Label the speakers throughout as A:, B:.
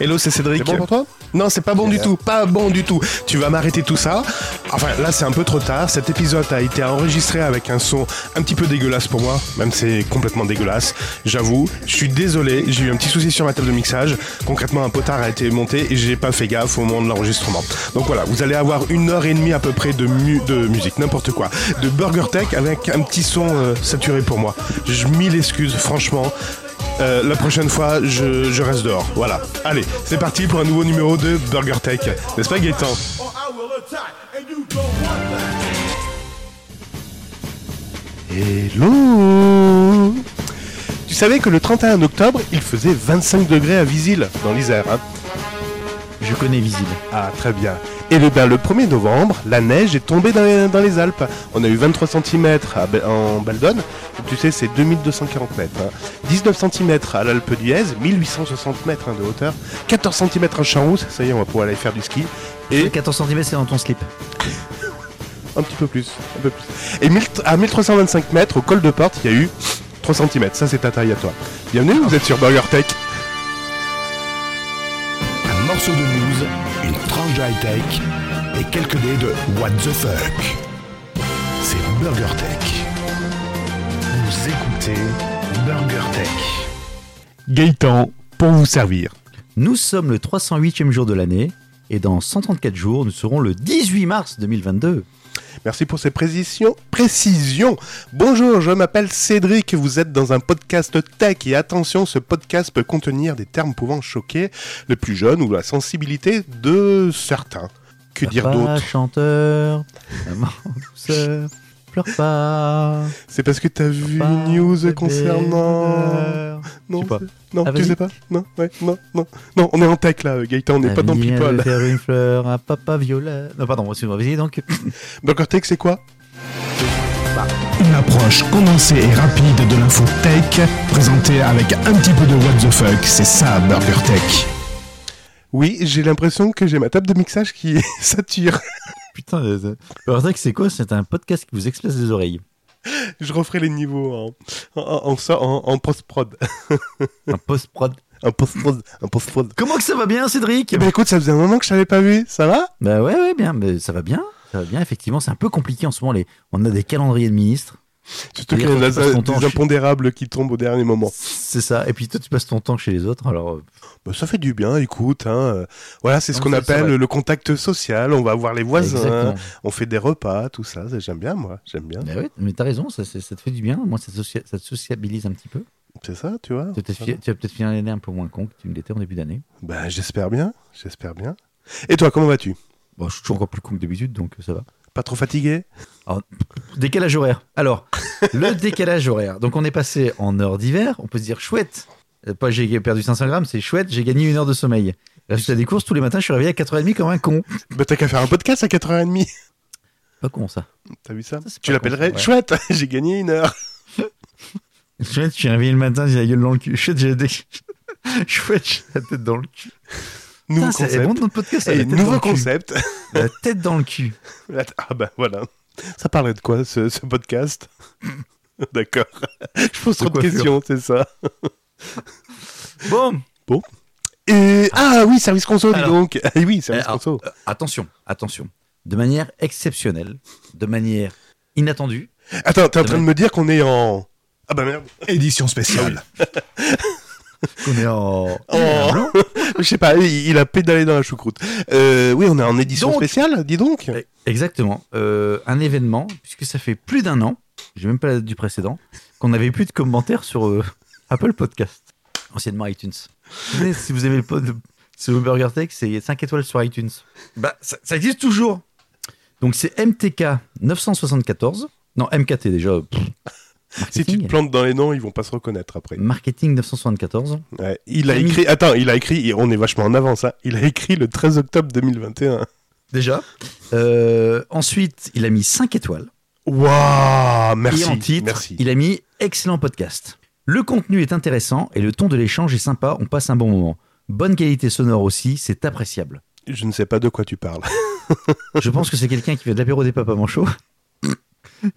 A: Hello, c'est Cédric.
B: C'est bon pour toi Eh ben.
A: Non, c'est pas bon
B: Yeah.
A: du tout, pas bon du tout. Tu vas m'arrêter tout ça. Enfin, là, c'est un peu trop tard. Cet épisode a été enregistré avec un son un petit peu dégueulasse pour moi, même c'est complètement dégueulasse. J'avoue, je suis désolé, j'ai eu un petit souci sur ma table de mixage. Concrètement, un potard a été monté et j'ai pas fait gaffe au moment de l'enregistrement. Donc voilà, vous allez avoir une heure et demie à peu près de, mu- de musique, n'importe quoi, de Burger Tech avec un petit son euh, saturé pour moi. Je mille excuses, franchement. Euh, la prochaine fois, je, je reste dehors. Voilà. Allez, c'est parti pour un nouveau numéro de Burger Tech. N'est-ce pas, Gaëtan Hello Tu savais que le 31 octobre, il faisait 25 degrés à Visil, dans l'Isère. hein
C: Je connais Visil.
A: ah, très bien. Et le, ben, le 1er novembre, la neige est tombée dans les, dans les Alpes. On a eu 23 cm en Baldone. Donc, tu sais, c'est 2240 mètres. hein. 19 cm à l'Alpe d'Huez, 1860 mètres hein, de hauteur. 14 cm à Charousse, ça y est, on va pouvoir aller faire du ski. Et-
C: Et 14 cm, c'est dans ton slip.
A: Un petit peu plus, un peu plus. Et 1000 à 1325 mètres, au col de porte, il y a eu 3 cm. Ça, c'est ta taille à toi. Bienvenue, vous êtes sur Burger Tech.
D: Un morceau de news, une tranche de high-tech et quelques dés de What the fuck. C'est Burger Tech. Vous écoutez Burger Tech.
A: Gaëtan, pour vous servir.
C: Nous sommes le 308e jour de l'année. Et dans 134 jours, nous serons le 18 mars 2022.
A: Merci pour ces précisions. précisions. Bonjour, je m'appelle Cédric, vous êtes dans un podcast tech et attention, ce podcast peut contenir des termes pouvant choquer le plus jeune ou la sensibilité de certains. Que dire
C: Papa,
A: d'autre
C: chanteur, maman douceur, pleure pas.
A: C'est parce que t'as vu
C: papa,
A: une news
C: bébé,
A: concernant...
C: pleure.
A: Non,
C: sais pas.
A: c'est- non
C: Ah,
A: tu
C: vas-y.
A: sais pas Non, ouais, non, non. Non, on est en tech là, Gaëtan, on n'est pas dans
C: Mamie, elle veut
A: People.
C: faire une fleur à papa violet. Non, pardon, excuse-moi, vas-y donc.
A: Burger Tech, c'est quoi
D: Une approche condensée et rapide de l'info tech, présentée avec un petit peu de What the fuck. C'est ça Burger Tech.
A: Oui, j'ai l'impression que j'ai ma table de mixage qui sature.
C: Putain, euh, Burger Tech, c'est quoi C'est un podcast qui vous explose les oreilles.
A: Je referai les niveaux en, en, en, en- en- en post-prod.
C: Un post-prod.
A: Un post-prod, un post-prod.
C: Comment que ça va bien, Cédric
A: Eh ben écoute, ça faisait un moment que je t'avais pas vu, ça va
C: Bah ouais, ouais, bien, mais ça va bien. Ça va bien, effectivement, c'est un peu compliqué en ce moment. Les... On a des calendriers de ministres.
A: Surtout qu'il y
C: D'ailleurs,
A: en a
C: tu passes ton temps
A: des
C: chez-
A: impondérables qui tombent au dernier moment.
C: C'est ça. Et puis toi, tu passes ton temps chez les autres. Alors, euh,
A: Bah, ça fait du bien, écoute. hein, euh, Voilà, c'est ce
C: Non,
A: qu'on
C: ça, ça
A: appelle
C: va.
A: le contact social. On va voir les voisins,
C: exactement.
A: on fait des repas, tout ça. ça, J'aime bien, moi. J'aime bien.
C: Bah ouais, mais t'as raison, ça, c'est- ça te fait du bien. Moi, ça, te socia- ça te sociabilise un petit peu.
A: C'est ça, tu vois
C: Tu vas peut-être
A: Voilà.
C: fi- tu vas peut-être finir l'année un peu moins con que tu ne l'étais en début d'année.
A: Bah, j'espère bien, j'espère bien. Et toi, comment vas-tu
C: Bon, je suis toujours encore plus con que d'habitude, donc euh, ça va.
A: Pas trop fatigué
C: Décalage horaire. Alors, le décalage horaire. Donc, on est passé en heure d'hiver. On peut se dire chouette. Euh, Pas j'ai perdu 500 grammes, c'est chouette, j'ai gagné une heure de sommeil. Résultat des courses, tous les matins, je suis réveillé à 4h30 comme un con.
A: Bah, t'as qu'à faire un podcast à 4h30.
C: Pas con ça.
A: T'as vu ça,
C: Ça, c'est
A: Tu
C: pas con,
A: l'appellerais
C: ouais.
A: Chouette, j'ai gagné une heure.
C: Chouette, je suis réveillé le matin, j'ai la gueule dans le cul. Chouette, j'ai la, tête- Chouette, j'ai la tête dans le cul.
A: Nouveau
C: Putain, c'est
A: concept.
C: bon notre podcast. ça,
A: Et
C: la tête dans
A: nouveau
C: le cul.
A: concept.
C: La tête dans le cul.
A: Ah bah voilà. Ça parlait de quoi ce, ce podcast D'accord. Je pose
C: De
A: trop de
C: coiffure.
A: questions, c'est ça.
C: Bon,
A: Et ah oui, service conso, dis
C: Alors.
A: donc. Ah oui, service
C: Alors,
A: conso.
C: euh, attention, attention. De manière exceptionnelle, de manière inattendue.
A: Attends, t'es en train
C: demain.
A: de me dire qu'on est en ah bah merde.
D: Édition spéciale.
C: On est en.
A: Oh. Je sais pas, il, il a pédalé dans la choucroute. Euh, oui, on est en édition
C: Donc.
A: spéciale, dis donc.
C: Eh, Exactement. Euh, un événement, puisque ça fait plus d'un an, j'ai même pas la date du précédent, qu'on n'avait plus de commentaires sur euh, Apple Podcast, anciennement iTunes. Vous savez, si vous aimez le pod, c'est le Burger Tech, c'est 5 étoiles sur iTunes. Bah, ça, ça existe toujours. Donc c'est MTK 974. Non, MKT déjà. pff,
A: Si tu
C: marketing.
A: te plantes dans les noms, ils vont pas se reconnaître après.
C: Marketing 974.
A: Ouais, il a
C: Camille.
A: écrit. Attends, il a écrit. On est vachement en avance. hein. Il a écrit le 13 octobre 2021.
C: Déjà. Euh, ensuite, il a mis 5 étoiles.
A: Waouh, merci.
C: et en titre,
A: merci.
C: il a mis excellent podcast. Le contenu est intéressant et le ton de l'échange est sympa, on passe un bon moment. Bonne qualité sonore aussi, c'est appréciable.
A: Je ne sais pas de quoi tu parles.
C: Je pense que c'est quelqu'un qui fait de l'apéro des papas manchots.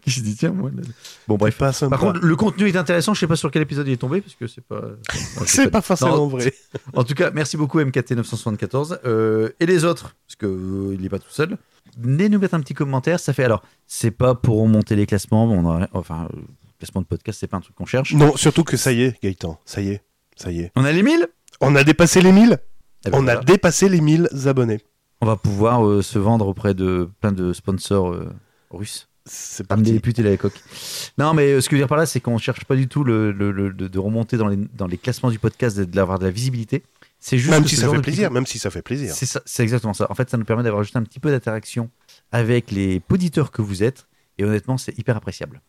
C: qui se dit, tiens, moi. là- Bon, bref.
A: Pas sympa.
C: Par contre, le contenu est intéressant. Je sais pas sur quel épisode il est tombé parce que c'est pas.
A: c'est pas forcément
C: Non,
A: vrai.
C: En tout cas, merci beaucoup MKT974 euh, et les autres, parce que euh, il n'est pas tout seul. Venez nous mettre un petit commentaire. Ça fait alors, c'est pas pour monter les classements. mais On a- enfin, euh, classement de podcast, c'est pas un truc qu'on cherche.
A: Non, surtout que ça y est, Gaëtan, ça y est, ça y est.
C: On a les 1000
A: On a dépassé les 1000
C: Eh ben,
A: On a
C: voilà.
A: dépassé les 1000 abonnés.
C: On va pouvoir euh, se vendre auprès de plein de sponsors euh, russes.
A: C'est
C: Amener les
A: parti.
C: putes et la coque. Non, mais euh, ce que je veux dire par là, c'est qu'on cherche pas du tout le, le- le- de, de remonter dans les, dans les classements du podcast, de- d'avoir de la visibilité. C'est juste
A: Même
C: que
A: si
C: ce
A: ça
C: genre
A: fait
C: de petit
A: plaisir, même si ça fait plaisir.
C: C'est ça- c'est exactement ça. En fait, ça nous permet d'avoir juste un petit peu d'interaction avec les auditeurs que vous êtes. Et honnêtement, c'est hyper appréciable.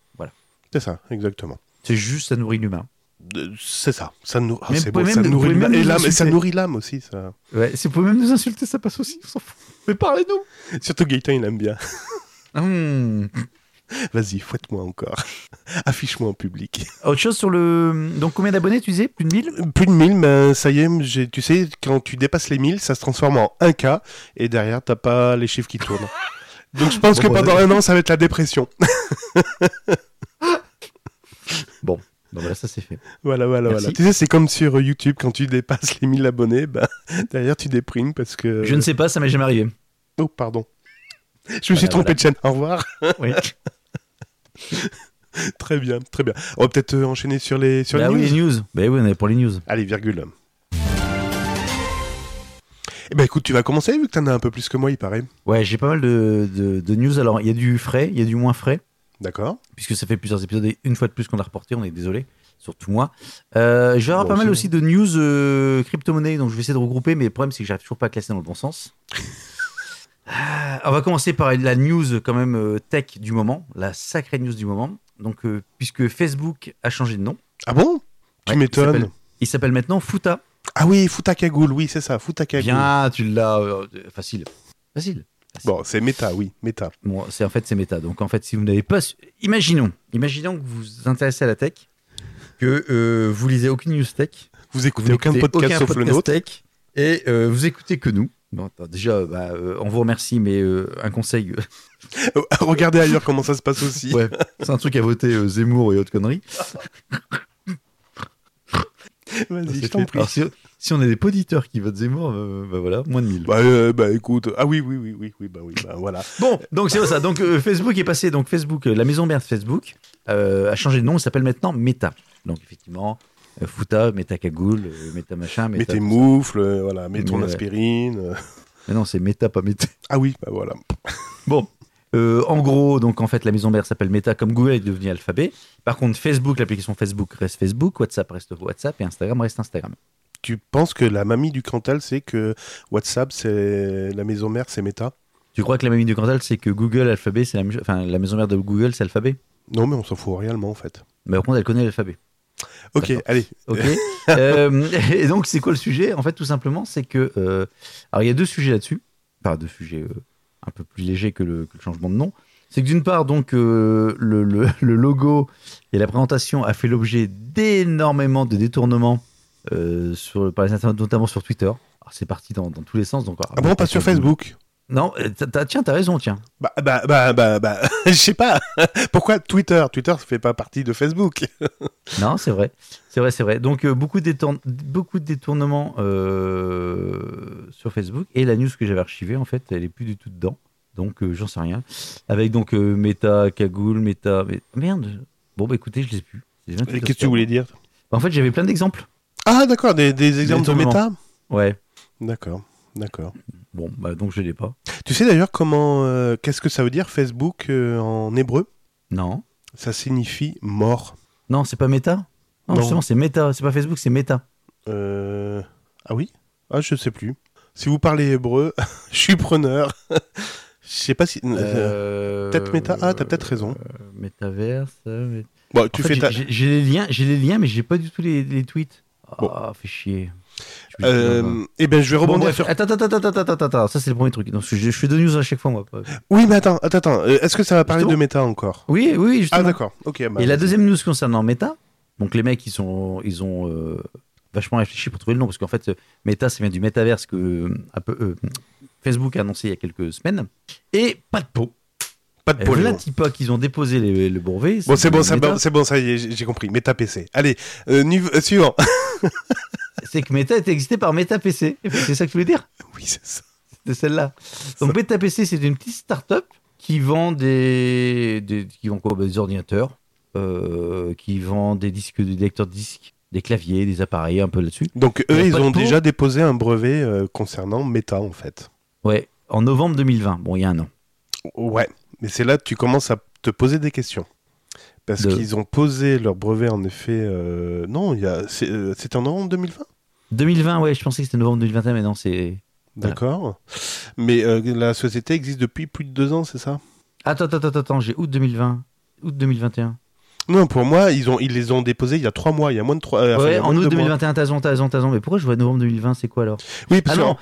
A: C'est ça, exactement.
C: C'est juste, ça nourrit l'humain.
A: De- C'est ça. Ça, nous- ah,
C: Mais
A: c'est
C: vous
A: beau,
C: pouvez
A: ça
C: même- vous
A: nourrit
C: pouvez
A: l'âme.
C: même
A: Et
C: nous
A: l'âme- et ça
C: insulter.
A: nourrit l'âme aussi. Ça.
C: Ouais, si vous pouvez même nous insulter, ça passe aussi. On s'en fout. Mais parlez-nous.
A: Surtout Gaëtan, il aime bien.
C: Hum.
A: Vas-y, fouette-moi encore. Affiche-moi en public.
C: Autre chose sur le. Donc, combien d'abonnés tu disais Plus de 1000
A: Plus de 1000, ben, ça y est, j'ai- tu sais, quand tu dépasses les 1000, ça se transforme en 1K. Et derrière, t'as pas les chiffres qui tournent. Donc je pense
C: Bon,
A: que
C: bah,
A: pendant un an, ça va être la dépression.
C: Non, voilà, bah ça c'est fait.
A: Voilà, voilà,
C: Merci.
A: voilà. Tu sais, c'est comme sur euh, YouTube, quand tu dépasses les 1000 abonnés, bah, derrière, tu déprimes parce que.
C: Je ne sais pas, ça m'est jamais arrivé.
A: Oh, pardon. Je me suis
C: Voilà,
A: trompé
C: voilà.
A: de chaîne. Au revoir.
C: Oui.
A: très bien, très bien. On va peut-être euh, enchaîner sur les, sur
C: Bah
A: les
C: oui,
A: news.
C: les news. Bah oui, on est pour les news.
A: Allez, virgule. Eh ben écoute, tu vas commencer vu que t'en as un peu plus que moi, il paraît.
C: Ouais, j'ai pas mal de, de- de news. Alors, il y a du frais, il y a du moins frais.
A: D'accord.
C: puisque ça fait plusieurs épisodes et une fois de plus qu'on a reporté, on est désolé, surtout moi. Euh, je vais avoir
A: Moi
C: pas mal
A: aussi,
C: aussi de news euh, crypto-monnaie, donc je vais essayer de regrouper, mais le problème c'est que j'arrive toujours pas à classer dans le bon sens. Ah, on va commencer par la news quand même euh, tech du moment, la sacrée news du moment. Donc, euh, puisque Facebook a changé de nom,
A: Ah bon Tu
C: Ouais, il
A: m'étonnes.
C: s'appelle- il s'appelle maintenant Futa.
A: Ah oui, Futakagoul, oui, c'est ça, Futakagoul.
C: Bien, tu l'as, euh, facile, facile.
A: Bon, c'est méta, oui, méta.
C: Bon, c'est en fait c'est méta. Donc en fait, si vous n'avez pas, su- imaginons, imaginons que vous vous intéressez à la tech, que euh, vous lisez aucune news tech,
A: Vous
C: que
A: écoutez aucun
C: n'écoutez
A: podcast
C: aucun
A: sauf le
C: podcast
A: nôtre.
C: tech, et euh, vous écoutez que nous. Bon, attends, déjà, euh, bah, euh, on vous remercie, mais euh, un conseil, euh,
A: Regardez ailleurs comment ça se passe aussi.
C: ouais, c'est un truc à voter euh, Zemmour et autres conneries.
A: Vas-y, je
C: C'est
A: t'en
C: fait.
A: prie.
C: Alors, si, si on a des auditeurs qui votent Zemmour, euh, bah voilà, moins de 1000.
A: Bah, euh, bah, écoute, ah oui, oui, oui, oui, oui, bah oui, bah voilà.
C: Bon, donc c'est ça. Donc euh, Facebook est passé. Donc Facebook, euh, la maison mère de Facebook euh, a changé de nom. Il s'appelle maintenant Meta. Donc effectivement, euh, Futa, Meta Cagoule, euh, Meta machin,
A: Mets
C: Meta.
A: tes moufles, euh, voilà, mets ton
C: Ouais.
A: aspirine. euh.
C: Mais non, c'est Meta, pas Meta.
A: Ah oui, bah voilà.
C: Bon. Euh, en gros, donc en fait, la maison mère s'appelle Meta, comme Google est devenu Alphabet. Par contre, Facebook, l'application Facebook reste Facebook, WhatsApp reste WhatsApp et Instagram reste Instagram.
A: Tu penses que la mamie du Cantal sait que WhatsApp, c'est la maison mère, c'est méta
C: Tu crois que la mamie du Cantal, c'est que Google Alphabet, c'est la, même chose- enfin la maison mère de Google, c'est Alphabet.
A: Non, mais on s'en fout réellement, en fait.
C: Mais par contre, elle connaît l'alphabet.
A: Ok,
C: D'accord.
A: allez.
C: Ok. Euh, et donc, c'est quoi le sujet En fait, tout simplement, c'est que. euh, alors, il y a deux sujets là-dessus. Enfin, deux sujets euh, un peu plus légers que le, que le changement de nom. C'est que d'une part, donc, euh, le, le- le logo et la présentation a fait l'objet d'énormément de détournements euh, sur, par les internautes, notamment sur Twitter. Alors, c'est parti dans, dans tous les sens. Donc,
A: Ah bon, pas sur Facebook
C: Non, euh, t'as- t'as- tiens, t'as raison, tiens.
A: Bah, bah, bah, bah, bah, je sais pas. Pourquoi Twitter Twitter, ça fait pas partie de Facebook.
C: Non, c'est vrai. C'est vrai, c'est vrai. Donc, euh, beaucoup, de détourn- beaucoup de détournements euh, sur Facebook. Et la news que j'avais archivée, en fait, elle est plus du tout dedans. Donc, euh, j'en sais rien. Avec donc euh, Meta, Cagoule, Meta. mais- Merde. Bon, bah écoutez, je les ai plus. C'est le 28
A: Qu'est-ce que tu voulais dire
C: En fait, j'avais plein d'exemples.
A: Ah, d'accord, des, des exemples de méta
C: Détournement. Ouais.
A: D'accord, d'accord.
C: Bon, bah donc je l'ai pas.
A: Tu sais d'ailleurs comment, euh, qu'est-ce que ça veut dire Facebook euh, en hébreu
C: Non.
A: Ça signifie mort.
C: Non, c'est pas Meta. Non,
A: Non.
C: justement, c'est Meta. C'est pas Facebook, c'est Meta.
A: Euh... Ah oui Ah, je sais plus. Si vous parlez hébreu, je suis preneur. Je sais pas si. euh, peut-être Meta. Ah, t'as peut-être raison.
C: euh, Metaverse. euh, Meta-
A: Bon,
C: En
A: tu
C: fait,
A: fais
C: j'ai-
A: ta.
C: j'ai j'ai les liens, j'ai les liens, mais j'ai pas du tout les, les tweets. Ah,
A: Bon.
C: fait chier. Je vais dire,
A: Euh, eh ben, je vais
C: Bon,
A: rebondir
C: bref,
A: sur.
C: Attends, attends, attends, attends, attends, attends, ça c'est le premier truc. Donc, je, je fais deux news à chaque fois, moi.
A: Oui, mais attends, attends, attends. Euh, Est-ce que ça va parler de
C: Justement.
A: méta encore
C: Oui, oui, justement.
A: Ah, d'accord. Ok. bah,
C: Et la
A: vas-y.
C: deuxième news concernant Meta, donc les mecs ils sont, ils ont euh, vachement réfléchi pour trouver le nom parce qu'en fait euh, Meta ça vient du métaverse que euh, un peu, euh, Facebook a annoncé il y a quelques semaines et pas de peau.
A: Pas de
C: Voilà
A: poléon.
C: pas qu'ils ont déposé les- le brevet.
A: Bon, c'est bon, ça-
C: Meta-
A: c'est bon, ça y est, j'ai j'ai compris. Meta PC. Allez, euh, niveau- euh, suivant.
C: C'est que Meta était existé par Meta PC. Et puis, C'est ça que je voulais dire
A: oui, c'est ça.
C: de celle-là. Donc Meta PC, c'est une petite start-up qui vend des, des- qui vend quoi Bah, Des ordinateurs, euh, qui vend des disques, des lecteurs disques, des claviers, des appareils, un peu là-dessus.
A: Donc,
C: Y a
A: eux, ils
C: pas de
A: ont
C: pot
A: déjà déposé un brevet euh, concernant Meta, en fait.
C: Ouais, en novembre 2020. Bon, il y a un an.
A: Ouais, mais c'est là que tu commences à te poser des questions. Parce
C: De-
A: qu'ils ont posé leur brevet, en effet. euh, Non, il y a... c'est, euh, c'était en novembre 2020
C: 2020, ouais, je pensais que c'était novembre 2021, mais non, c'est. Voilà.
A: D'accord. Mais euh, la société existe depuis plus de deux ans, c'est ça
C: Attends, attends, attends, attends, j'ai août 2020, août 2021.
A: Non, pour moi, ils, ont... ils les ont déposés il y a trois mois. Il y a moins de trois. euh, enfin, il y
C: ouais,
A: a
C: en
A: moins de
C: août
A: deux mois.
C: 2021, t'as raison, t'as raison, t'as raison. Mais pourquoi je vois novembre 2020, c'est quoi alors
A: Oui, parce
C: Ah
A: que-
C: non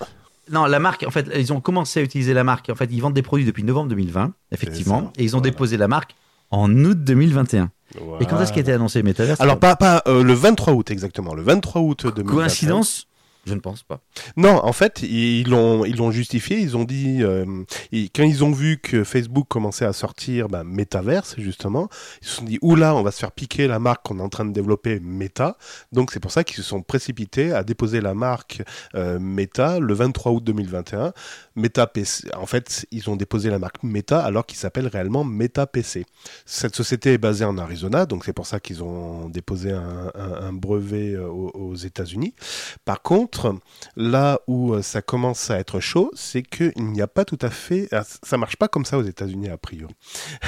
C: Non, la marque, en fait, ils ont commencé à utiliser la marque. En fait, ils vendent des produits depuis novembre 2020,
A: C'est ça.
C: effectivement. Et ils ont
A: Voilà.
C: déposé la marque en août 2021. Et quand
A: Voilà.
C: est-ce qu'il a été annoncé Metaverse
A: Alors pas, pas euh, le 23 août exactement, le 23 août 2021.
C: coïncidence Je ne pense pas.
A: Non, en fait, ils l'ont ils l'ont justifié, ils ont dit euh, ils- quand ils ont vu que Facebook commençait à sortir bah, Metaverse justement, ils se sont dit oula, on va se faire piquer la marque qu'on est en train de développer Meta. Donc c'est pour ça qu'ils se sont précipités à déposer la marque euh, Meta le 23 août 2021. Meta PC en fait, ils ont déposé la marque Meta alors qu'il s'appelle réellement Meta PC. Cette société est basée en Arizona, donc c'est pour ça qu'ils ont déposé un, un- un brevet euh, aux, aux États-Unis. Par contre, là où euh, ça commence à être chaud, c'est qu'il n'y a pas tout à fait. ah, Ça marche pas comme ça aux États-Unis, a priori.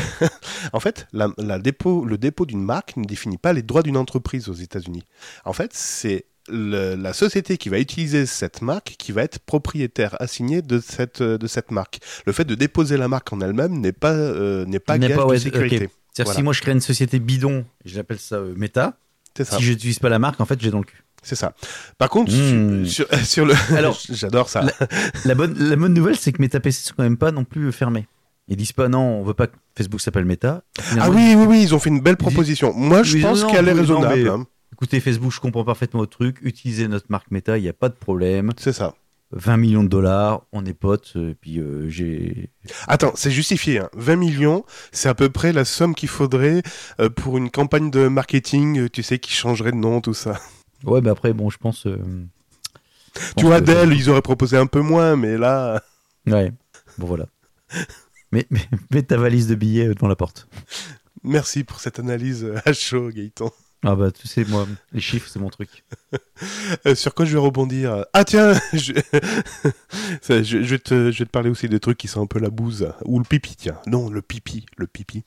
A: en fait, la- la dépôt- le dépôt d'une marque ne définit pas les droits d'une entreprise aux États-Unis. En fait, c'est. le- la société qui va utiliser cette marque qui va être propriétaire assigné de cette, euh, de cette marque. Le fait de déposer la marque en elle-même n'est pas, euh, n'est pas
C: N'est
A: gage
C: pas,
A: de
C: ouais,
A: sécurité.
C: ok. C'est-à-dire
A: Voilà.
C: si moi je crée une société bidon, j'appelle ça euh, Meta.
A: C'est ça.
C: Si je n'utilise pas la marque, en fait, j'ai dans le cul.
A: C'est ça. Par contre,
C: Mmh.
A: sur, sur- sur le.
C: Alors,
A: j'adore ça.
C: la- La bonne, la bonne nouvelle, c'est que Meta PC sont quand même pas non plus euh, fermés. Ils disent pas non, on veut pas que Facebook s'appelle Meta.
A: Ah
C: Finalement,
A: oui, oui, oui, ils ont fait une belle proposition. Moi, je
C: Ils-
A: pense
C: non,
A: qu'elle est
C: oui, non,
A: raisonnable.
C: mais-
A: hein.
C: Écoutez, Facebook, je comprends parfaitement votre truc. Utilisez notre marque Meta, il n'y a pas de problème.
A: C'est ça.
C: 20 millions de dollars, on est potes. Et puis euh, j'ai.
A: Attends, c'est justifié. hein. 20 millions, c'est à peu près la somme qu'il faudrait euh, pour une campagne de marketing, euh, tu sais, qui changerait de nom, tout ça.
C: Ouais, mais après, bon, je pense. euh, je
A: tu
C: pense
A: vois,
C: que-
A: Dell, ils auraient proposé un peu moins, mais là.
C: Ouais. Bon, voilà. Mais, mais- mets ta valise de billets euh, devant la porte.
A: Merci pour cette analyse euh, à chaud, Gaëtan.
C: Ah bah, tu sais, moi, les chiffres, c'est mon truc.
A: Euh, sur quoi je vais rebondir Ah tiens, je... ça, je- je vais te, je vais te parler aussi des trucs qui sont un peu la bouse. Ou le pipi, tiens. Non, le pipi, le pipi.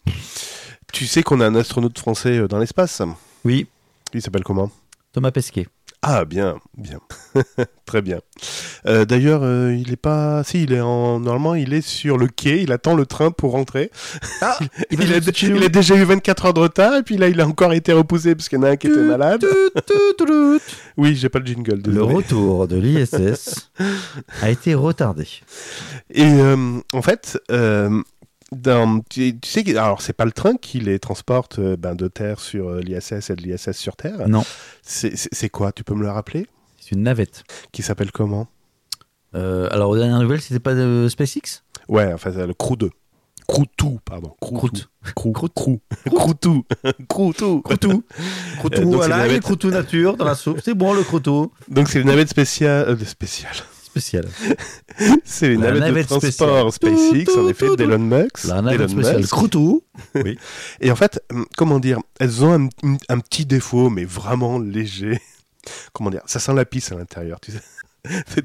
A: Tu sais qu'on a un astronaute français euh, dans l'espace
C: Oui,
A: Il s'appelle comment
C: Thomas Pesquet.
A: Ah bien, bien. Très bien. Euh, D'ailleurs, euh, il est pas... Si, il est en... Normalement, il est sur le quai, il attend le train pour rentrer. Il, a, dé- il a déjà eu 24 heures de retard, et puis là, il a encore été repoussé parce qu'il y en a un qui était malade. Oui, j'ai pas le jingle,
C: Le
A: désolé.
C: retour de l'ISS a été retardé.
A: Et euh, en fait, euh, dans- tu, tu sais que alors c'est pas le train qui les transporte euh, ben, de terre sur euh, l'ISS et de l'ISS sur terre.
C: Non,
A: C'est- C'est c'est quoi Tu peux me le rappeler
C: c'est une navette.
A: Qui s'appelle comment
C: Euh, alors, aux dernières nouvelles, c'était pas de SpaceX
A: Ouais, enfin c'est le Crew 2. Crew 2, pardon. Crew 2.
C: Croûte.
A: Crew Crew Crew 2. Crew 2.
C: Croûtou.
A: Euh,
C: Croûtou,
A: donc, c'est
C: voilà,
A: une
C: il y a
A: navette.
C: croûtou nature dans la soupe. C'est bon, le croûtou.
A: Donc c'est les navettes spéciales euh, spéciales.
C: Spécial.
A: C'est les
C: La
A: navettes
C: navette
A: de
C: spéciale.
A: transport SpaceX en
C: Tout,
A: effet
C: tout, tout.
A: d'Elon Musk.
C: La navette
A: d'Elon
C: spéciale
A: Musk.
C: croûtou.
A: Et en fait, hum, comment dire, elles ont un, une- un petit défaut, mais vraiment léger. Comment dire, ça sent la pisse à l'intérieur, tu sais.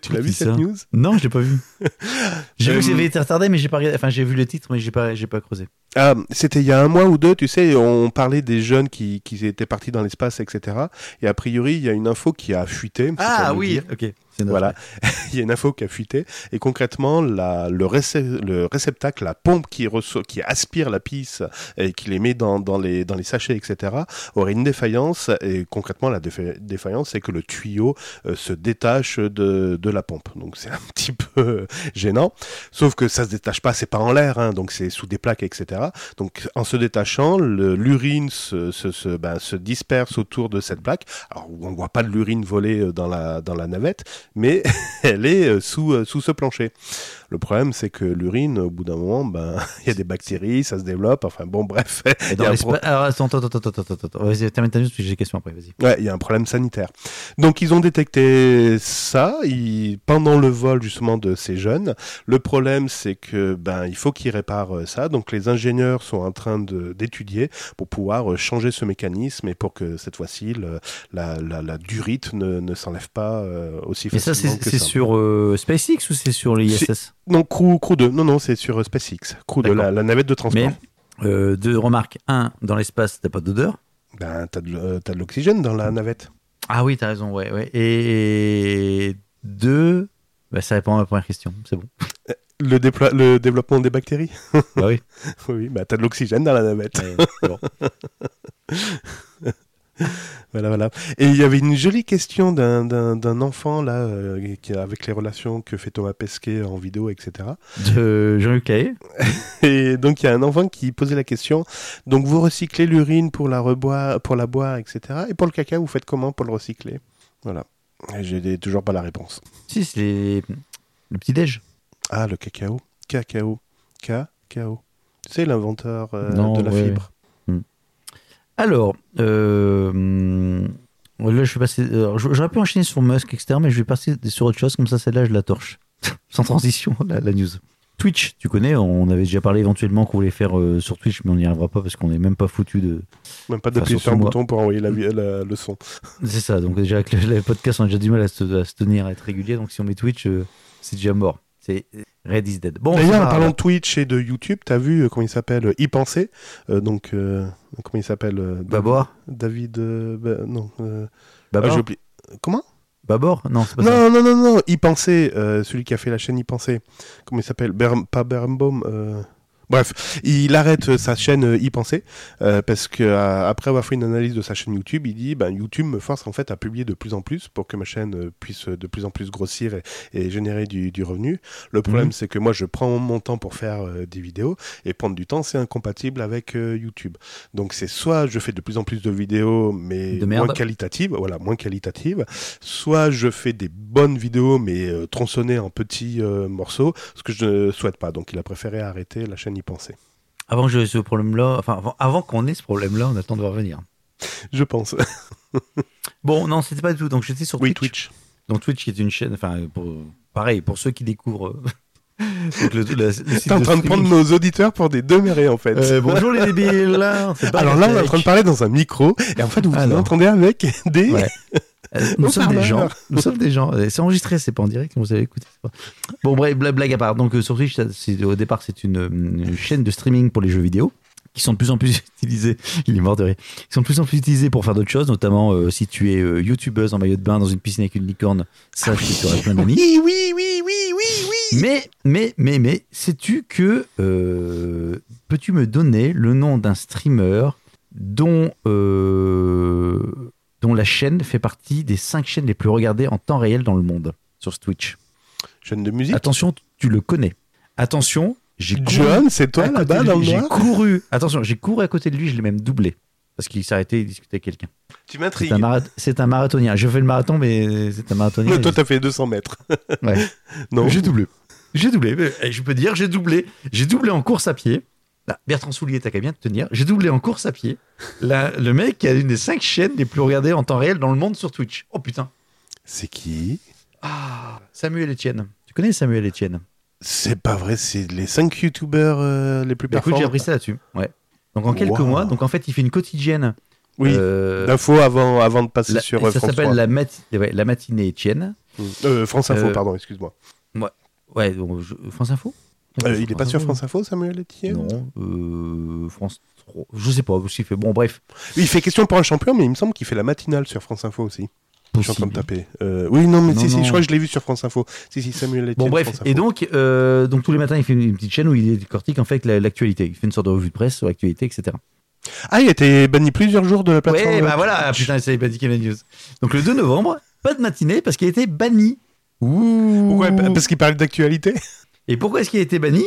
A: tu l'as
C: Qui
A: vu cette
C: ça
A: news
C: Non, je l'ai pas vu. J'ai
A: Euh,
C: vu que c'était retardé, mais j'ai pas regardé- Enfin, j'ai vu le titre, mais j'ai pas, j'ai pas creusé.
A: Ah, c'était il y a un mois ou deux, tu sais, on parlait des jeunes qui, qui étaient partis dans l'espace, etc. Et a priori, il y a une info qui a fuité. faut
C: Ah
A: quand même le dire.
C: ok. C'est notre-
A: Ah, Voilà, il y a une info qui a fuité. Et concrètement, la- le, réce- le réceptacle, la pompe qui, reçoit- qui aspire la pisse et qui les met dans, dans les, dans les sachets, etc., aurait une défaillance. Et concrètement, la défa- défaillance, c'est que le tuyau euh, se détache de, de la pompe. Donc c'est un petit peu euh, gênant. Sauf que ça se détache pas, c'est pas en l'air, hein, donc c'est sous des plaques, etc. Donc en se détachant, le- l'urine se, se, se- ben, se disperse autour de cette plaque. Alors on voit pas de l'urine voler euh, dans la, dans la navette, mais elle est euh, sous, euh, sous ce plancher. Le problème, c'est que l'urine, au bout d'un moment, ben, il y a des bactéries, ça se développe, enfin bon, bref.
C: Et
A: il
C: dans
A: y a un
C: l'espa-
A: pro-
C: Alors, attends, attends, attends, attends, attends, attends. Vas-y, termine ta news, parce que j'ai des questions après, vas-y.
A: Ouais, il y a un problème sanitaire. Donc ils ont détecté ça ils- pendant le vol justement de ces jeunes. Le problème c'est que ben il faut qu'ils réparent euh, ça. Donc les ingénieurs sont en train de- d'étudier pour pouvoir euh, changer ce mécanisme et pour que cette fois-ci le- la, la, la durite ne, ne s'enlève pas euh, aussi
C: Et ça,
A: facilement
C: c'est
A: que
C: c'est
A: ça.
C: sur euh, SpaceX ou c'est sur l'ISS
A: Non, Crew, Crew 2. Non non, c'est sur euh, SpaceX. Crew 2,
C: D'accord.
A: la, la navette de transport.
C: Mais euh, deux remarques. Un, dans l'espace, t'as pas d'odeur.
A: Ben t'as de, l'o- euh, t'as de l'oxygène dans la navette.
C: Ah oui, t'as raison, ouais, ouais. Et deux, bah, ça répond à ma première question, c'est bon.
A: Le, déplo- le développement des bactéries.
C: Bah oui.
A: oui, ben t'as de l'oxygène dans la navette.
C: Ouais, c'est bon.
A: Voilà, voilà. Et il y avait une jolie question d'un- d'un d'un enfant, là, euh, qui- avec les relations que fait Thomas Pesquet en vidéo, etc.
C: De Jean-Luc Lahaye.
A: Et donc, il y a un enfant qui posait la question donc, vous recyclez l'urine pour, la reboire- pour la boire, etc. Et pour le caca, vous faites comment pour le recycler Voilà. Et J'ai des- toujours pas la réponse.
C: Si, c'est les- le petit-déj.
A: Ah, le cacao. Cacao. Cacao. C'est l'inventeur euh,
C: Non,
A: de la
C: ouais.
A: fibre.
C: Alors, euh, hum, là, je suis passé. alors, je- J'aurais pu enchaîner sur Musk, etc., mais je vais passer sur autre chose, comme ça, celle-là, je la torche. Sans transition, la, la news. Twitch, tu connais, on avait déjà parlé éventuellement qu'on voulait faire euh, sur Twitch, mais on n'y arrivera pas parce qu'on n'est même pas foutu de.
A: Même pas d'appuyer
C: surtout
A: sur un
C: moi.
A: bouton pour envoyer la, vi- la- le son.
C: C'est ça, donc déjà, avec le, le podcast, on a déjà du mal à se, à se tenir, à être régulier, donc si on met Twitch, euh, c'est déjà mort. C'est Red is dead. Bon, c'est
A: D'ailleurs, en
C: pas
A: parlant
C: grave.
A: de Twitch et de YouTube, t'as vu euh, comment il s'appelle euh, Y penser Euh, Donc, euh, comment il s'appelle euh, David-
C: Babor
A: David. euh, bah, non. euh, ah,
C: Babor
A: j'ai oublié. Comment
C: Babor Non, c'est pas ça.
A: non, non, non, non, Y penser, euh, celui qui a fait la chaîne Y penser. Comment il s'appelle Ber- Pas Berenbaum. euh, Bref, il arrête euh, sa chaîne euh, Y penser euh, parce que euh, après avoir fait une analyse de sa chaîne YouTube, il dit ben YouTube me force en fait à publier de plus en plus pour que ma chaîne euh, puisse euh, de plus en plus grossir et, et générer du, du revenu. Le problème
C: Mhm.
A: c'est que moi je prends mon temps pour faire euh, des vidéos et prendre du temps c'est incompatible avec euh, YouTube. Donc c'est soit je fais de plus en plus de vidéos mais
C: De merde.
A: moins qualitatives, voilà moins qualitatives, soit je fais des bonnes vidéos mais euh, tronçonnées en petits euh, morceaux, ce que je ne souhaite pas. Donc il a préféré arrêter la chaîne Y penser.
C: Avant que j'aie ce problème-là, enfin, avant, avant qu'on ait ce problème-là, on attend de voir venir.
A: Je pense.
C: Bon, non, c'était pas du tout. Donc j'étais sur
A: Oui,
C: Twitch.
A: Twitch.
C: Donc Twitch qui est une chaîne, enfin pour- pareil pour ceux qui découvrent. euh, donc le- le- le site
A: T'es en train de prendre
C: streaming.
A: nos auditeurs pour des demeurés en fait.
C: Euh, bonjour les débiles. c'est pas
A: Alors là, on est en
C: Patrick.
A: train de parler dans un micro, et en fait, vous vous
C: Alors.
A: entendez avec des.
C: Ouais. Euh, Nous
A: Au
C: sommes des gens.
A: parleur.
C: Nous sommes des gens. Euh, C'est enregistré, c'est pas en direct. Vous avez écouté. c'est pas- Bon bref, bla- blague à part. Donc euh, sur Twitch, ça, c'est- au départ, c'est une, euh, une chaîne de streaming pour les jeux vidéo qui sont de plus en plus utilisés. Il est mort de rire. Ils sont de plus en plus utilisés pour faire d'autres choses, notamment euh, si tu es euh, youtubeuse en maillot de bain dans une piscine avec une licorne, sache que tu auras plein d'amis.
A: Oui, oui, oui, oui, oui, oui.
C: Mais, mais, mais, mais, sais-tu que euh, peux-tu me donner le nom d'un streamer dont, euh, dont la chaîne fait partie des cinq chaînes les plus regardées en temps réel dans le monde sur Twitch
A: Jeune de musique.
C: Attention, tu le connais. Attention, j'ai couru,
A: John, c'est toi
C: à côté
A: là-bas
C: de
A: dans le
C: lui, j'ai
A: noir
C: couru. Attention, j'ai couru à côté de lui, je l'ai même doublé parce qu'il s'arrêtait et discutait avec quelqu'un.
A: Tu
C: C'est
A: m'intrigues.
C: un, mara- c'est un marathonien. Je fais le marathon, mais c'est un marathonien.
A: Mais Toi, t'as fait 200 mètres.
C: Ouais.
A: Non.
C: J'ai doublé. J'ai doublé. mais, eh, Je peux dire, j'ai doublé. J'ai doublé en course à pied. Ah, Bertrand Soulier, t'as qu'à bien te tenir. J'ai doublé en course à pied. La- le mec qui a une des cinq chaînes les plus regardées en temps réel dans le monde sur Twitch. Oh putain. Ah,
A: C'est qui
C: Samuel Etienne. Tu connais Samuel Etienne Bah,
A: C'est pas vrai, c'est les 5 youtubeurs euh, les plus
C: Bah, Écoute,
A: performants.
C: j'ai appris ça là-dessus. Ouais. Donc en quelques
A: Wow.
C: mois, donc en fait, il fait une quotidienne.
A: oui,
C: euh,
A: d'infos avant, avant de passer
C: la-
A: sur euh,
C: ça
A: France
C: s'appelle
A: 3.
C: la, mati- ouais, la matinée Etienne.
A: Euh, France Info,
C: Euh,
A: pardon, excuse-moi.
C: Ouais, donc, je- France Info
A: Euh, il est pas sur France Info, Samuel Etienne
C: Non, euh, France 3. Je sais pas ce qu'il fait. Bon, bref.
A: Il fait question pour un champion, mais il me semble qu'il fait la matinale sur France Info aussi. Je suis en train de
C: Possible.
A: taper. Euh, oui, non, mais
C: Non,
A: si, si,
C: non.
A: je crois que je l'ai vu sur France Info. Si, si, Samuel Etienne.
C: Bon bref,
A: France Info.
C: et donc, euh, donc tous les matins, il fait une, une petite chaîne où il décortique en fait la- l'actualité. Il fait une sorte de revue de presse sur l'actualité, etc.
A: Ah, il a été banni plusieurs jours de la plateforme.
C: Ouais, bah voilà, ah, putain, c'est pas dit qu'il y avait la news. Donc le 2 novembre, pas de matinée parce qu'il a été banni. Ouh.
A: Pourquoi Parce qu'il parlait d'actualité
C: Et pourquoi est-ce qu'il a été banni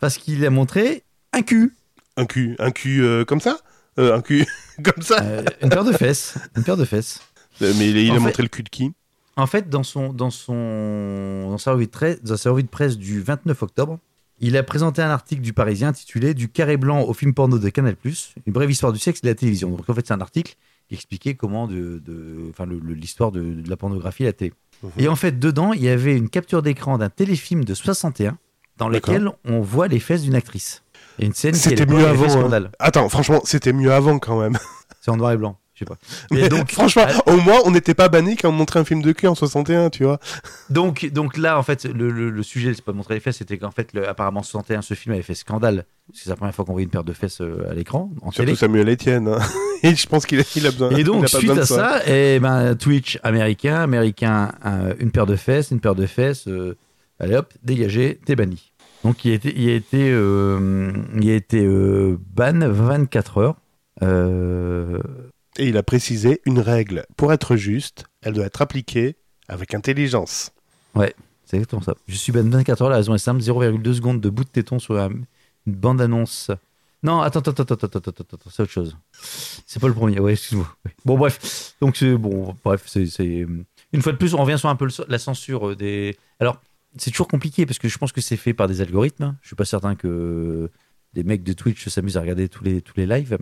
C: Parce qu'il a montré un cul,
A: Un cul, un cul euh, comme ça Euh, Un cul comme ça
C: Euh, une paire de fesses, une paire de fesses.
A: Euh, Mais il, il
C: en
A: a
C: fait-
A: montré le cul de qui
C: En fait, dans, son, dans, son, dans sa revue de presse, dans sa revue de presse du 29 octobre, il a présenté un article du Parisien intitulé Du carré blanc au film porno de Canal, une brève histoire du sexe et de la télévision. Donc en fait, c'est un article qui expliquait comment de, de- enfin, le- le- l'histoire de, de la pornographie à la télé.
A: Mhm.
C: Et en fait, dedans, il y avait une capture d'écran d'un téléfilm de 61 dans
A: D'accord.
C: lequel on voit les fesses d'une actrice. Il y a une scène qui à
A: C'était
C: l'époque,
A: mieux
C: avait fait
A: avant. hein.
C: scandale.
A: Attends, franchement, c'était mieux avant quand même.
C: C'est en noir et blanc, je sais pas.
A: Mais
C: Et donc,
A: franchement,
C: à-
A: au moins, on n'était pas banni quand on montrait un film de cul en 61, tu vois.
C: Donc, donc là, en fait, le, le- le sujet, c'est pas de montrer les fesses, c'était qu'en fait, le, apparemment, 61, ce film avait fait scandale. parce que C'est la première fois qu'on voyait une paire de fesses euh, à l'écran, en
A: Surtout
C: télé.
A: Samuel Etienne. hein. Et je pense qu'il a, il a besoin.
C: Et
A: il
C: donc,
A: a pas
C: suite
A: besoin de
C: à ça, eh ben, Twitch américain, américain, un- une paire de fesses, une paire de fesses, euh, allez hop, dégagé, t'es banni. Donc, il a été, il a été, euh, il a été euh, ban 24 heures. Euh,
A: Et il a précisé une règle. Pour être juste, elle doit être appliquée avec intelligence.
C: C'est exactement ça. Je suis Ben 24 heures, la raison est simple 0,2 secondes de bout de téton sur la- une bande-annonce. Non, attends, attends, attends, attends, attends, attends, attends, c'est autre chose. C'est pas le premier, ouais, excuse-moi. Ouais. Bon, bref. Donc, c'est bon, bref, c'est. c'est- euh, Une fois de plus, on revient sur un peu le- la censure euh, des. Alors, c'est toujours compliqué parce que je pense que c'est fait par des algorithmes. Je suis pas certain que les mecs de Twitch s'amusent à regarder tous les, tous les lives.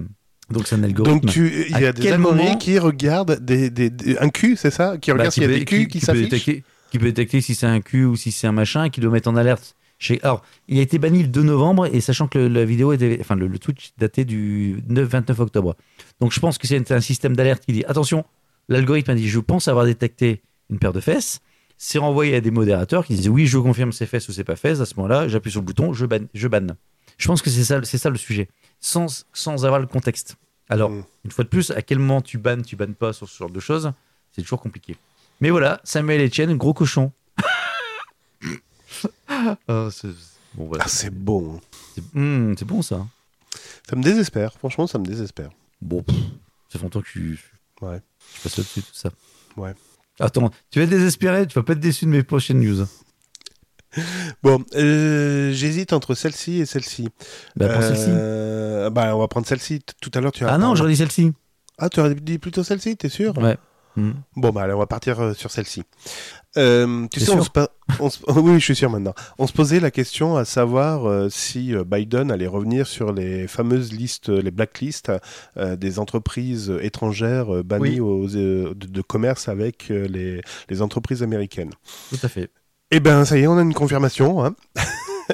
C: Donc, c'est un algorithme.
A: Donc, tu, il y
C: À
A: a des
C: quel
A: abonnés
C: moment-
A: qui regardent des, des- des- un cul, c'est ça Qui
C: Bah,
A: regardent s'il y a
C: peut-
A: des culs qui,
C: peut
A: s'affichent
C: détecter- Qui peut détecter si c'est un cul ou si c'est un machin, qui doit mettre en alerte. Chez... Alors, il a été banni le 2 novembre et sachant que le- la vidéo était, enfin le, le Twitch datait du 9, 29 octobre. Donc je pense que c'est un système d'alerte qui dit attention, l'algorithme a dit je pense avoir détecté une paire de fesses. C'est renvoyé à des modérateurs qui disent oui, je confirme c'est fesses ou c'est pas fesses. À ce moment-là, j'appuie sur le bouton, je banne. Je, banne. je pense que c'est ça, c'est ça le sujet, sans, sans avoir le contexte. Alors,
A: Mm.
C: une fois de plus, à quel moment tu bannes, tu bannes pas sur ce genre de choses, c'est toujours compliqué. Mais voilà, Samuel Etienne, gros cochon. Ah, c'est bon, voilà.
A: Ah, c'est bon.
C: C'est- hmm, c'est bon ça.
A: Ça me désespère. Franchement, ça me désespère.
C: Bon, pff, ça fait longtemps que je,
A: Ouais.
C: je passe au-dessus de tout ça.
A: Ouais.
C: Attends, tu vas être désespéré, tu vas pas être déçu de mes prochaines news.
A: Bon, euh, j'hésite entre celle-ci et celle-ci.
C: Bah, prends celle-ci.
A: Euh, Bah, on va prendre celle-ci. T- Tout à l'heure, tu as.
C: Ah non, j'aurais dit celle-ci.
A: Ah, tu aurais dit plutôt celle-ci, t'es sûr
C: Ouais. Hmm.
A: Bon, bah, allez, on va partir euh, sur celle-ci. Euh, tu
C: T'es
A: sais, on
C: sûr
A: se pa- on se- oui, je suis sûr maintenant. On se posait la question à savoir euh, si euh, Biden allait revenir sur les fameuses listes, euh, les blacklists euh, des entreprises étrangères euh, bannies
C: Oui.
A: aux, euh, de, de commerce avec euh, les, les entreprises américaines.
C: Tout à fait.
A: Eh ben, ça y est, on a une confirmation. hein.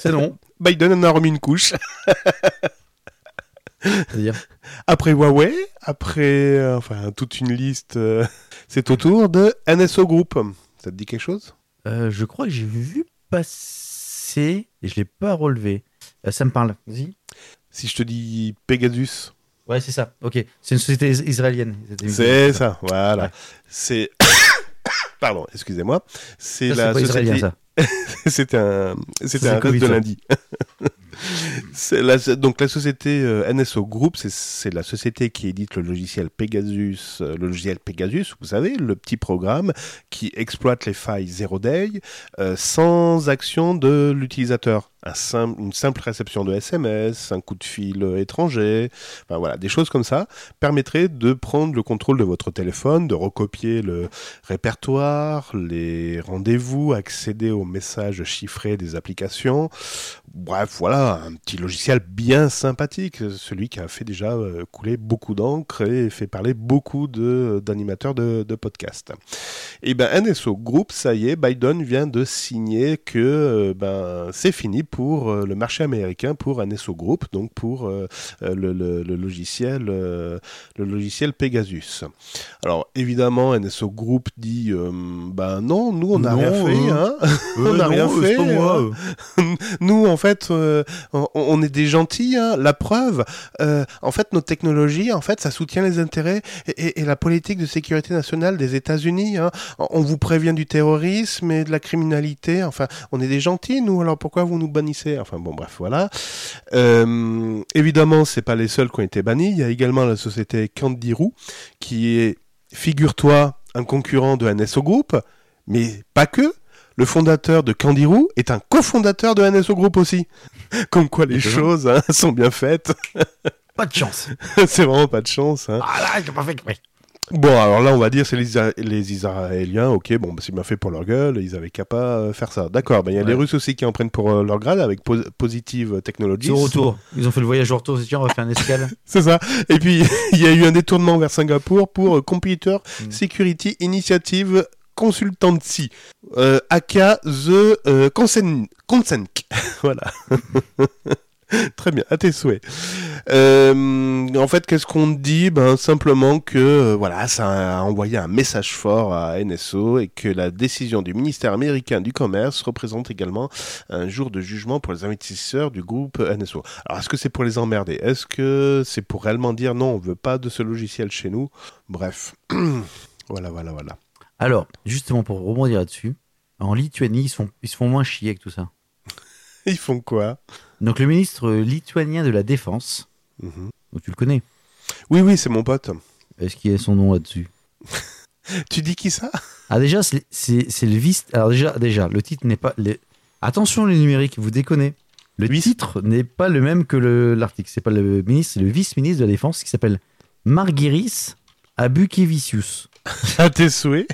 C: C'est long.
A: Biden en a remis une couche.
C: C'est-à-dire,
A: Après Huawei, après euh, enfin toute une liste, euh, c'est au tour de NSO Group. Ça te dit quelque chose
C: euh, je crois que j'ai vu passer et je l'ai pas relevé. Euh, ça me parle. Vas-y.
A: Si je te dis Pegasus,
C: Ouais, c'est ça. Ok. C'est une société is- israélienne. C'était une-
A: c'est ça, voilà.
C: Ouais.
A: C'est Pardon, excusez-moi. C'est
C: Ça,
A: la
C: c'est pas israélien,
A: société.
C: ça.
A: C'était un, c'était
C: C'est
A: un rêve
C: Covid,
A: de
C: ça.
A: lundi. C'est la- donc la société euh, NSO Group, c'est- c'est la société qui édite le logiciel Pegasus, euh, le logiciel Pegasus, vous savez, le petit programme qui exploite les failles zero day euh, sans action de l'utilisateur. Un sim- une simple réception de SMS, un coup de fil euh, étranger, enfin voilà, des choses comme ça permettrait de prendre le contrôle de votre téléphone, de recopier le, répertoire, les rendez-vous, accéder aux messages chiffrés des applications. Bref, voilà, un petit logiciel bien sympathique, celui qui a fait déjà euh, couler beaucoup d'encre et fait parler beaucoup de- d'animateurs de, de podcasts. Et ben NSO Group, ça y est, Biden vient de signer que euh, ben, c'est fini pour euh, le marché américain, pour NSO Group, donc pour euh, euh, le, le- le logiciel, euh, le logiciel Pegasus. Alors évidemment, NSO Group dit euh, ben non, nous on n'a
C: Non,
A: rien fait.
C: euh,
A: hein. On n'a
C: Euh,
A: rien
C: non, euh,
A: fait,
C: c'est pas moi,
A: hein.
C: euh.
A: Nous en fait, euh, on, on est des gentils. hein. La preuve, euh, en fait, nos technologies, en fait, ça soutient les intérêts et, et- et la politique de sécurité nationale des États-Unis. hein. On- On vous prévient du terrorisme et de la criminalité. Enfin, on est des gentils nous. Alors pourquoi vous nous bannissez Enfin bon, bref, voilà. Euh, évidemment, c'est pas les seuls qui ont été bannis. Il y a également la société Candiroo, qui est, figure-toi, un concurrent de NSO Group, mais pas que. Le fondateur de Candiroo est un cofondateur de NSO Group aussi. Comme quoi les
C: Étonnant.
A: choses hein, sont bien faites.
C: Pas de chance.
A: c'est vraiment pas de chance. hein.
C: Ah là, j'ai pas fait exprès.
A: Bon, alors là, on va dire, c'est les, Isra- les Israéliens, ok, bon, bah, c'est bien fait pour leur gueule, ils avaient qu'à pas euh, faire ça. D'accord, ben il y a
C: Ouais.
A: les Russes aussi qui en prennent pour euh, leur grade avec pos- Positive Technologies.
C: C'est au retour. Ils ont fait le voyage au retour. C'est tiens, on va faire une escale.
A: C'est ça. Et puis, il y a eu un détournement vers Singapour pour euh, Computer
C: Mm.
A: Security Initiative Consultancy, euh, aka The euh, Consen- Consenc. voilà. Très bien, à tes souhaits. Euh, en fait, qu'est-ce qu'on dit Ben simplement que euh, voilà, ça a envoyé un message fort à NSO et que la décision du ministère américain du commerce représente également un jour de jugement pour les investisseurs du groupe NSO. Alors, est-ce que c'est pour les emmerder Est-ce que c'est pour réellement dire non, on veut pas de ce logiciel chez nous Bref, voilà, voilà, voilà.
C: Alors, justement, pour rebondir là-dessus, en Lituanie, ils, sont, ils se font moins chier avec tout ça.
A: Ils font quoi
C: Donc, le ministre euh, lituanien de la Défense,
A: Mhm.
C: donc tu le connais,
A: Oui, oui, c'est mon pote.
C: est-ce qu'il y a son nom là-dessus
A: Tu dis qui ça
C: Ah, déjà, c'est c'est- c'est le vice. Alors, déjà, déjà le titre n'est pas. Les... Attention, les numériques, vous déconnez. Le
A: Oui.
C: titre n'est pas le même que le- l'article. C'est pas le ministre, c'est le vice-ministre de la Défense qui s'appelle Margiris Abukevicius.
A: À tes souhaits.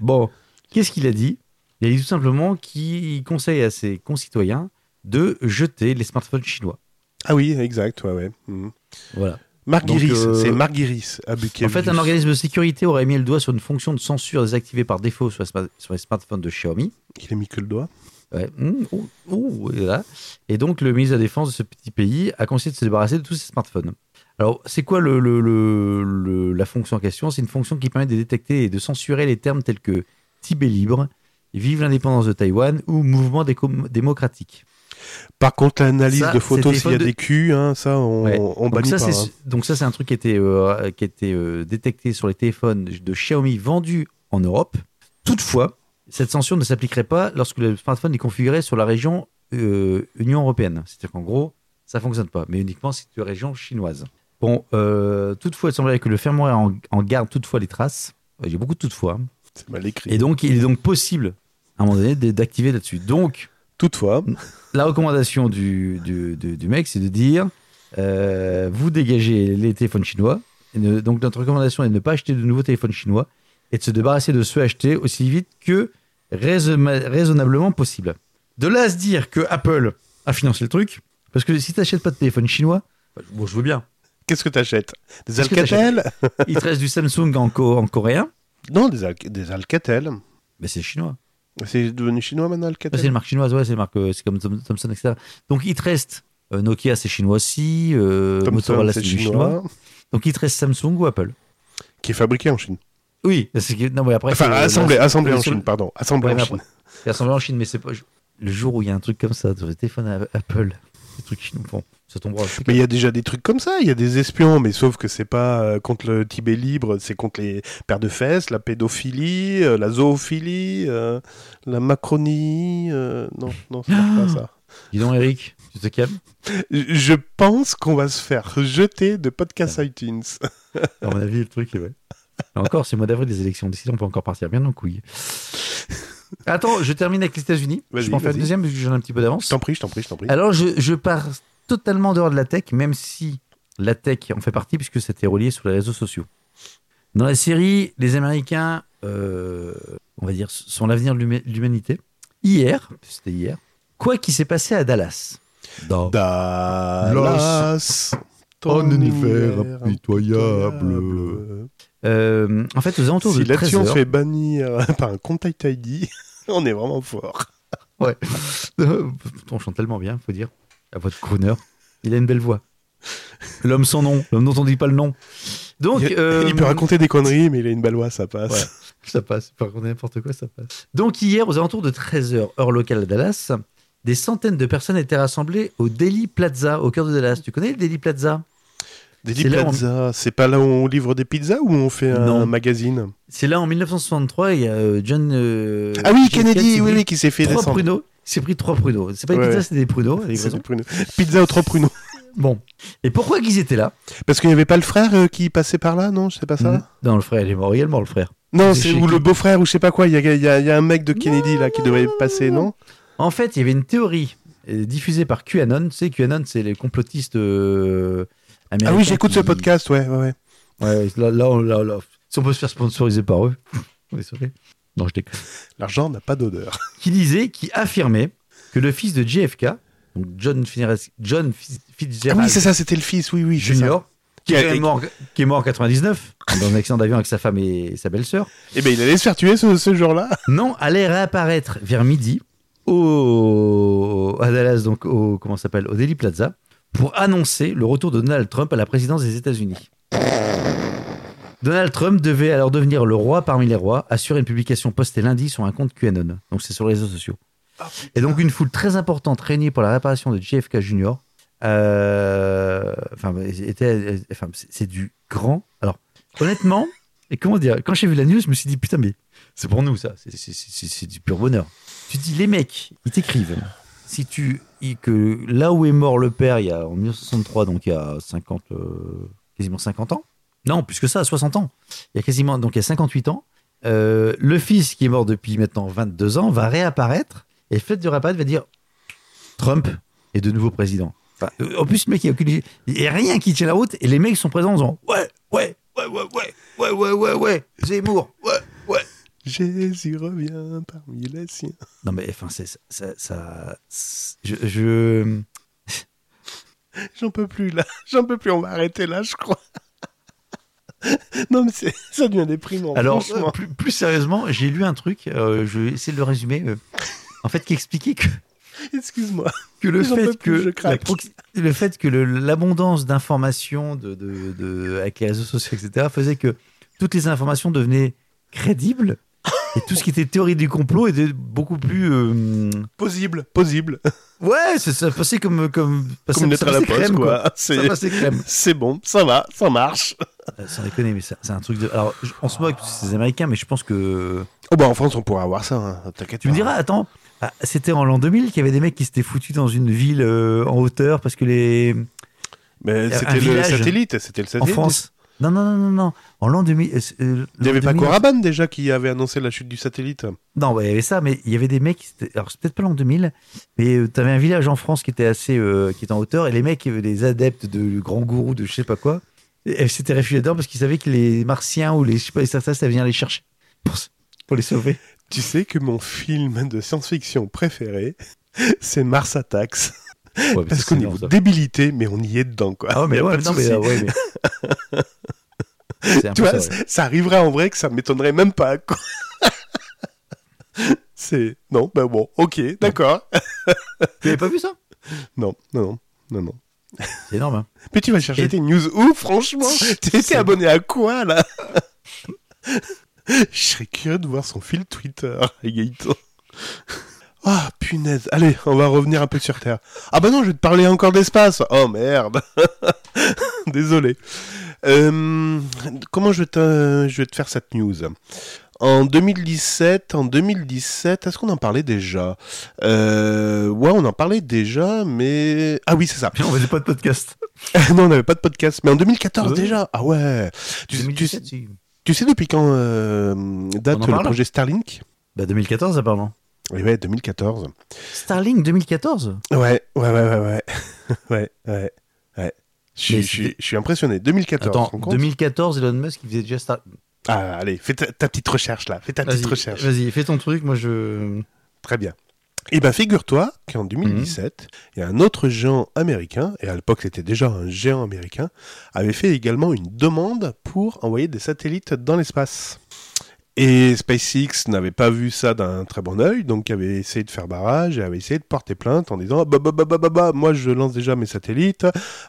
C: Bon, qu'est-ce qu'il a dit Il a dit tout simplement qu'il conseille à ses concitoyens de jeter les smartphones chinois.
A: Ah oui, exact, ouais, ouais. Mhm.
C: Voilà.
A: Marguiris,
C: Donc, euh,
A: c'est Marguiris. à
C: en fait,
A: Buckevius.
C: un organisme de sécurité aurait mis le doigt sur une fonction de censure désactivée par défaut sur, les sma- sur les smartphones de Xiaomi.
A: Il a mis que le doigt.
C: Ouais. Mmh, ouh, ouh, et là. Et donc, le ministre de la Défense de ce petit pays a conseillé de se débarrasser de tous ces smartphones. Alors, c'est quoi le, le- le- le- la fonction en question C'est une fonction qui permet de détecter et de censurer les termes tels que Tibet libre, Vive l'indépendance de Taïwan ou Mouvement déco- démocratique.
A: Par contre, l'analyse
C: Ça,
A: de photos
C: c'était
A: s'il y a
C: photo-
A: des culs, hein, ça, on,
C: Ouais.
A: on
C: Donc
A: bannit
C: ça,
A: pas.
C: c'est,
A: hein.
C: donc ça, c'est un truc qui était, euh, qui était euh, détecté sur les téléphones de Xiaomi vendus en Europe. Toutefois, cette censure ne s'appliquerait pas lorsque le smartphone est configuré sur la région euh, Union européenne. C'est-à-dire qu'en gros, ça fonctionne pas, mais uniquement si tu es région chinoise. Bon, euh, toutefois, il semblerait que le firmware en, en garde toutefois les traces. Ouais, J'ai beaucoup de toutefois.
A: C'est mal écrit.
C: Et donc, il est donc possible, à un moment donné, d- d'activer là-dessus. Donc,
A: Toutefois,
C: la recommandation du, du, du- du mec, c'est de dire euh, vous dégagez les téléphones chinois. Et ne- donc, notre recommandation est de ne pas acheter de nouveaux téléphones chinois et de se débarrasser de ceux achetés aussi vite que raisonna- raisonnablement possible. De là à se dire que Apple a financé le truc, parce que si tu n'achètes pas de téléphone chinois, bon, je veux bien.
A: qu'est-ce que t'achètes Des
C: Qu'est-ce que t'achètes
A: Alcatel
C: Il te reste du Samsung en, co- en coréen,
A: Non, des, Al- des Alcatel.
C: mais c'est chinois.
A: C'est devenu chinois maintenant,
C: Ouais, Bah, c'est
A: Alcatel
C: une marque chinoise, ouais, c'est une marque, euh, c'est comme Thom- Thomson, etc. Donc, il te reste euh, Nokia, c'est chinois aussi, euh,
A: Thomson,
C: Motorola,
A: c'est
C: c'est du chinois. Donc il te reste Samsung ou Apple
A: Qui est fabriqué en Chine.
C: Oui, parce que- non mais après
A: Enfin,
C: c'est-
A: assemblé,
C: là,
A: assemblé en
C: sur-
A: Chine, pardon. Assemblé
C: Ouais,
A: en
C: mais
A: Chine.
C: c'est assemblé en Chine, mais c'est pas le jour où il y a un truc comme ça sur les téléphones à- Apple, des trucs chinois, bon, ça tombera. c'est
A: Mais
C: clair.
A: il y a déjà des trucs comme ça, il y a des espions, mais sauf que c'est pas euh, contre le Tibet libre, c'est contre les paires de fesses, la pédophilie, euh, la zoophilie, euh, la macronie. euh, non, non, c'est
C: Ah.
A: pas ça.
C: Dis donc Eric, tu te calmes
A: Je je pense qu'on va se faire jeter de podcast iTunes.
C: À mon avis, le truc est vrai. Encore, c'est le mois d'avril des élections d'ici, là, on peut encore partir bien en couille. Attends, je termine avec les États-Unis.
A: Vas-y,
C: Je m'en fais
A: vas-y.
C: une deuxième parce que j'en ai un petit peu d'avance.
A: Je t'en prie, je t'en prie, je t'en prie.
C: Alors, je, je pars totalement dehors de la tech, même si la tech en fait partie, puisque c'était relié sur les réseaux sociaux. Dans la série, les Américains, euh, on va dire, sont l'avenir de l'huma- de l'humanité. Hier, c'était hier, quoi qui s'est passé à Dallas Dans-
A: Dallas,
B: un univers impitoyable.
C: Euh, En fait, aux alentours
A: Si
C: de 13
A: là-dessus on se
C: heures,
A: fait bannir euh, par un compte ID, on est vraiment fort.
C: on chante tellement bien, faut dire, à votre crooner, il a une belle voix. L'homme sans nom, l'homme dont on ne dit pas le nom. Donc,
A: il,
C: euh,
A: il peut raconter des conneries, mais il a une balloise, ça passe.
C: Ouais. Ça passe, par contre n'importe quoi, ça passe. Donc hier, aux alentours de 13h, heure locale à Dallas, des centaines de personnes étaient rassemblées au Daily Plaza, au cœur de Dallas. Tu connais le Daily Plaza
A: Daily
C: C'est là où on-
A: Plaza, c'est pas là où on livre des pizzas ou on fait un
C: Non.
A: magazine
C: C'est là en 1963, il y a euh, John... euh,
A: Ah oui,
C: John
A: Kennedy,
C: Kennedy,
A: oui, oui, qui s'est fait
C: Trois
A: descendre.
C: pruneaux. Il s'est pris trois pruneaux. C'est pas une
A: Ouais,
C: pizza,
A: ouais.
C: c'est des pruneaux. avec
A: C'est
C: raison.
A: des pruneaux. Pizza aux trois pruneaux.
C: Bon. Et pourquoi qu'ils étaient là
A: Parce qu'il n'y avait pas le frère euh, qui passait par là, non Je sais pas ça.
C: Non, le frère, il est mort réellement, le frère.
A: Non,
C: C'est
A: c'est
C: chez
A: ou
C: qui
A: le beau-frère ou je sais pas quoi. Il y a, il y a- il y a un mec de Kennedy là qui devait passer, non
C: En fait, il y avait une théorie euh, diffusée par QAnon. Tu sais, QAnon, c'est les complotistes euh, américains.
A: Ah oui, j'écoute ce
C: qui-
A: podcast, ouais, ouais, ouais.
C: Ouais, là, là, on- là, là, si on peut se faire sponsoriser par eux, on est sauvé. Non, je déconne.
A: L'argent n'a pas d'odeur.
C: Qui disait, qui affirmait que le fils de JFK, donc John, Fineres- John Fitz-
A: Ah
C: Fitzgerald
A: oui, c'est ça, c'était le fils, oui, oui. c'est ça.
C: Junior, qui, Ah
A: Qui a-
C: est mort, qui est mort en 99 dans un accident d'avion avec sa femme et sa belle-sœur,
A: Eh ben, il allait se faire tuer ce, ce jour-là.
C: non, allait réapparaître vers midi au à Dallas, donc au comment ça s'appelle, au Daily Plaza, pour annoncer le retour de Donald Trump à la présidence des États-Unis. Donald Trump devait alors devenir le roi parmi les rois, assurer une publication postée lundi sur un compte QAnon, donc c'est sur les réseaux sociaux. Et donc une foule très importante régnait pour la réparation de JFK Jr. Euh, Enfin, était- enfin, c'est c'est du grand. Alors, honnêtement, et comment dire, quand j'ai vu la news, je me suis dit putain mais c'est pour nous, ça. C'est- c'est- C'est c'est du pur bonheur. Tu te dis, les mecs, ils t'écrivent. Si tu. ils- que là où est mort le père, il y a en 1963, donc il y a 50. euh, quasiment 50 ans. Non, plus que ça, 60 ans. Il y a quasiment. Donc il y a 58 ans. Euh, le fils qui est mort depuis maintenant 22 ans va réapparaître. Et le fait de réapparaître va dire Trump est de nouveau président. Enfin, euh, en plus, le mec, il n'y a, aucune- il y a rien qui tient la route. Et les mecs sont présents en disant Ouais, ouais, ouais, ouais, ouais, ouais, ouais, ouais, ouais, Zemmour, ouais, ouais.
A: Jésus revient parmi les siens.
C: Non, mais enfin, c'est ça. ça, ça- c'est- je, je-
A: J'en peux plus, là. J'en peux plus, on va arrêter là, je crois. Non, mais c'est- ça devient déprimant.
C: Alors,
A: franchement.
C: plus, plus sérieusement, j'ai lu un truc, euh, je vais essayer de le résumer, euh, en fait, qui expliquait que,
A: excuse-moi.
C: que le
A: J'en peux
C: fait
A: plus, je
C: que, la
A: craque.
C: proxi- le fait que le- l'abondance d'informations de, de- de- avec les réseaux sociaux, etc., faisait que toutes les informations devenaient crédibles et tout ce qui était théorie du complot était beaucoup plus. euh,
A: Possible, possible.
C: ouais, ça, ça passait comme. Comme,
A: Comme une
C: ça
A: lettre à la
C: passait
A: poste,
C: crème,
A: quoi.
C: Ça
A: C'est-
C: passait crème.
A: C'est bon, ça va, ça marche.
C: Euh, Sans déconner, mais ça- c'est un truc de. Alors, je- on se moque parce que c'est des Américains, mais je pense que.
A: Oh, bah en France, on pourra avoir ça, hein. t'inquiète.
C: Tu me diras, attends, ah, c'était en l'an 2000 qu'il y avait des mecs qui s'étaient foutus dans une ville euh, en hauteur parce que les.
A: Mais
C: Un
A: c'était le
C: village.
A: satellite, c'était le
C: En
A: satellite.
C: France. Non, non, non, non, non. En l'an 2000. euh, euh,
A: Il n'y
C: l'an
A: avait pas
C: 2000,
A: Coraban déjà qui avait annoncé la chute du satellite.
C: Non, bah, il y avait ça, mais il y avait des mecs. qui étaient- Alors, c'est peut-être pas l'an 2000, mais euh, t'avais un village en France qui était assez. euh, qui était en hauteur, et les mecs, euh, les adeptes de grands gourous de je sais pas quoi, euh, s'étaient réfugiés dedans parce qu'ils savaient que les martiens ou les. je sais pas, ça, ça, ça venir les chercher pour, pour les sauver.
A: Tu sais que mon film de science-fiction préféré, c'est Mars Attacks. Parce qu'au niveau débilité, mais on y est dedans, quoi.
C: Ah ouais,
A: Y
C: mais
A: a
C: ouais,
A: pas
C: mais
A: de
C: non, mais,
A: souci.
C: euh, ouais, mais... C'est un
A: Tu
C: peu
A: vois,
C: ça, ouais.
A: c- ça arriverait en vrai que ça m'étonnerait même pas, quoi. c'est. Non, ben bon, ok, d'accord.
C: Tu n'avais pas vu ça
A: Non, non, non, non, non.
C: C'est énorme. hein.
A: Mais tu vas chercher
C: Et-
A: tes news où, franchement T'étais abonné à quoi, là Je serais curieux de voir son fil Twitter, Gaëtan. Ah, punaise. Allez, on va revenir un peu sur Terre. Ah bah non, je vais te parler encore d'espace. Oh, merde. Désolé. Euh, comment je vais, te, je vais te faire cette news en 2017, en 2017, est-ce qu'on en parlait déjà Euh, Ouais, on en parlait déjà, mais... Ah oui, c'est ça.
C: Puis on faisait pas de podcast.
A: non, on n'avait pas de podcast, mais en 2014
C: Ouais.
A: déjà. Ah ouais. Tu, tu-
C: 2017, si.
A: tu sais depuis quand euh, date
C: On en
A: le
C: parle hein
A: projet Starlink
C: Bah 2014 apparemment.
A: Eh ouais, 2014.
C: Starlink 2014
A: Ouais, ouais, ouais, ouais, ouais, ouais, ouais. ouais. Je, suis-
C: Mais
A: je suis,
C: c'était-
A: je suis impressionné. 2014. tu te
C: Attends,
A: rends compte
C: 2014 Elon Musk il faisait déjà Star...
A: Ah, allez, fais ta, ta petite recherche là. Fais ta petite
C: Vas-y,
A: recherche.
C: vas-y, fais ton truc, moi je...
A: Très bien. Eh ben, figure-toi qu'en 2017, il y a un autre géant américain, et à l'époque c'était déjà un géant américain, avait fait également une demande pour envoyer des satellites dans l'espace. Et SpaceX n'avait pas vu ça d'un très bon œil, donc avait essayé de faire barrage et avait essayé de porter plainte en disant bah bah bah bah bah, bah, moi je lance déjà mes satellites,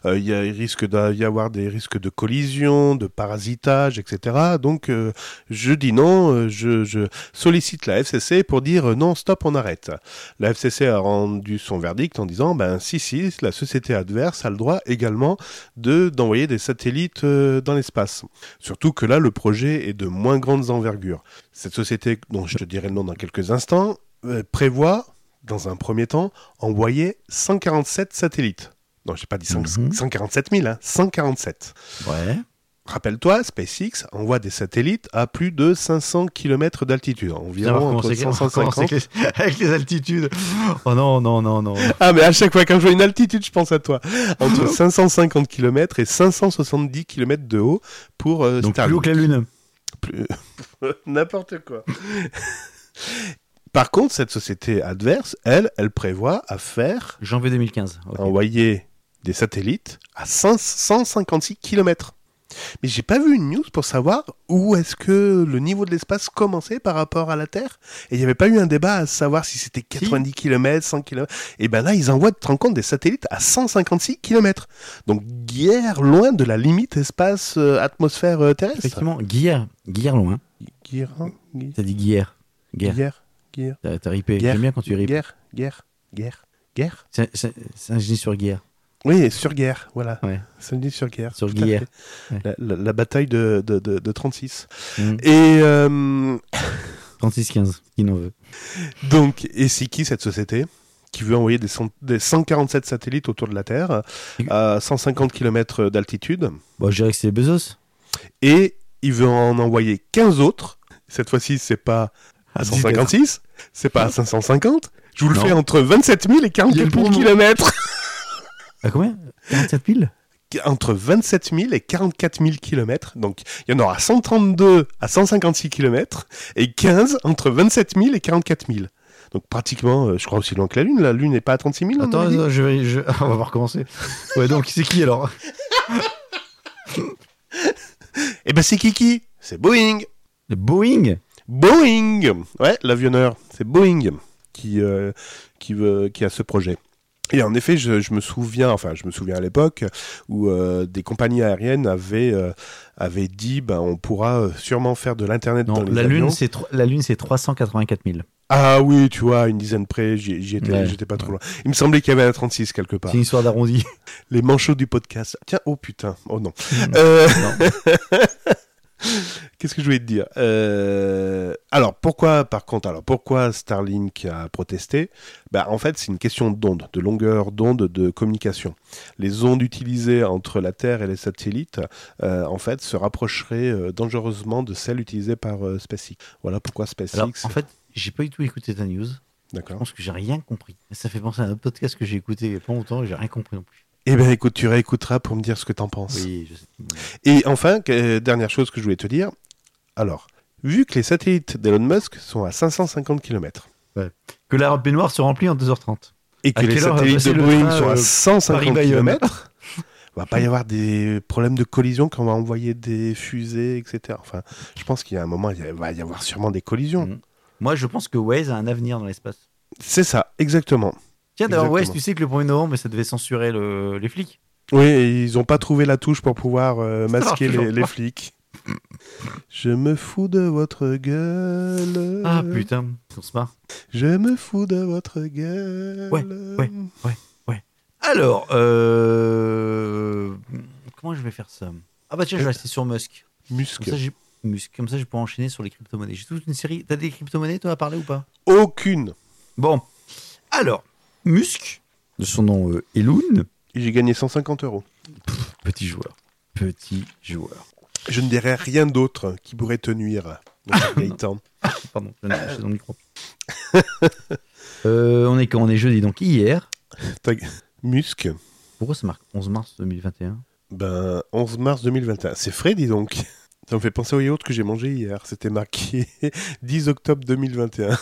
A: euh, il y a- il risque d'a- y avoir des risques de collision, de parasitage, etc. Donc euh, je dis non, euh, je, je sollicite la FCC pour dire euh, non, stop, on arrête. La FCC a rendu son verdict en disant ben si si, la société adverse a le droit également de d'envoyer des satellites euh, dans l'espace. Surtout que là le projet est de moins grandes envergures. Cette société dont je te dirai le nom dans quelques instants euh, prévoit dans un premier temps envoyer 147 satellites. Non, j'ai pas dit cinq-
C: Mhm.
A: 147 000, hein, 147.
C: Ouais.
A: Rappelle-toi, SpaceX envoie des satellites à plus de 500 km d'altitude,
C: Savoir
A: environ
C: comment
A: entre
C: c'est- comment
A: 150
C: c'est que- Avec les altitudes. Oh non, non, non, non.
A: Ah, mais à chaque fois, quand je vois une altitude, je pense à toi. Entre 550 km et 570 km de haut pour euh,
C: Donc plus
A: Starlink.
C: haut que la Lune.
A: Plus- N'importe quoi. Par contre, cette société adverse, elle, elle prévoit à faire
C: Janvier 2015.
A: Ah.
C: ok.
A: envoyer des satellites à 5 156 km. Mais j'ai pas vu une news pour savoir où est-ce que le niveau de l'espace commençait par rapport à la Terre. Et il n'y avait pas eu un débat à savoir si c'était 90 km, 100 km. Et ben là, ils envoient, tu te rends compte, des satellites à 156 km. Donc, guère loin de la limite espace-atmosphère euh, terrestre.
C: Effectivement, Guillère. Guillère loin.
A: Guerre, hein, guerre,
C: T'as dit Guillère. Guerre.
A: guerre, guerre,
C: T'as t'as ripé.
A: Guerre.
C: J'aime bien quand tu ripes.
A: guerre, guerre, guerre, guerre.
C: C'est c'est- c'est un génie sur Guillère.
A: Oui, sur guerre, voilà.
C: Ouais.
A: Samedi sur guerre.
C: Sur
A: tout à
C: Guerre.
A: fait.
C: Ouais.
A: La, la- la bataille de, de, de, de 36.
C: Mm.
A: Et euh,
C: 36-15, qui n'en veut.
A: donc, et c'est qui cette société qui veut envoyer des, cent- des 147 satellites autour de la Terre à 150 km d'altitude
C: Bon, je dirais que c'est Bezos.
A: et il veut en envoyer 15 autres. Cette fois-ci, c'est pas à 156, c'est pas à 550. Je vous le
C: Non.
A: fais entre 27 000 et 44 000 km.
C: À combien 47 piles
A: entre 27 000 et 44 000 km. Donc, il y en aura 132 à 156 km et 15 entre 27 000 et 44 000. Donc, pratiquement, euh, je crois aussi loin que la Lune. La Lune n'est pas à 36 000. on
C: Attends, euh,
A: avait dit
C: attends, je vais, je- on va pas recommencer. Ouais, donc c'est qui alors
A: Eh ben, c'est Kiki. C'est Boeing.
C: Le Boeing
A: Boeing. Ouais, l'avionneur. C'est Boeing qui, euh, qui, veut, qui a ce projet. Et en effet, je, je me souviens, enfin, je me souviens à l'époque où euh, des compagnies aériennes avaient, euh, avaient dit, ben, on pourra euh, sûrement faire de l'internet dans
C: Non,
A: les
C: la
A: avions.
C: Lune, c'est tro- la Lune, c'est 384 000.
A: Ah oui, tu vois, une dizaine près, j'y j'y étais,
C: Ouais.
A: j'étais pas trop loin. Il me semblait qu'il y avait un 36 quelque part.
C: C'est une histoire d'arrondi.
A: Les manchots du podcast. Tiens, oh putain, oh non. Euh,
C: Hmm. Non.
A: Qu'est-ce que je voulais te dire Euh, Alors pourquoi, par contre, alors pourquoi Starlink a protesté Bah en fait, c'est une question d'onde, de longueur d'onde de communication. Les ondes utilisées entre la Terre et les satellites, euh, en fait, se rapprocheraient euh, dangereusement de celles utilisées par euh, SpaceX. Voilà pourquoi SpaceX.
C: Alors, en fait, j'ai pas du tout écouté ta news. Je
A: D'accord.
C: pense que j'ai rien compris. Ça fait penser à un podcast que j'ai écouté il y a pas longtemps et j'ai rien compris non plus.
A: Eh ben écoute, tu réécouteras pour me dire ce que t'en penses.
C: Oui, je sais.
A: Et enfin, que- euh, dernière chose que je voulais te dire. Alors, vu que les satellites d'Elon Musk sont à 550 km
C: Que la baignoire se remplit en 2h30.
A: et que
C: À
A: les
C: quelle heure va
A: satellites
C: passer
A: de
C: le
A: Boeing
C: train,
A: sont
C: euh,
A: à 150
C: Paris-Bayonne
A: km, va pas y avoir des problèmes de collision quand on va envoyer des fusées, etc. Enfin, je pense qu'il y a un moment, il y a- va y avoir sûrement des collisions.
C: Mm. Moi, je pense que Waze a un avenir dans l'espace.
A: C'est ça, exactement.
C: Tiens, d'ailleurs,
A: Exactement.
C: Waze, tu sais que le 1er novembre, ça devait censurer le- les flics.
A: Oui, et ils ont pas trouvé la touche pour pouvoir euh,
C: marche
A: masquer
C: toujours
A: les, les
C: pas.
A: flics. Je me fous de votre gueule.
C: Ah putain, on se marre.
A: Je me fous de votre gueule.
C: Ouais, ouais. Alors, euh... comment je vais faire ça Ah bah tiens, je vais rester sur Musk.
A: Musc.
C: Comme ça, j'ai... Musk. Comme ça, je pourrais enchaîner sur les crypto-monnaies. J'ai toute une série. T'as des crypto-monnaies, toi, à parler ou pas
A: Aucune.
C: Bon. Alors, Musk, de son nom euh, Elon,
A: Et J'ai gagné 150 euros.
C: petit joueur. Petit joueur.
A: Je ne dirai rien d'autre qui pourrait te nuire. mon cher Gaëtan.
C: Pardon, je viens de toucher dans le micro. Euh, on est quand On est jeudi, donc hier.
A: Musc.
C: Pourquoi ça marque 11 mars 2021
A: Ben, 11 mars 2021. C'est frais, dis donc. Ça me fait penser au yaourt que j'ai mangé hier. C'était marqué 10 octobre 2021.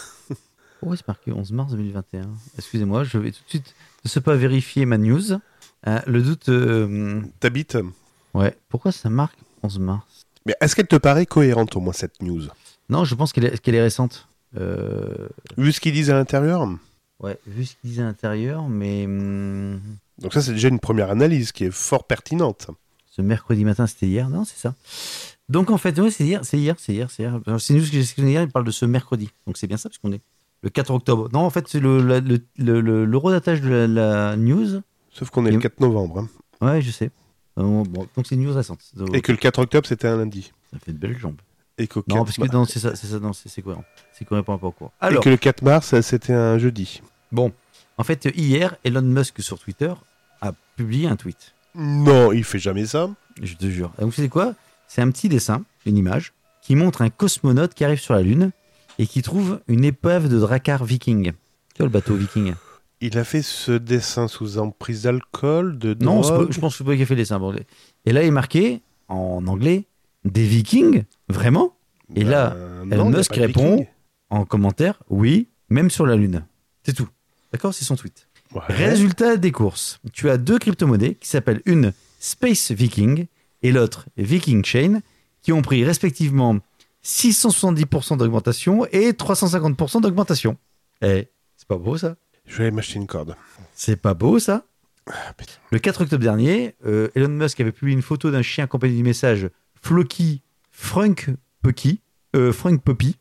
C: Pourquoi c'est marqué 11 mars 2021 Excusez-moi, je vais tout de suite ne se pas vérifier ma news. Hein, le doute. euh,
A: T'habites
C: ouais, pourquoi ça marque 11 mars
A: Mais est-ce qu'elle te paraît cohérente au moins cette news
C: Non, je pense qu'elle est, qu'elle est récente. Euh,
A: Vu ce qu'ils disent à l'intérieur
C: ouais, vu ce qu'ils disait à l'intérieur, mais hum,
A: Donc ça c'est déjà une première analyse qui est fort pertinente.
C: ce mercredi matin, c'était hier. Non, c'est ça. Donc en fait, ouais, c'est hier, c'est hier, c'est hier, c'est hier. C'est une news que j'ai sélectionnée hier, il parle de ce mercredi. Donc c'est bien ça, parce qu'on est le 4 octobre. Non, en fait, c'est le, la- le, le, le- le redatage de la- la news.
A: Sauf qu'on est
C: Et-
A: le 4 novembre. hein.
C: Ouais, je sais. Euh, bon, donc c'est une news récente. Donc,
A: Et que le 4 octobre c'était un lundi.
C: Ça fait de belles jambes.
A: Et qu'au
C: Non,
A: 4
C: parce que non, c'est ça, c'est ça, non, c'est c'est cohérent. C'est cohérent par rapport au cours.
A: bah, Et
C: Alors,
A: que le 4 mars, euh, c'était un jeudi.
C: bon, en fait, hier, Elon Musk sur Twitter a publié un tweet.
A: Non, il fait jamais ça.
C: Je te jure. Et Donc, c'est quoi C'est un petit dessin, une image, qui montre un cosmonaute qui arrive sur la Lune et qui trouve une épave de drakkar viking. Tu vois le bateau viking
A: Il a fait ce dessin sous emprise d'alcool, de
C: Non, c'est
A: drogue.
C: pas- je pense que c'est pas qu'il a fait le dessin. bon. Et là, il est marqué, en anglais, des vikings Vraiment Et là,
A: Ben,
C: Elon
A: non, il y a
C: Musk
A: pas de
C: répond.
A: viking.
C: En commentaire, oui, même sur la Lune. C'est tout. D'accord C'est son tweet.
A: Ouais.
C: Résultat des courses. Tu as deux crypto-monnaies qui s'appellent une Space Viking et l'autre Viking Chain qui ont pris respectivement 670% d'augmentation et 350% d'augmentation. Eh, c'est pas beau ça
A: Je vais aller m'acheter une corde.
C: C'est pas beau ça
A: Ah, putain.
C: Le 4 octobre dernier, euh, Elon Musk avait publié une photo d'un chien accompagné du message Flocky Frank Pucky. euh, Frank Puppy.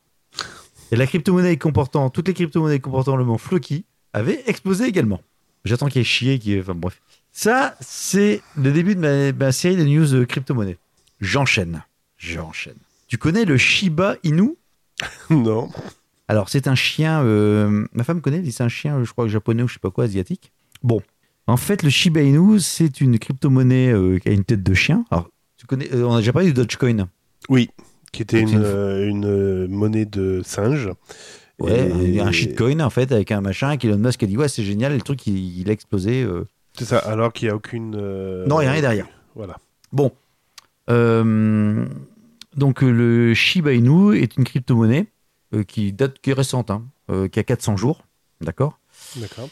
C: Et la crypto-monnaie comportant, toutes les crypto-monnaies comportant le mot Flocky avaient explosé également. J'attends qu'il y ait chier, qui Enfin bref. Ça, c'est le début de ma, ma série de news euh, crypto-monnaie. J'enchaîne. J'enchaîne. Tu connais le Shiba Inu
A: Non.
C: alors, c'est un chien. euh, ma femme connaît, elle dit c'est un chien, je crois, japonais ou je sais pas quoi, asiatique. Bon. En fait, le Shiba Inu, c'est une crypto-monnaie euh, qui a une tête de chien. Alors, tu connais, euh, on a déjà parlé du Dogecoin.
A: Oui. Qui était
C: Donc,
A: une,
C: une-
A: euh, une, euh, monnaie de singe.
C: Ouais,
A: Et-
C: un shitcoin, en fait, avec un machin. et Elon Musk a dit, ouais, c'est génial, et le truc, il, il a explosé. euh.
A: C'est ça, alors qu'il n'y a aucune. euh,
C: Non, il y a rien derrière.
A: Voilà.
C: Bon. Euh, donc, euh, le Shiba Inu est une crypto-monnaie euh, qui date, qui est récente, hein, euh, qui a 400 jours. D'accord
A: D'accord.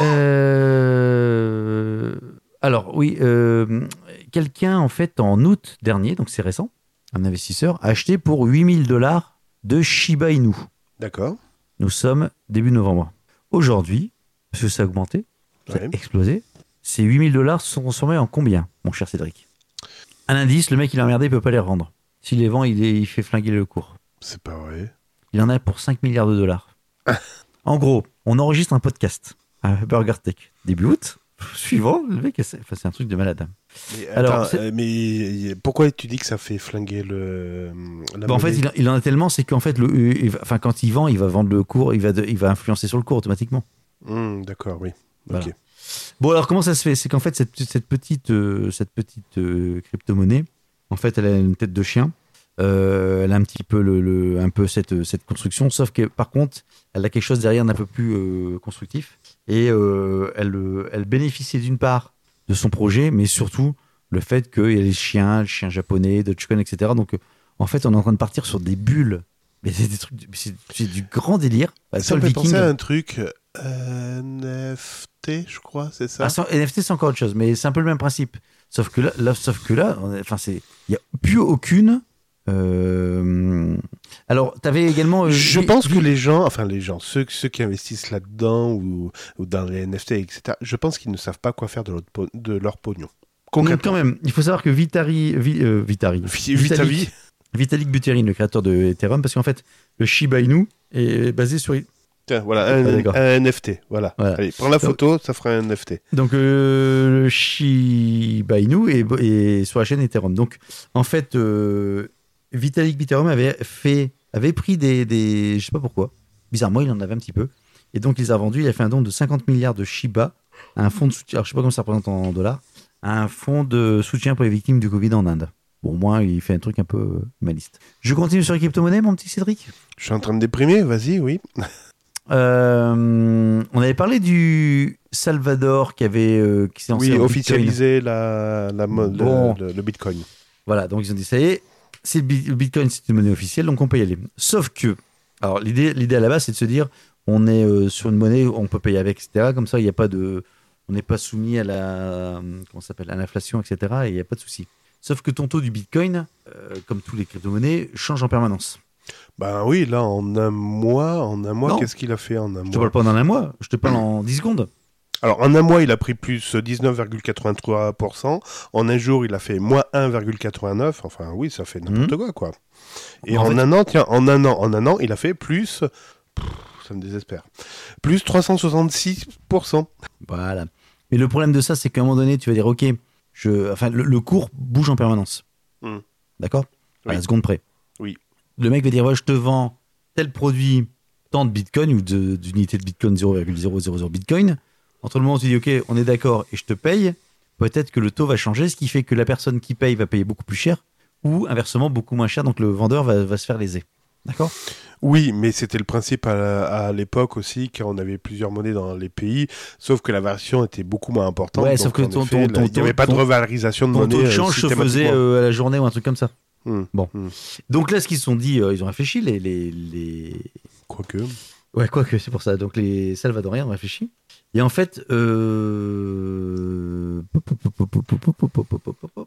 C: Euh, Alors, oui, euh, quelqu'un, en fait, en août dernier, donc c'est récent, un investisseur, a acheté pour 8000 dollars de Shiba Inu.
A: D'accord.
C: Nous sommes début novembre. Aujourd'hui, parce que ça a augmenté, ça a
A: Ouais.
C: explosé, ces 8000 dollars se sont transformés en combien, mon cher Cédric Un indice, le mec, il a emmerdé, il peut pas les rendre. S'il les vend, il, est- il fait flinguer le cours.
A: C'est pas vrai.
C: Il en a pour 5 milliards de dollars. en gros, on enregistre un podcast à Burger Tech début août. Suivant, le mec, essaie- enfin, c'est un truc de malade.
A: Mais,
C: Alors,
A: attends,
C: c'est-
A: euh, mais pourquoi tu dis que ça fait flinguer le. euh, la
C: Bah, en fait,
A: monnaie
C: il, en- il en a tellement, c'est qu'en fait, le, euh, il va- enfin, quand il vend, il va vendre le cours, il va, de- il va influencer sur le cours automatiquement.
A: Hmm, D'accord, oui.
C: Voilà.
A: Ok.
C: Bon, alors comment ça se fait C'est qu'en fait, cette, cette petite, euh, cette petite euh, crypto-monnaie, en fait, elle a une tête de chien. Euh, elle a un petit peu, le, le- un peu cette, cette construction, sauf que par contre, elle a quelque chose derrière d'un peu plus euh, constructif. Et euh, elle, euh, elle bénéficiait d'une part de son projet, mais surtout le fait qu'il y a les chiens, le chien japonais, Dogecoin, etc. Donc euh, en fait, on est en train de partir sur des bulles. Mais c'est des trucs, de- c'est c'est du grand délire. Bah,
A: Ça
C: toi,
A: me
C: le
A: fait
C: viking.
A: penser à un truc. euh, NFT, je crois, c'est ça
C: Ah, sans- NFT, c'est encore autre chose, mais c'est un peu le même principe. Sauf que là, là- sauf que là, on est- enfin, c'est, il n'y a plus aucune. euh, Alors, tu avais également. euh,
A: Je
C: Vi-
A: pense que
C: Vi-
A: les gens, enfin les gens, ceux, ceux qui investissent là-dedans ou, ou dans les NFT, etc., je pense qu'ils ne savent pas quoi faire de leur, po- de leur pognon.
C: Donc,
A: Concrètement.
C: quand même, il faut savoir que Vitari, Vi- euh, Vitari,
A: Vi- Vitaly.
C: Vitalik Buterin, le créateur de Ethereum, parce qu'en fait, le Shiba Inu est basé sur.
A: Tiens, voilà,
C: Ah,
A: un,
C: d'accord.
A: un NFT. Voilà.
C: Voilà.
A: Allez, prends la
C: Donc-
A: photo, ça fera un NFT.
C: Donc, euh, le Shiba Inu est, est sur la chaîne Ethereum. Donc, en fait, euh, Vitalik Buterin avait, fait, avait pris des, des. Je sais pas pourquoi. Bizarrement, il en avait un petit peu. Et donc, il les a vendus. Il a fait un don de 50 milliards de Shiba à un fonds de soutien. Alors, je sais pas comment ça représente en dollars. À un fonds de soutien pour les victimes du Covid en Inde. Bon, moi, il fait un truc un peu euh, maliste. Je continue sur les crypto-monnaies, mon petit Cédric
A: Je suis en train de déprimer, vas-y, oui.
C: Euh, on avait parlé du Salvador qui avait euh, qui s'est lancé
A: Oui,
C: en Bitcoin.
A: officialiser la, la mo- le-
C: Bon.
A: le, le Bitcoin.
C: Voilà, donc ils ont dit ça y est, c'est Bi- le Bitcoin, c'est une monnaie officielle, donc on peut y aller. Sauf que, alors l'idée, l'idée à la base, c'est de se dire, on est euh, sur une monnaie, où on peut payer avec, etc. Comme ça, il n'y a pas de, on n'est pas soumis à la, euh, comment ça s'appelle, à l'inflation, etc. Et il n'y a pas de souci. Sauf que ton taux du Bitcoin, euh, comme tous les crypto-monnaies, change en permanence.
A: Ben oui, là, en un mois, en un mois,
C: Non.
A: qu'est-ce qu'il a fait en un
C: Je te
A: mois
C: parle pas dans un mois, je te parle en 10 secondes.
A: Alors, en un mois, il a pris plus 19,83%. En un jour, il a fait moins 1,89%. Enfin, oui, ça fait n'importe quoi, quoi. Et
C: Mhm. En
A: en,
C: fait-
A: un an, tiens, en un an, en un an, il a fait plus... Pff, ça me désespère. Plus 366%.
C: Voilà. Mais le problème de ça, c'est qu'à un moment donné, tu vas dire, OK, je... enfin, le, le cours bouge en permanence.
A: Hmm.
C: D'accord À
A: Oui.
C: la seconde près.
A: Oui.
C: Le mec va dire, ouais, je te vends tel produit, tant de bitcoin ou de- d'unités de bitcoin 0,000 bitcoin. Entre le moment où tu dis, OK, on est d'accord et je te paye, peut-être que le taux va changer, ce qui fait que la personne qui paye va payer beaucoup plus cher ou inversement beaucoup moins cher, donc le vendeur va, va se faire léser. D'accord
A: Oui, mais c'était le principe à, la- à l'époque aussi, quand on avait plusieurs monnaies dans les pays, sauf que la version était beaucoup moins importante.
C: Ouais, sauf
A: donc,
C: que
A: en
C: ton-
A: effet,
C: ton- ton-
A: il n'y avait pas de
C: ton-
A: revalorisation de
C: Ton
A: monnaie.
C: taux de
A: euh,
C: change se faisait
A: systématiquement.
C: euh, à la journée ou un truc comme ça.
A: Hmm.
C: Bon.
A: Hmm.
C: Donc là, ce qu'ils se sont dit, euh, ils ont réfléchi, les, les, les...
A: Quoique.
C: Ouais, quoi que, c'est pour ça. Donc les Salvadoriens ont réfléchi. Et en fait, euh...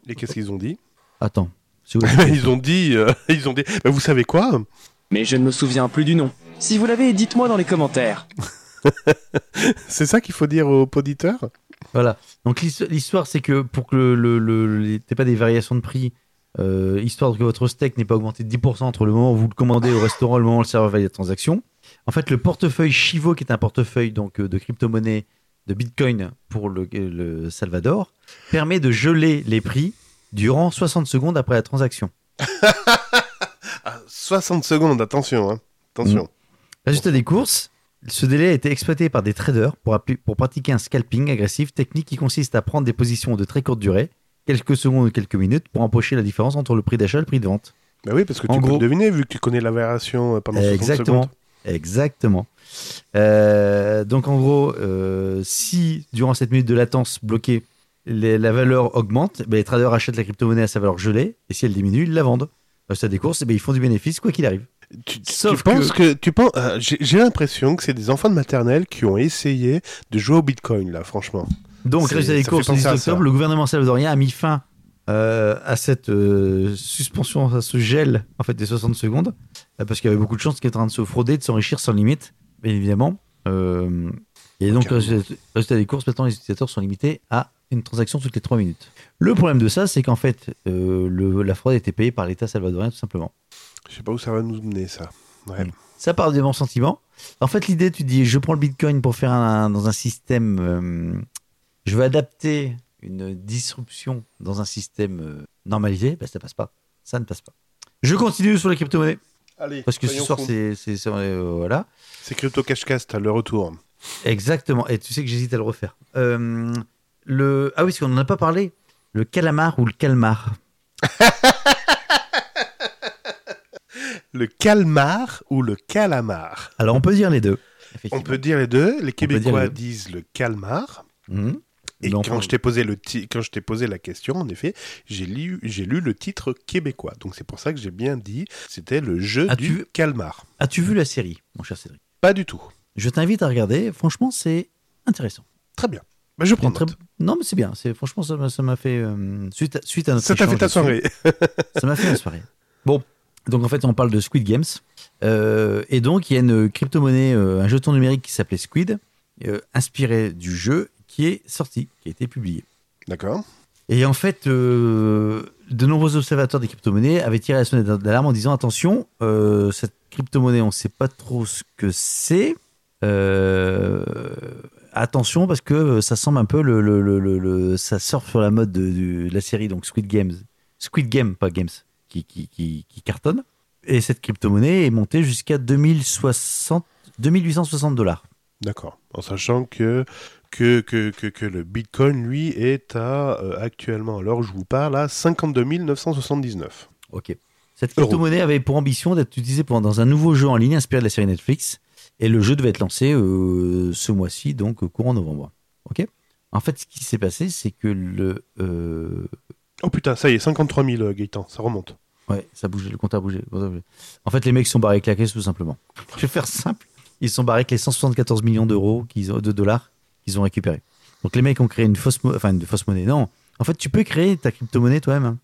A: Et qu'est-ce qu'ils ont dit
C: Attends. C'est où
A: Ils ont dit, euh, ils ont dit, bah, vous savez quoi
E: Mais je ne me souviens plus du nom. Si vous l'avez, dites-moi dans les commentaires.
A: C'est ça qu'il faut dire aux auditeurs
C: Voilà. Donc l'histo- l'histoire, c'est que pour que le, le, le- t'aies pas des variations de prix, euh, histoire que votre steak n'ait pas augmenté de 10% entre le moment où vous le commandez au restaurant et le moment où le serveur valide la transaction. En fait, le portefeuille Chivo, qui est un portefeuille donc euh, de crypto-monnaie, de Bitcoin pour le, le Salvador, permet de geler les prix durant 60 secondes après la transaction.
A: 60 secondes, attention, hein. attention.
C: Résultat des courses, ce délai a été exploité par des traders pour, appli- pour pratiquer un scalping agressif, technique qui consiste à prendre des positions de très courte durée, quelques secondes ou quelques minutes, pour empocher la différence entre le prix d'achat et le prix de vente.
A: Bah oui, parce que tu
C: En
A: peux
C: gros-
A: le deviner vu que tu connais la variation euh, pendant 60
C: Exactement.
A: secondes.
C: Exactement. Euh, donc en gros, euh, si durant cette minute de latence bloquée, les- la valeur augmente, ben, les traders achètent la crypto-monnaie à sa valeur gelée, et si elle diminue, ils la vendent. Résultat des courses, eh ben, ils font du bénéfice quoi qu'il arrive.
A: Tu, tu-
C: Sauf
A: tu penses que, tu penses, euh, j'ai j'ai l'impression que c'est des enfants de maternelle qui ont essayé de jouer au Bitcoin là, franchement.
C: Donc,
A: C'est-
C: résultat des
A: ça
C: courses,
A: fait
C: le
A: penser
C: 10
A: à ça.
C: octobre, le gouvernement salvadorien a mis fin euh, à cette euh, suspension, à ce gel en fait des 60 secondes, euh, parce qu'il y avait beaucoup de chances qu'il est en train de se frauder, de s'enrichir sans limite, bien évidemment. Euh, et donc,
A: Carrément.
C: résultat résultat des courses, maintenant les utilisateurs sont limités à une transaction toutes les 3 minutes. Le problème de ça, c'est qu'en fait, euh, le- la fraude était payée par l'État salvadorien, tout simplement.
A: Je sais pas où ça va nous mener ça. Ouais.
C: Mm. Ça part des bons sentiments. En fait, l'idée, tu dis, je prends le Bitcoin pour faire un, dans un système, euh, je veux adapter une disruption dans un système euh, normalisé, bah, ça passe pas. Ça ne passe pas. Je continue sur les crypto-monnaies
A: Allez,
C: parce que ce soir, c'est c'est- c'est- euh, voilà
A: c'est Crypto Cash Cast à le retour.
C: exactement. Et tu sais que j'hésite à le refaire. Euh, le ah oui, parce qu'on n'en a pas parlé. Le calamar ou le calmar.
A: Le calmar ou le calamar
C: Alors on peut dire les deux.
A: On peut dire les deux. Les
C: dire les
A: Québécois
C: deux.
A: disent le calmar.
C: Mhm.
A: Et
C: Non,
A: quand je t'ai posé le ti- quand je t'ai posé la question, en effet, j'ai lu j'ai lu le titre québécois. Donc c'est pour ça que j'ai bien dit, c'était le jeu
C: Ah,
A: du
C: tu veux-
A: calmar.
C: As-tu vu la série, mon cher Cédric
A: Pas du tout.
C: Je t'invite à regarder. Franchement, c'est intéressant.
A: Très bien. Bah, je prends
C: Une très-
A: note.
C: Non, mais c'est bien. C'est franchement, ça m'a- ça m'a fait euh, suite à, suite à notre
A: Ça t'a fait
C: échange
A: ta
C: là-dessus,
A: soirée.
C: Ça m'a fait la soirée. Bon, donc en fait, on parle de Squid Games, Euh, et donc il y a une crypto-monnaie, euh, un jeton numérique qui s'appelait Squid, euh, inspiré du jeu, qui est sorti, qui a été publié.
A: D'accord.
C: Et en fait, euh, de nombreux observateurs des crypto-monnaies avaient tiré la sonnette d'alarme en disant attention, euh, cette crypto-monnaie, on ne sait pas trop ce que c'est. Euh, attention, parce que euh, ça semble un peu le, le- le- le- le- ça sort sur la mode de, du- de la série, donc Squid Games. Squid Game, pas Games, qui, qui, qui, qui cartonne. Et cette crypto-monnaie est montée jusqu'à 2060 2860 dollars.
A: D'accord. En sachant que que, que, que, que le Bitcoin, lui, est à euh, actuellement, alors je vous parle, à 52 979.
C: Ok. Cette
A: Euro.
C: crypto-monnaie avait pour ambition d'être utilisée pour- dans un nouveau jeu en ligne inspiré de la série Netflix. Et le jeu devait être lancé euh, ce mois-ci, donc euh, courant novembre. Ok. En fait, ce qui s'est passé, c'est que le. euh,
A: Oh putain, ça y est, 53 000, euh, Gaëtan, ça remonte.
C: Ouais, ça bougeait, le compte a bougé. le compte a bougé. En fait, les mecs sont barrés avec la caisse, tout simplement. Je vais faire simple. Ils sont barrés avec les 174 millions d'euros, qu'ils ont- de dollars, qu'ils ont récupérés. Donc les mecs ont créé une fausse, mo- enfin, une fausse monnaie. Non, en fait, tu peux créer ta crypto-monnaie toi-même. hein.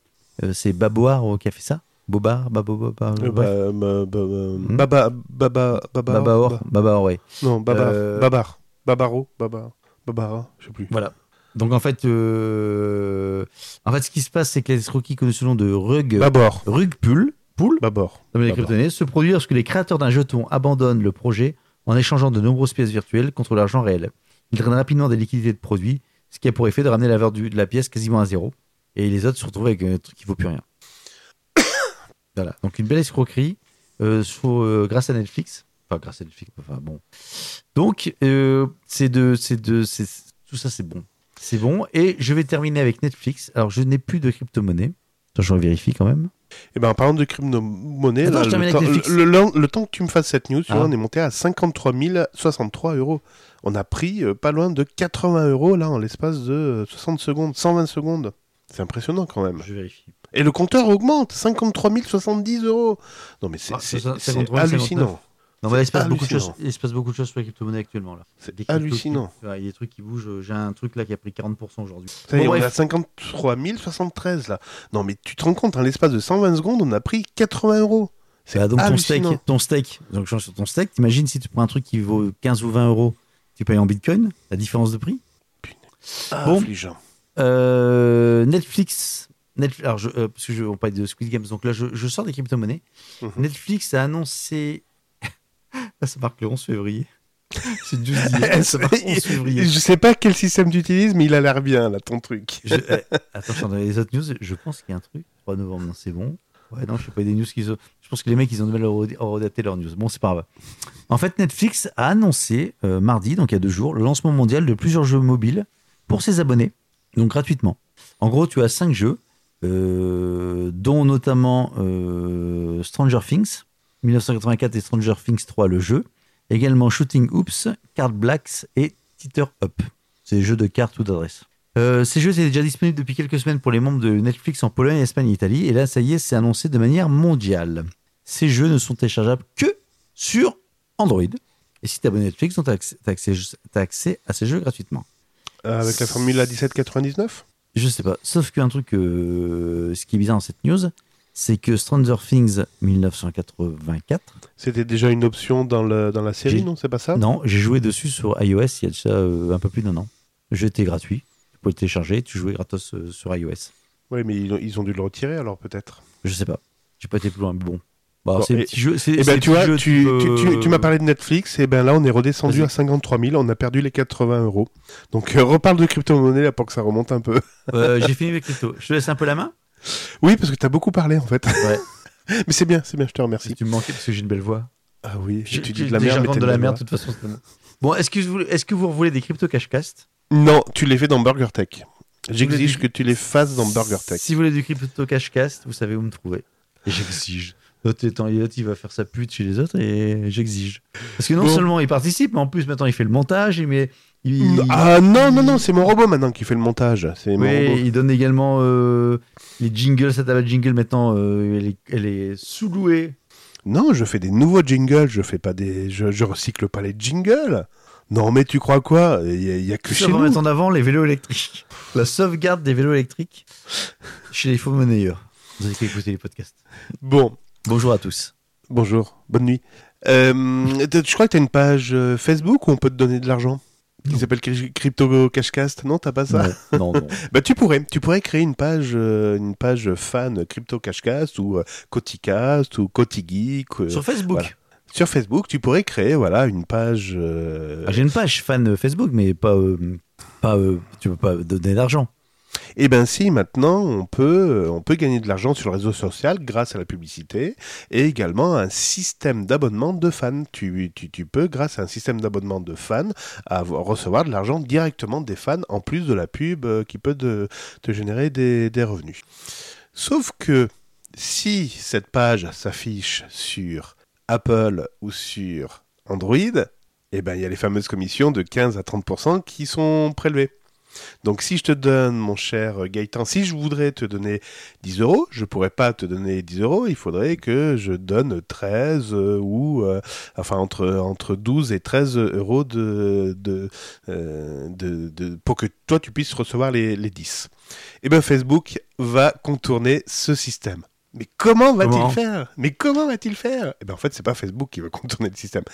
C: Euh, c'est Baboar oh, qui a fait ça. Bobard, Babo, Bobard,
A: Euh,
C: bref.
A: bah, bah, bah, bah,
C: Hmm.
A: baba, baba, baba,
C: Babaor,
A: ba-
C: Babaor, ouais.
A: Non, baba,
C: Euh,
A: babar, babaro, baba, babara, je sais plus.
C: Voilà. Donc en fait, euh, en fait, ce qui se passe, c'est que les escroqueries connus sous le nom de Rug,
A: Babor,
C: Rugpul, Pool,
A: babor.
C: dans les
A: Babor.
C: crypto-monnaies, se produit lorsque les créateurs d'un jeton abandonnent le projet en échangeant de nombreuses pièces virtuelles contre l'argent réel. Ils drainent rapidement des liquidités de produits, ce qui a pour effet de ramener la valeur du- de la pièce quasiment à zéro. Et les autres se retrouvent avec un truc qui vaut plus rien. voilà. Donc une belle escroquerie euh, sur- euh, grâce à Netflix. Enfin, grâce à Netflix. Enfin, bon. Donc, euh, c'est de, c'est de, c'est tout ça, c'est bon. C'est bon. Et je vais terminer avec Netflix. Alors, je n'ai plus de crypto-monnaie. Attends, je vérifie quand même.
A: Et ben, en parlant de crime de monnaie,
C: Attends,
A: là,
C: je termine
A: le,
C: avec
A: temps,
C: Netflix.
A: le- le- le temps que tu me fasses cette news, tu
C: Ah.
A: vois, on est monté à 53 063 euros. On a pris euh, pas loin de 80 euros là en l'espace de euh, 60 secondes, 120 secondes. C'est impressionnant quand même.
C: Je vérifie.
A: Et le compteur augmente, 53 070 euros. Non mais c'est
C: Ah,
A: c'est-
C: 53,
A: c'est
C: 59.
A: hallucinant.
C: Non, mais là, il se passe beaucoup de choses.
A: hallucinant.
C: Il se passe beaucoup de choses sur les crypto-monnaies actuellement là.
A: C'est
C: Des cryptos qui-
A: hallucinant.
C: Ouais, Il y a des trucs qui bougent. J'ai un truc là qui a pris 40% aujourd'hui.
A: Ça y est,
C: Bon,
A: on est
C: bref.
A: à 53 073 là. Non mais tu te rends compte, en l'espace de 120 secondes, on a pris 80 euros. C'est
C: Bah, donc ton steak,
A: hallucinant.
C: ton steak, donc change sur ton steak. T'imagines si tu prends un truc qui vaut 15 ou 20 euros, tu payes en bitcoin, la différence de prix. Bon.
A: Affligeant.
C: Euh, Netflix, Netf- alors je, euh, parce que je, on parlait de Squid Games, donc là je, je sors des crypto-monnaies.
A: Mhm.
C: Netflix a annoncé, là ça marque le 11 février. C'est une news d'hier,
A: Eh,
C: ça marque le 11 février.
A: Je sais pas quel système tu utilises, mais il a l'air bien là ton truc.
C: Je- euh, attends, je suis dans les autres news, je pense qu'il y a un truc. 3 novembre, non, c'est bon. Ouais, non, je sais pas des news qu'ils ont. Je pense que les mecs, ils ont de mal à re- à redater leurs news. Bon, c'est pas grave. En fait, Netflix a annoncé euh, mardi, donc il y a deux jours, le lancement mondial de plusieurs jeux mobiles pour ses abonnés, donc gratuitement. En gros, tu as cinq jeux, euh, dont notamment euh, Stranger Things, 1984 et Stranger Things 3, le jeu. Également Shooting Hoops, Card Blacks et Titter Up. C'est des jeux de cartes ou d'adresse. Euh, ces jeux étaient déjà disponibles depuis quelques semaines pour les membres de Netflix en Pologne, Espagne et Italie. Et là, ça y est, c'est annoncé de manière mondiale. Ces jeux ne sont téléchargeables que sur Android. Et si tu abonné à Netflix, donc tu as, accès t'as accès à ces jeux gratuitement.
A: Euh, Avec la formule à 17,99
C: Je sais pas. Sauf qu'un truc, euh, ce qui est bizarre dans cette news, c'est que Stranger Things 1984,
A: C'était déjà une option dans, le, dans la série,
C: J'ai-
A: non C'est pas ça
C: non, j'ai joué dessus sur iOS il y a déjà euh, un peu plus d'un an. Le jeu était gratuit. Tu pouvais le télécharger, tu jouais gratos euh, sur iOS.
A: Oui, mais ils ont, ils ont dû le retirer alors peut-être.
C: Je sais pas. J'ai pas été plus loin. mais Bon. Bah,
A: Bon,
C: c'est
A: et-
C: petit jeu. c'est-
A: Eh
C: c'est
A: ben tu
C: petit
A: vois,
C: jeu,
A: tu,
C: peux-
A: tu- tu- tu m'as parlé de Netflix, et ben là on est redescendu
C: Vas-y.
A: à 53 000, on a perdu les 80 euros. Donc euh, reparle de crypto-monnaie là pour que ça remonte un peu.
C: Euh, J'ai fini avec crypto. Je te laisse un peu la main.
A: Oui, parce que t'as beaucoup parlé en fait.
C: Ouais.
A: mais c'est bien, c'est bien, je te
C: Si
A: remercie.
C: tu me manquais parce que j'ai une belle voix.
A: Ah oui,
C: Je-
A: tu
C: je-
A: dis de la merde,
C: déjà,
A: mais
C: j'invente
A: t'es
C: de la
A: bonne
C: merde
A: voix.
C: de toute façon. c'est bon. Bon, est-ce que vous est-ce que vous revoulez des crypto cash cast
A: Non, tu les fais dans Burger Tech.
C: du-
A: J'exige que tu les fasses dans Burger Tech.
C: Si vous voulez du crypto cash cast, vous savez où me trouver. Oh, Et J'exige. L'autre étant idiote, il va faire sa pute chez les autres et j'exige. Parce que non
A: Bon.
C: seulement il participe, mais en plus maintenant il fait le montage, il met- il-
A: Ah non, non, non, c'est mon robot maintenant qui fait le montage. C'est mon
C: Oui,
A: robot.
C: il donne également euh, les jingles, sa table jingle maintenant, euh, elle est, elle est sous-louée.
A: Non, je fais des nouveaux jingles, je fais pas des, je, je recycle pas les jingles. Non, mais tu crois quoi Il y, a- il y a que chez
C: Ça va
A: nous.
C: mettre en avant les vélos électriques. La sauvegarde des vélos électriques chez les faux monnayeurs. Vous avez qu'à écouter les podcasts.
A: Bon,
C: Bonjour à tous.
A: bonjour, bonne nuit. Euh, t'as- je crois que t'as une page euh, Facebook où on peut te donner de l'argent. Qui
C: Non.
A: s'appelle Cri- Crypto Cashcast. Non, t'as pas ça
C: non, non, non.
A: Bah tu pourrais, tu pourrais créer une page, euh, une page fan Crypto Cashcast ou euh, Coticast ou Cotigeek. euh,
C: Sur Facebook.
A: voilà. Sur Facebook, tu pourrais créer voilà une page. euh,
C: Ah, J'ai une page fan euh, Facebook, mais pas. euh, pas euh, tu peux pas donner d'argent.
A: Eh ben si, maintenant, on peut, euh, on peut gagner de l'argent sur le réseau social grâce à la publicité et également à un système d'abonnement de fans. Tu, tu, tu peux, grâce à un système d'abonnement de fans, avoir, recevoir de l'argent directement des fans en plus de la pub euh, qui peut te, te générer des, des revenus. Sauf que si cette page s'affiche sur Apple ou sur Android, eh ben, il y a les fameuses commissions de 15 à 30% qui sont prélevées. Donc si je te donne, mon cher Gaëtan, si je voudrais te donner 10 euros, je pourrais pas te donner 10 euros, il faudrait que je donne 13 euh, ou euh, enfin entre, entre 12 et 13 euros de, de, euh, de- de- pour que toi tu puisses recevoir les, les 10. Et bien Facebook va contourner ce système. Mais comment va-t-il
C: Comment
A: faire Mais comment va-t-il faire Eh bien en fait, c'est pas Facebook qui va contourner le système.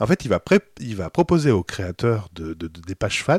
A: En fait, il va, pré- il va proposer aux créateurs de, de- de- des pages fans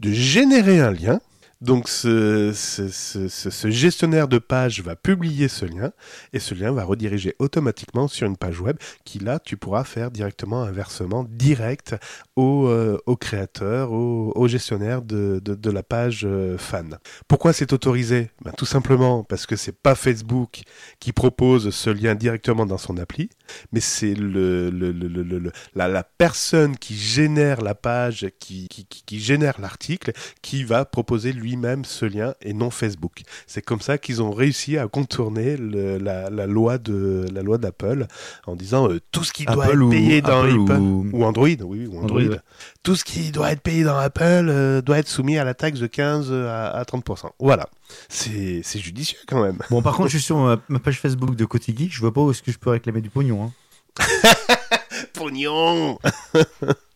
A: de générer un lien. Donc ce, ce- ce- ce- ce gestionnaire de page va publier ce lien et ce lien va rediriger automatiquement sur une page web qui là tu pourras faire directement un versement direct au, euh, au créateur, au, au gestionnaire de, de- de la page euh, fan. Pourquoi c'est autorisé Ben, Tout simplement parce que c'est pas Facebook qui propose ce lien directement dans son appli, mais c'est le, le- le- le- le- le- la, la personne qui génère la page, qui, qui- qui- qui génère l'article, qui va proposer lui lui-même ce lien et non Facebook. C'est comme ça qu'ils ont réussi à contourner le- la, la loi de la loi d'Apple en disant euh, tout ce qui doit
C: Apple
A: être
C: ou-
A: payé dans
C: Apple
A: Apple-
C: ou-
A: ou Android, oui, oui, ou Android.
C: Android, ouais.
A: Tout ce qui doit être payé dans Apple euh, doit être soumis à la taxe de 15 à, à 30%. Voilà, c'est c'est judicieux quand même.
C: Bon, par contre, je suis sur ma, ma page Facebook de Côté Geek, je vois pas où est-ce que je peux réclamer du pognon. hein.
A: Pognon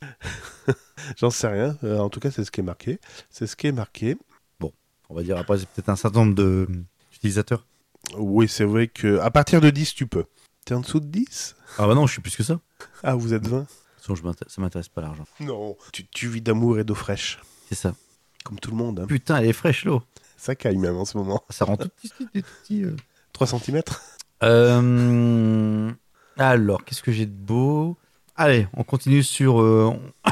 A: J'en sais rien. Euh, en tout cas, c'est ce qui est marqué. C'est ce qui est marqué.
C: On va dire après, c'est peut-être un certain nombre de- d'utilisateurs.
A: Oui, c'est vrai que à partir de 10, tu peux. T'es en dessous de 10
C: Ah bah non, je suis plus que ça. De
A: Ah, vous êtes 20
C: toute façon, je m'intéresse- ça m'intéresse pas l'argent.
A: Non. Tu, tu vis d'amour et d'eau fraîche,
C: C'est ça.
A: comme tout le monde. hein.
C: Putain, elle est fraîche l'eau.
A: Ça caille même en ce moment.
C: Ça rend tout petit, tout petit, tout petit. euh.
A: 3 cm
C: Euh, Alors, qu'est-ce que j'ai de beau Allez, on continue sur. euh, on-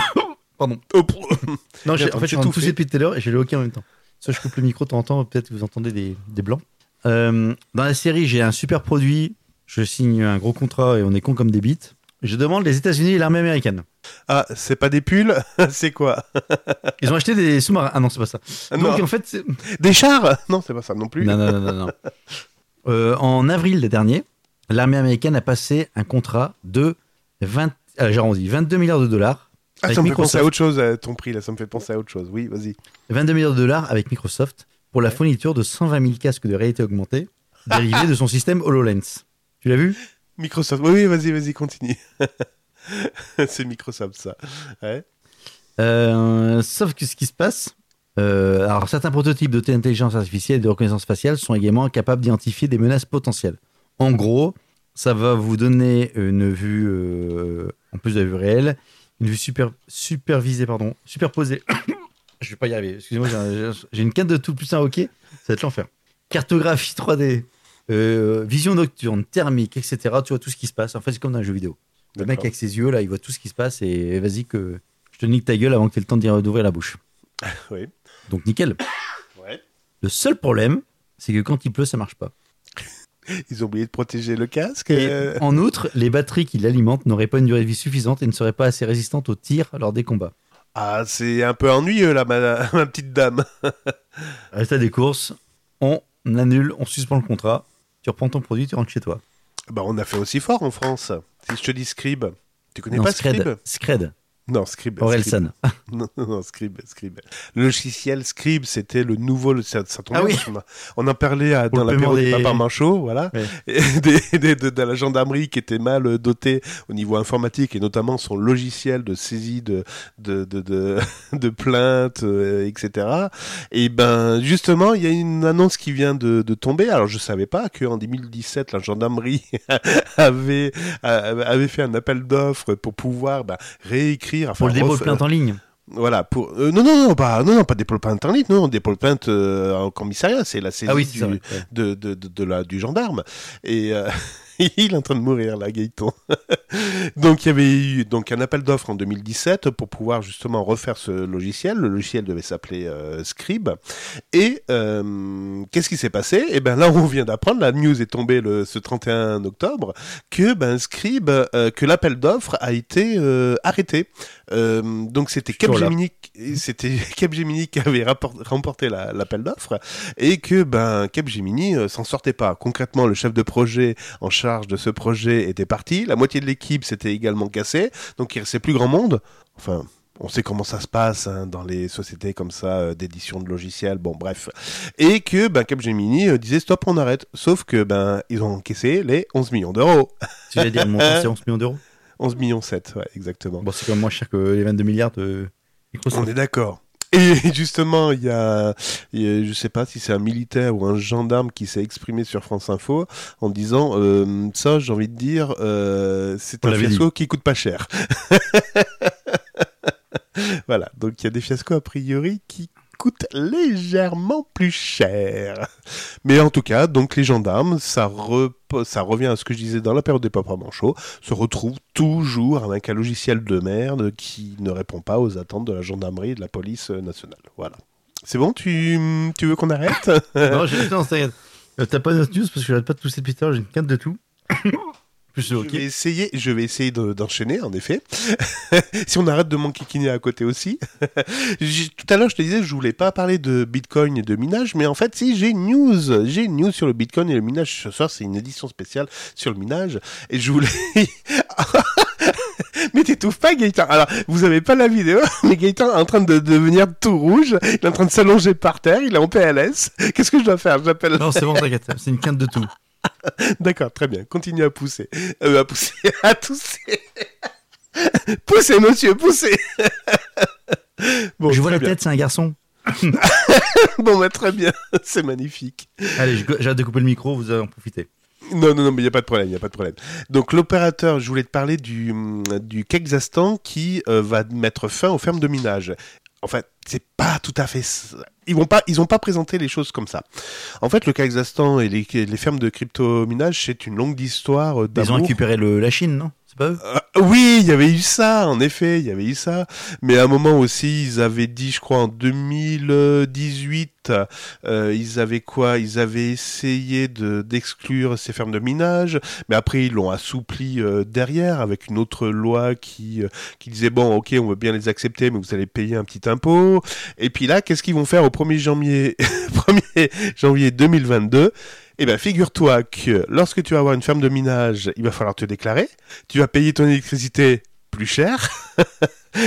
C: Pardon. Non, j'ai- en
A: Attends,
C: fait,
A: j'ai
C: je suis
A: tout
C: tout
A: fait.
C: depuis tout à l'heure et j'ai le hockey en même temps. Ça, je coupe le micro de temps en temps, peut-être que vous entendez des, des blancs. Euh, dans la série, j'ai un super produit. Je signe un gros contrat et on est con comme des bites. Je demande les États-Unis et l'armée américaine.
A: Ah, c'est pas des pulls C'est quoi
C: Ils ont acheté des sous-marins. Ah non, c'est pas ça.
A: Ah,
C: Donc
A: non.
C: en fait, c'est-
A: Des chars Non, c'est pas ça non plus.
C: Non, non, non, non. non. Euh, en avril dernier, l'armée américaine a passé un contrat de 20, euh, j'arrondis, 22 milliards de dollars.
A: Ah,
C: avec
A: ça me fait
C: Microsoft.
A: penser à autre chose, euh, ton prix, là, ça me fait penser à autre chose. Oui, vas-y.
C: 22 milliards de dollars avec Microsoft pour la fourniture de 120 000 casques de réalité augmentée dérivés de son système HoloLens. Tu l'as vu
A: Microsoft, oui, oui, vas-y, vas-y, continue. c'est Microsoft, ça. Ouais.
C: Euh, Sauf que ce qui se passe, euh, alors certains prototypes de d'intelligence artificielle et de reconnaissance faciale sont également capables d'identifier des menaces potentielles. En gros, ça va vous donner une vue, euh, en plus de la vue réelle, une vue super, supervisée, pardon, superposée. Je vais pas y arriver, excusez-moi, j'ai un- j'ai- j'ai une canne de tout plus un hockey, ça va être l'enfer. Cartographie 3D, euh, vision nocturne, thermique, etc. Tu vois tout ce qui se passe. En fait, c'est comme dans un jeu vidéo. Le mec
A: D'accord.
C: avec ses yeux, là, il voit tout ce qui se passe et vas-y que je te nique ta gueule avant que tu aies le temps de dire- d'ouvrir la bouche.
A: Oui.
C: Donc nickel.
A: Ouais.
C: Le seul problème, c'est que quand il pleut, ça marche pas.
A: Ils ont oublié de protéger le casque.
C: Et
A: euh,
C: en outre, les batteries qui l'alimentent n'auraient pas une durée de vie suffisante et ne seraient pas assez résistantes aux tirs lors des combats.
A: Ah, c'est un peu ennuyeux, là, ma, ma petite dame.
C: Résultat des courses, on annule, on suspend le contrat, tu reprends ton produit, tu rentres chez toi.
A: Bah, on a fait aussi fort en France. Si je te dis Scribe, tu connais
C: Non,
A: pas Scribe
C: Scred, Scred,
A: Non, Scribe. Scribe.
C: Orelsan.
A: Non, non, non, Scribe, Scribe. Le logiciel Scribe, c'était le nouveau. le- Ça, ça tombe
C: Ah
A: bien,
C: oui.
A: parce qu'on a- on, en parlait à-
C: Pour
A: dans
C: le
A: l'apéro
C: paiement
A: de
C: des-
A: Papa Manchot, voilà.
C: Ouais.
A: Et des- des- de, de la gendarmerie qui était mal euh, dotée au niveau informatique et notamment son logiciel de saisie de, de, de, de, de plaintes, euh, etc. Et ben, justement, il y a une annonce qui vient de, de tomber. Alors, je savais pas qu'en 2017, la gendarmerie avait, euh, avait fait un appel d'offres pour pouvoir bah, réécrire. enfin,
C: Pour le dépôt de
A: refa-
C: plainte en euh, ligne.
A: voilà, pour euh, non non non pas non non pas des plaintes internet, non des plaintes euh, en commissariat, c'est la saisie
C: Ah oui,
A: du,
C: c'est ça. ouais. Ouais.
A: de, de, de, de la, du gendarme. Et euh, il est en train de mourir, là, Gaëtan. donc, il y avait eu donc, un appel d'offres en 2017 pour pouvoir justement refaire ce logiciel. Le logiciel devait s'appeler euh, Scribe. Et euh, qu'est-ce qui s'est passé Eh bien, là, on vient d'apprendre, la news est tombée le, ce 31 octobre, que ben, Scribe, euh, que l'appel d'offres a été euh, arrêté. Euh, donc, c'était
C: Toujours là.
A: Capgemini, c'était Capgemini qui avait rapport- remporté la- l'appel d'offres et que ben Capgemini euh, s'en sortait pas. Concrètement, le chef de projet en charge de ce projet était parti, la moitié de l'équipe s'était également cassée, donc il restait plus grand monde. Enfin, on sait comment ça se passe hein, dans les sociétés comme ça euh, d'édition de logiciels. Bon, bref, et que ben Capgemini euh, disait stop, on arrête. Sauf que ben ils ont encaissé les 11 millions d'euros,
C: Tu vas dire, mon temps, c'est 11 millions d'euros.
A: 11 millions 7, ouais, exactement.
C: Bon, c'est quand même moins cher que les 22 milliards de Microsoft.
A: On est d'accord. Et justement, il y a, il y a- euh, je sais pas si c'est un militaire ou un gendarme qui s'est exprimé sur France Info en disant euh, ça, j'ai envie de dire, euh, c'est
C: On
A: un
C: l'avait
A: fiasco qui coûte pas cher. voilà, donc il y a des fiascos a priori qui coûtent légèrement plus cher. Mais en tout cas, donc les gendarmes, ça, repo- ça revient à ce que je disais dans la période des papas manchots, se retrouvent toujours avec un logiciel de merde qui ne répond pas aux attentes de la gendarmerie et de la police euh, nationale. Voilà. C'est bon, tu, tu veux qu'on arrête
C: Non, j'ai- non, ça y est. Euh, T'as pas notre news parce que j'arrête pas de tousser depuis tout à l'heure, j'ai une canne de tout. Plus le
A: Je vais
C: hockey.
A: essayer, je vais essayer de- d'enchaîner, en effet. si on arrête de m'enquiquiner à côté aussi. J'ai- Tout à l'heure, je te disais que je voulais pas parler de Bitcoin et de minage, mais en fait, si, j'ai une news. J'ai une news sur le Bitcoin et le minage. Ce soir, c'est une édition spéciale sur le minage. Et je voulais... mais t'étouffes pas, Gaëtan. Alors, vous avez pas la vidéo, mais Gaëtan est en train de devenir tout rouge. Il est en train de s'allonger par terre. Il est en PLS. Qu'est-ce que je dois faire J'appelle...
C: Non, c'est bon, t'inquiète. C'est une quinte de tout.
A: D'accord, très bien. Continue à pousser. Euh, à pousser, à tousser. poussez, monsieur, poussez. bon,
C: je vois
A: Oh, très
C: la
A: bien.
C: tête, c'est un garçon.
A: Bon, bah, très bien. C'est magnifique.
C: Allez, je- j'arrête de couper le micro, vous allez en profiter.
A: Non, non, non, mais il n'y a pas de problème, il a pas de problème. Donc, l'opérateur, je voulais te parler du, hum, du Kazakhstan qui euh, va mettre fin aux fermes de minage. En fait, c'est pas tout à fait... ça. Ils n'ont pas, ils ont pas présenté les choses comme ça. En fait, le Kazakhstan et les, les fermes de crypto-minage, c'est une longue histoire euh,
C: Ils ont
A: d'amour.
C: récupéré le- la Chine, non C'est pas eux
A: Euh, oui, il y avait eu ça, en effet, il y avait eu ça. Mais à un moment aussi, ils avaient dit, je crois, en 2018, euh, ils avaient quoi Ils avaient essayé de d'exclure ces fermes de minage, mais après ils l'ont assoupli euh, derrière avec une autre loi qui euh, qui disait bon, ok, on veut bien les accepter, mais vous allez payer un petit impôt. Et puis là, qu'est-ce qu'ils vont faire au 1er janvier 1er janvier 2022 eh ben, figure-toi que lorsque tu vas avoir une ferme de minage, il va falloir te déclarer tu vas payer ton électricité plus cher.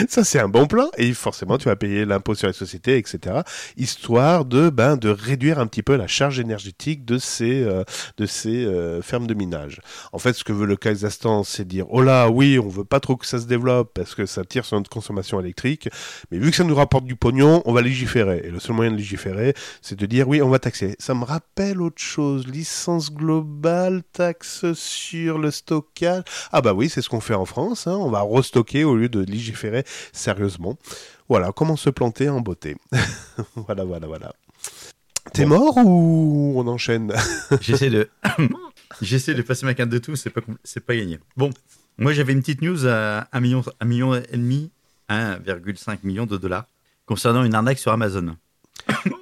A: Ça, c'est un bon plan. Et forcément, tu vas payer l'impôt sur les sociétés, etc. Histoire de, ben, de réduire un petit peu la charge énergétique de ces, euh, de ces euh, fermes de minage. En fait, ce que veut le Kazakhstan, c'est dire oh là, oui, on veut pas trop que ça se développe parce que ça tire sur notre consommation électrique. Mais vu que ça nous rapporte du pognon, on va légiférer. Et le seul moyen de légiférer, c'est de dire oui, on va taxer. Ça me rappelle autre chose. Licence globale, taxe sur le stockage. Ah bah oui, c'est ce qu'on fait en France, hein. on va restocker au lieu de légiférer sérieusement. Voilà, comment se planter en beauté. voilà, voilà, voilà. T'es mort ou on enchaîne
C: J'essaie de... J'essaie de passer ma quinte de tout, c'est pas, compl- c'est pas gagné. Bon, moi j'avais une petite news à 1 million, un million et demi, 1,5 million de dollars, concernant une arnaque sur Amazon.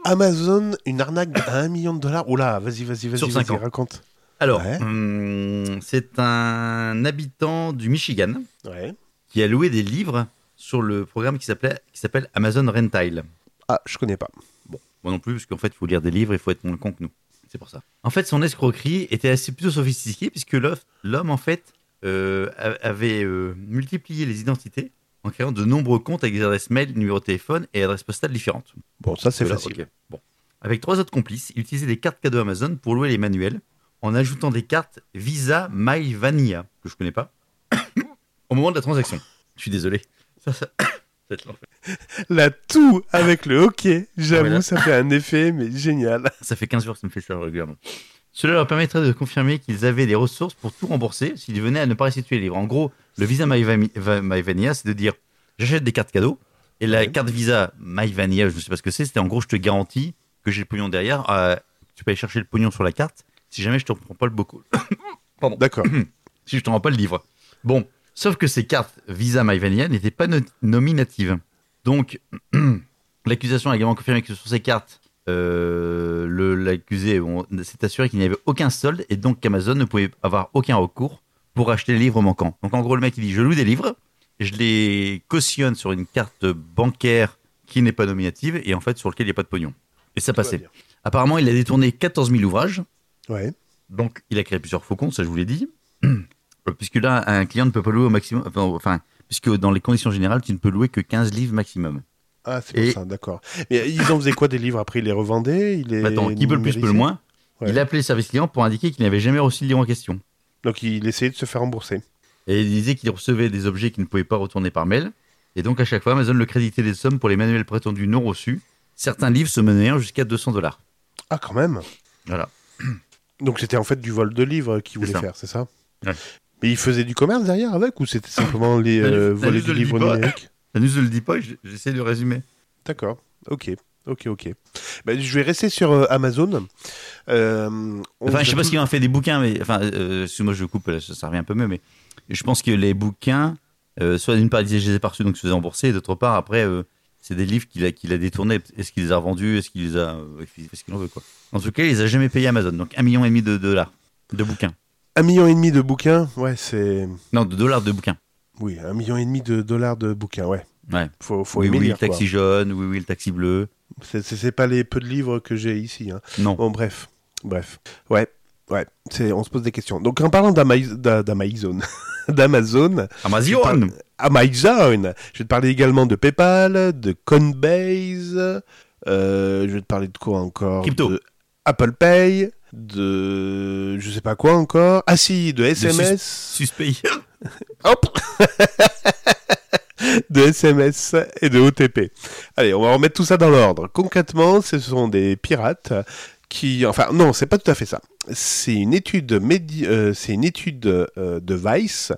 A: Amazon, une arnaque à un million de dollars Oula, vas-y, vas-y, vas-y,
C: Sur cinq
A: vas-y,
C: ans.
A: raconte.
C: Alors,
A: Ouais.
C: hum, c'est un habitant du Michigan
A: Ouais.
C: qui a loué des livres sur le programme qui s'appelait- qui s'appelle Amazon Rentile.
A: Ah, je connais pas.
C: Moi non plus, parce qu'en fait, il faut lire des livres, il faut être moins con que nous. C'est pour ça. En fait, son escroquerie était assez plutôt sophistiquée, puisque l'homme- l'homme, en fait, euh, a- avait euh, multiplié les identités en créant de nombreux comptes avec des adresses mail, numéros de téléphone et adresses postales différentes.
A: Bon, ça c'est
C: Voilà,
A: facile.
C: ok. Bon. Avec trois autres complices, il utilisait des cartes cadeaux Amazon pour louer les manuels en ajoutant des cartes Visa My Vanilla, que je connais pas, au moment de la transaction. Je suis désolé. Ça, ça... ça va être l'enfer.
A: La toux avec le hockey, j'avoue,
C: Ah, mais là-
A: ça fait un effet, mais génial.
C: Ça fait 15 jours que ça me fait ça régulièrement. Cela leur permettrait de confirmer qu'ils avaient les ressources pour tout rembourser s'ils venaient à ne pas restituer les livres. En gros, le Visa My Vami- Va- My Vanilla, c'est de dire j'achète des cartes cadeaux et la carte Visa My Vanilla, je ne sais pas ce que c'est, c'était en gros je te garantis que j'ai le pognon derrière. euh, tu peux aller chercher le pognon sur la carte si jamais je te reprends pas le bocal. Pardon
A: D'accord.
C: si je te rends pas le livre. Bon, sauf que ces cartes Visa MyVania n'étaient pas no- nominatives. Donc, l'accusation a également confirmé que sur ces cartes, euh, le- l'accusé on s'est assuré qu'il n'y avait aucun solde et donc qu'Amazon ne pouvait avoir aucun recours pour acheter les livres manquants. Donc, en gros, le mec, il dit Je loue des livres, je les cautionne sur une carte bancaire qui n'est pas nominative et en fait sur laquelle il n'y a pas de pognon. Et ça
A: va
C: passait.
A: bien.
C: Apparemment, il a détourné 14 000 ouvrages.
A: Ouais.
C: Donc, il a créé plusieurs faux comptes, ça je vous l'ai dit. Euh, puisque là, un client ne peut pas louer au maximum. Enfin, puisque dans les conditions générales, tu ne peux louer que 15 livres maximum.
A: Ah, c'est pour
C: Et-
A: ça, d'accord. Mais ils en faisaient quoi des livres après Ils les revendaient ils les
C: Bah, Attends, qui peut le plus peut le
A: numérisaient
C: moins.
A: Ouais.
C: Il a appelé le service client pour indiquer qu'il n'avait jamais reçu le livre en question.
A: Donc il essayait de se faire rembourser.
C: Et il disait qu'il recevait des objets qu'il ne pouvait pas retourner par mail. Et donc, à chaque fois, Amazon le créditait des sommes pour les manuels prétendus non reçus. Certains livres se menèrent jusqu'à 200 dollars.
A: Ah, quand même
C: Voilà.
A: Donc c'était en fait du vol de livres qu'ils voulaient
C: ça.
A: faire, c'est ça
C: Ouais.
A: Mais ils faisaient du commerce derrière avec ou c'était simplement les
C: La news-
A: euh,
C: la
A: voler
C: news
A: du
C: ne le dit
A: livre
C: pas.
A: numérique
C: La news ne le dit pas, j- j'essaie de le résumer.
A: D'accord, ok. Ok, ok. Ben, je vais rester sur euh, Amazon. Euh, on
C: Enfin, je sais
A: va
C: pas
A: tout-
C: s'il en fait des bouquins, mais enfin, euh, moi je coupe, là, ça, ça revient un peu mieux, mais je pense que les bouquins, euh, soit d'une part, il disait je les ai pas reçus, donc je les ai remboursés, et d'autre part, après, euh, c'est des livres qu'il a, qu'il a détournés. Est-ce qu'il les a revendus Est-ce qu'il les a. euh, il fait ce qu'il en veut, quoi. En tout cas, il les a jamais payés Amazon, donc un million et demi de dollars de bouquins.
A: Un million et demi de bouquins, ouais, c'est.
C: Non, de dollars de bouquins.
A: Oui, un million et demi de dollars de bouquins, ouais.
C: Ouais.
A: Faut, faut
C: Oui,
A: aimer
C: oui,
A: lire,
C: le taxi
A: quoi.
C: jaune, oui, oui, le taxi bleu.
A: C'est- C'est c'est pas les peu de livres que j'ai ici. hein.
C: Non.
A: Bon, bref. Bref. Ouais. Ouais. C'est- On se pose des questions. Donc, en parlant d'Ama- d'A- d'Amazon. D'Amazon.
C: Amazon
A: Putain. Amazon. Je vais te parler également de PayPal, de Coinbase. euh, je vais te parler de quoi encore
C: Crypto.
A: De Apple Pay. De. Je sais pas quoi encore. Ah si, de SMS.
C: Suspect.
A: Hop De SMS et de OTP. Allez, on va remettre tout ça dans l'ordre. Concrètement, ce sont des pirates qui... Enfin, non, c'est pas tout à fait ça. C'est une étude, médi- euh, c'est une étude euh, de Vice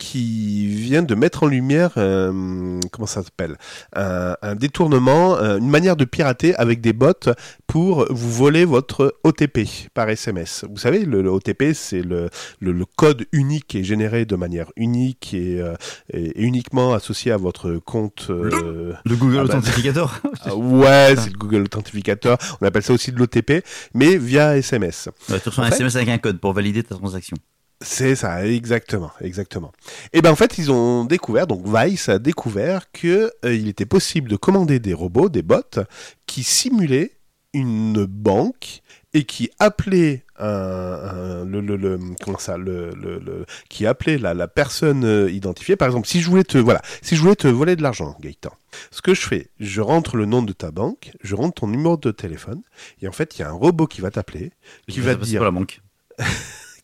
A: qui vient de mettre en lumière, euh, comment ça s'appelle, un, un détournement, euh, une manière de pirater avec des bots pour vous voler votre OTP par SMS. Vous savez, le- le OTP, c'est le, le, le code unique est généré de manière unique et, euh, et- et uniquement associé à votre compte. euh,
C: Le Google
A: Ah bah.
C: Authentificator.
A: ah ouais, c'est le Google Authentificator. On appelle ça aussi de l'OTP, mais via SMS.
C: Ouais, tu reçois un
A: En fait-
C: SMS avec un code pour valider ta transaction.
A: C'est ça, exactement, exactement. Et ben en fait, ils ont découvert, donc Vice a découvert que euh, il était possible de commander des robots, des bots, qui simulaient une banque et qui appelaient un, un- le, le- le- comment ça, le, le- le- qui appelait la, la personne euh, identifiée. Par exemple, si je voulais te, voilà, si je voulais te voler de l'argent, Gaëtan, ce que je fais, je rentre le nom de ta banque, je rentre ton numéro de téléphone, et en fait, il y a un robot qui va t'appeler, qui
C: Ça
A: va te
C: passe
A: dire
C: pas la banque.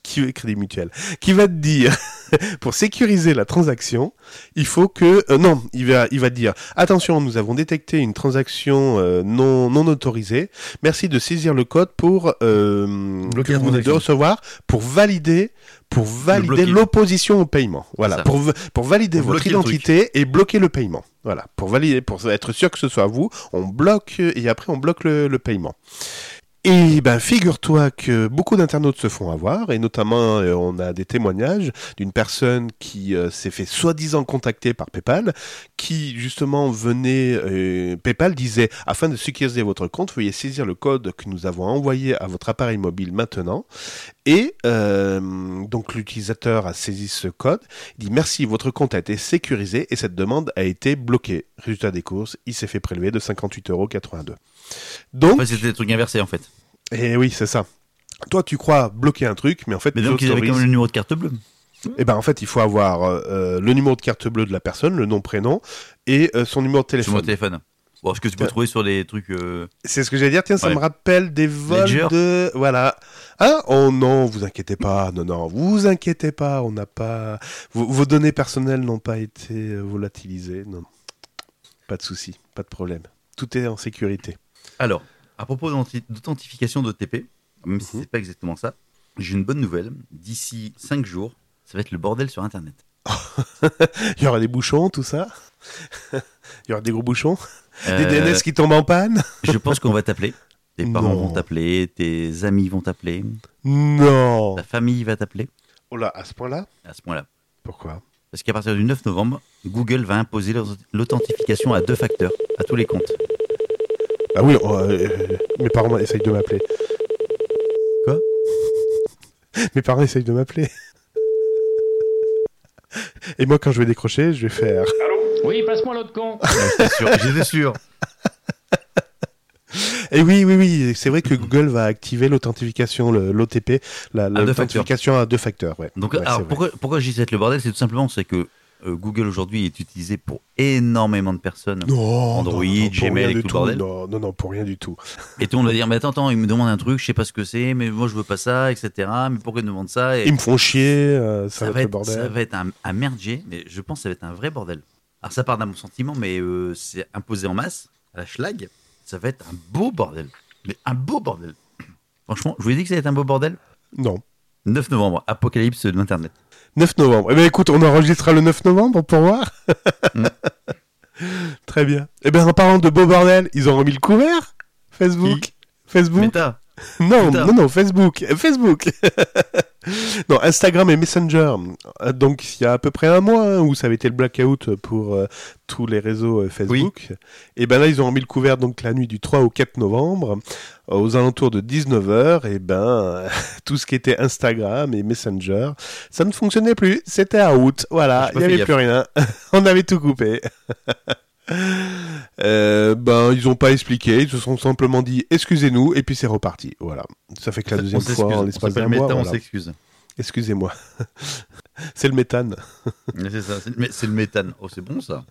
A: qui Crédit Mutuel, qui va te dire, pour sécuriser la transaction, il faut que... euh, non, il va, il va te dire, attention, nous avons détecté une transaction euh, non, non autorisée, merci de saisir le code pour... euh,
C: Bloquer
A: que
C: la
A: vous venez de
C: transaction.
A: recevoir, pour valider pour valider
C: bloquer.
A: l'opposition au paiement. Voilà,
C: ça.
A: pour, v- pour valider
C: Pour
A: votre
C: bloquer le
A: identité et bloquer le paiement. Voilà, pour valider, pour être sûr que ce soit vous, on bloque euh, et après on bloque le- le paiement. Et ben figure-toi que beaucoup d'internautes se font avoir, et notamment euh, on a des témoignages d'une personne qui euh, s'est fait soi-disant contacter par PayPal, qui justement venait, euh, PayPal disait, afin de sécuriser votre compte, veuillez saisir le code que nous avons envoyé à votre appareil mobile maintenant. Et euh, donc l'utilisateur a saisi ce code, il dit merci, votre compte a été sécurisé et cette demande a été bloquée. Résultat des courses, il s'est fait prélever de 58,82€. Donc,
C: Ouais, c'était des trucs inversés en fait.
A: et oui, c'est ça. Toi, tu crois bloquer un truc, mais en fait,
C: Mais
A: tu
C: donc ils avaient quand même
A: autorises-
C: le numéro de carte bleue.
A: Eh ben, en fait, il faut avoir euh, le numéro de carte bleue de la personne, le nom, prénom et euh, son numéro de
C: Sur mon
A: téléphone.
C: téléphone. Bon, ce que tu peux
A: Ouais.
C: trouver sur les trucs. euh,
A: C'est ce que j'allais dire. Tiens, ça
C: Ouais.
A: me rappelle des vols
C: Ledger.
A: de. Voilà. Hein Oh non, vous inquiétez pas. Non, non, vous inquiétez pas. On n'a pas. Vos, vos données personnelles n'ont pas été euh, volatilisées. Non. Pas de souci. Pas de problème. Tout est en sécurité.
C: Alors, à propos d'anti- d'authentification d'OTP, même si
A: Mhm.
C: c'est pas exactement ça, j'ai une bonne nouvelle. D'ici 5 jours, ça va être le bordel sur Internet.
A: Il y aura des bouchons, tout ça. Il y aura des gros bouchons. Des
C: Euh,
A: DNS qui tombent en panne.
C: je pense qu'on va t'appeler. Tes parents
A: Non.
C: vont t'appeler, tes amis vont t'appeler,
A: Non.
C: ta famille va t'appeler
A: Oh là, à ce point-là
C: à ce point-là.
A: Pourquoi
C: Parce qu'à partir du 9 novembre, Google va imposer l'auth- l'authentification à deux facteurs, à tous les comptes.
A: Ah oui, on, euh, euh, mes parents essayent de m'appeler.
C: Quoi
A: Mes parents essayent de m'appeler. Et moi, quand je vais décrocher, je vais faire.
F: Oui, passe-moi l'autre con.
C: J'étais sûr.
A: Et oui, oui, oui, c'est vrai que Google va activer l'authentification, le- l'OTP, la-
C: deux
A: l'authentification à deux facteurs. Ouais.
C: Donc, ah,
A: Ouais, c'est
C: alors,
A: vrai.
C: pourquoi, pourquoi je dis que ça va être le bordel C'est tout simplement c'est que euh, Google aujourd'hui est utilisé pour énormément de personnes.
A: Non,
C: Android,
A: non, non, pour
C: Gmail
A: rien
C: et
A: du
C: tout le bordel
A: Non, non, non, pour rien du tout.
C: Et tout le monde va dire Mais attends, attends, il me demande un truc, je sais pas ce que c'est, mais moi je veux pas ça, etc. Mais pourquoi il me demande ça Et
A: Ils me font chier, euh, ça, va être le bordel.
C: ça va être un, un merdier, mais je pense que ça va être un vrai bordel. Alors, ça part d'un bon sentiment, mais euh, c'est imposé en masse, à la schlag. Ça va être un beau bordel. Mais un beau bordel. Franchement, je vous ai dit que ça allait être un beau bordel.
A: Non.
C: 9 novembre, apocalypse de l'Internet.
A: 9 novembre. Eh bien, écoute, on enregistrera le 9 novembre pour voir.
C: Mm.
A: ben, Très bien. Eh bien, en parlant de beau bordel, ils ont remis le couvert Facebook. Facebook.
C: Meta,
A: Non,
C: Putain.
A: non, non, Facebook, Facebook. non, Instagram et Messenger. Euh, Donc, il y a à peu près un mois hein, où ça avait été le blackout pour euh, tous les réseaux euh, Facebook. Et ben là, ils ont remis le couvert donc la nuit du 3 au 4 novembre, euh, aux alentours de 19h. Et ben, euh, tout ce qui était Instagram et Messenger, ça ne fonctionnait plus. C'était à août. Voilà,
C: J'ai pas
A: il n'y
C: fait
A: avait
C: gaffe.
A: plus rien. On avait tout coupé. Euh, ben, ils n'ont pas expliqué, ils se sont simplement dit excusez-nous, et puis c'est reparti. Voilà. Ça fait que la deuxième
C: on s'excuse.
A: fois en
C: On
A: l'espace
C: s'appelle
A: d'un
C: Meta,
A: mois.
C: on
A: voilà.
C: s'excuse.
A: Excusez-moi. c'est le méthane.
C: Mais C'est ça, c'est le- mais c'est le méthane. Oh, c'est bon ça.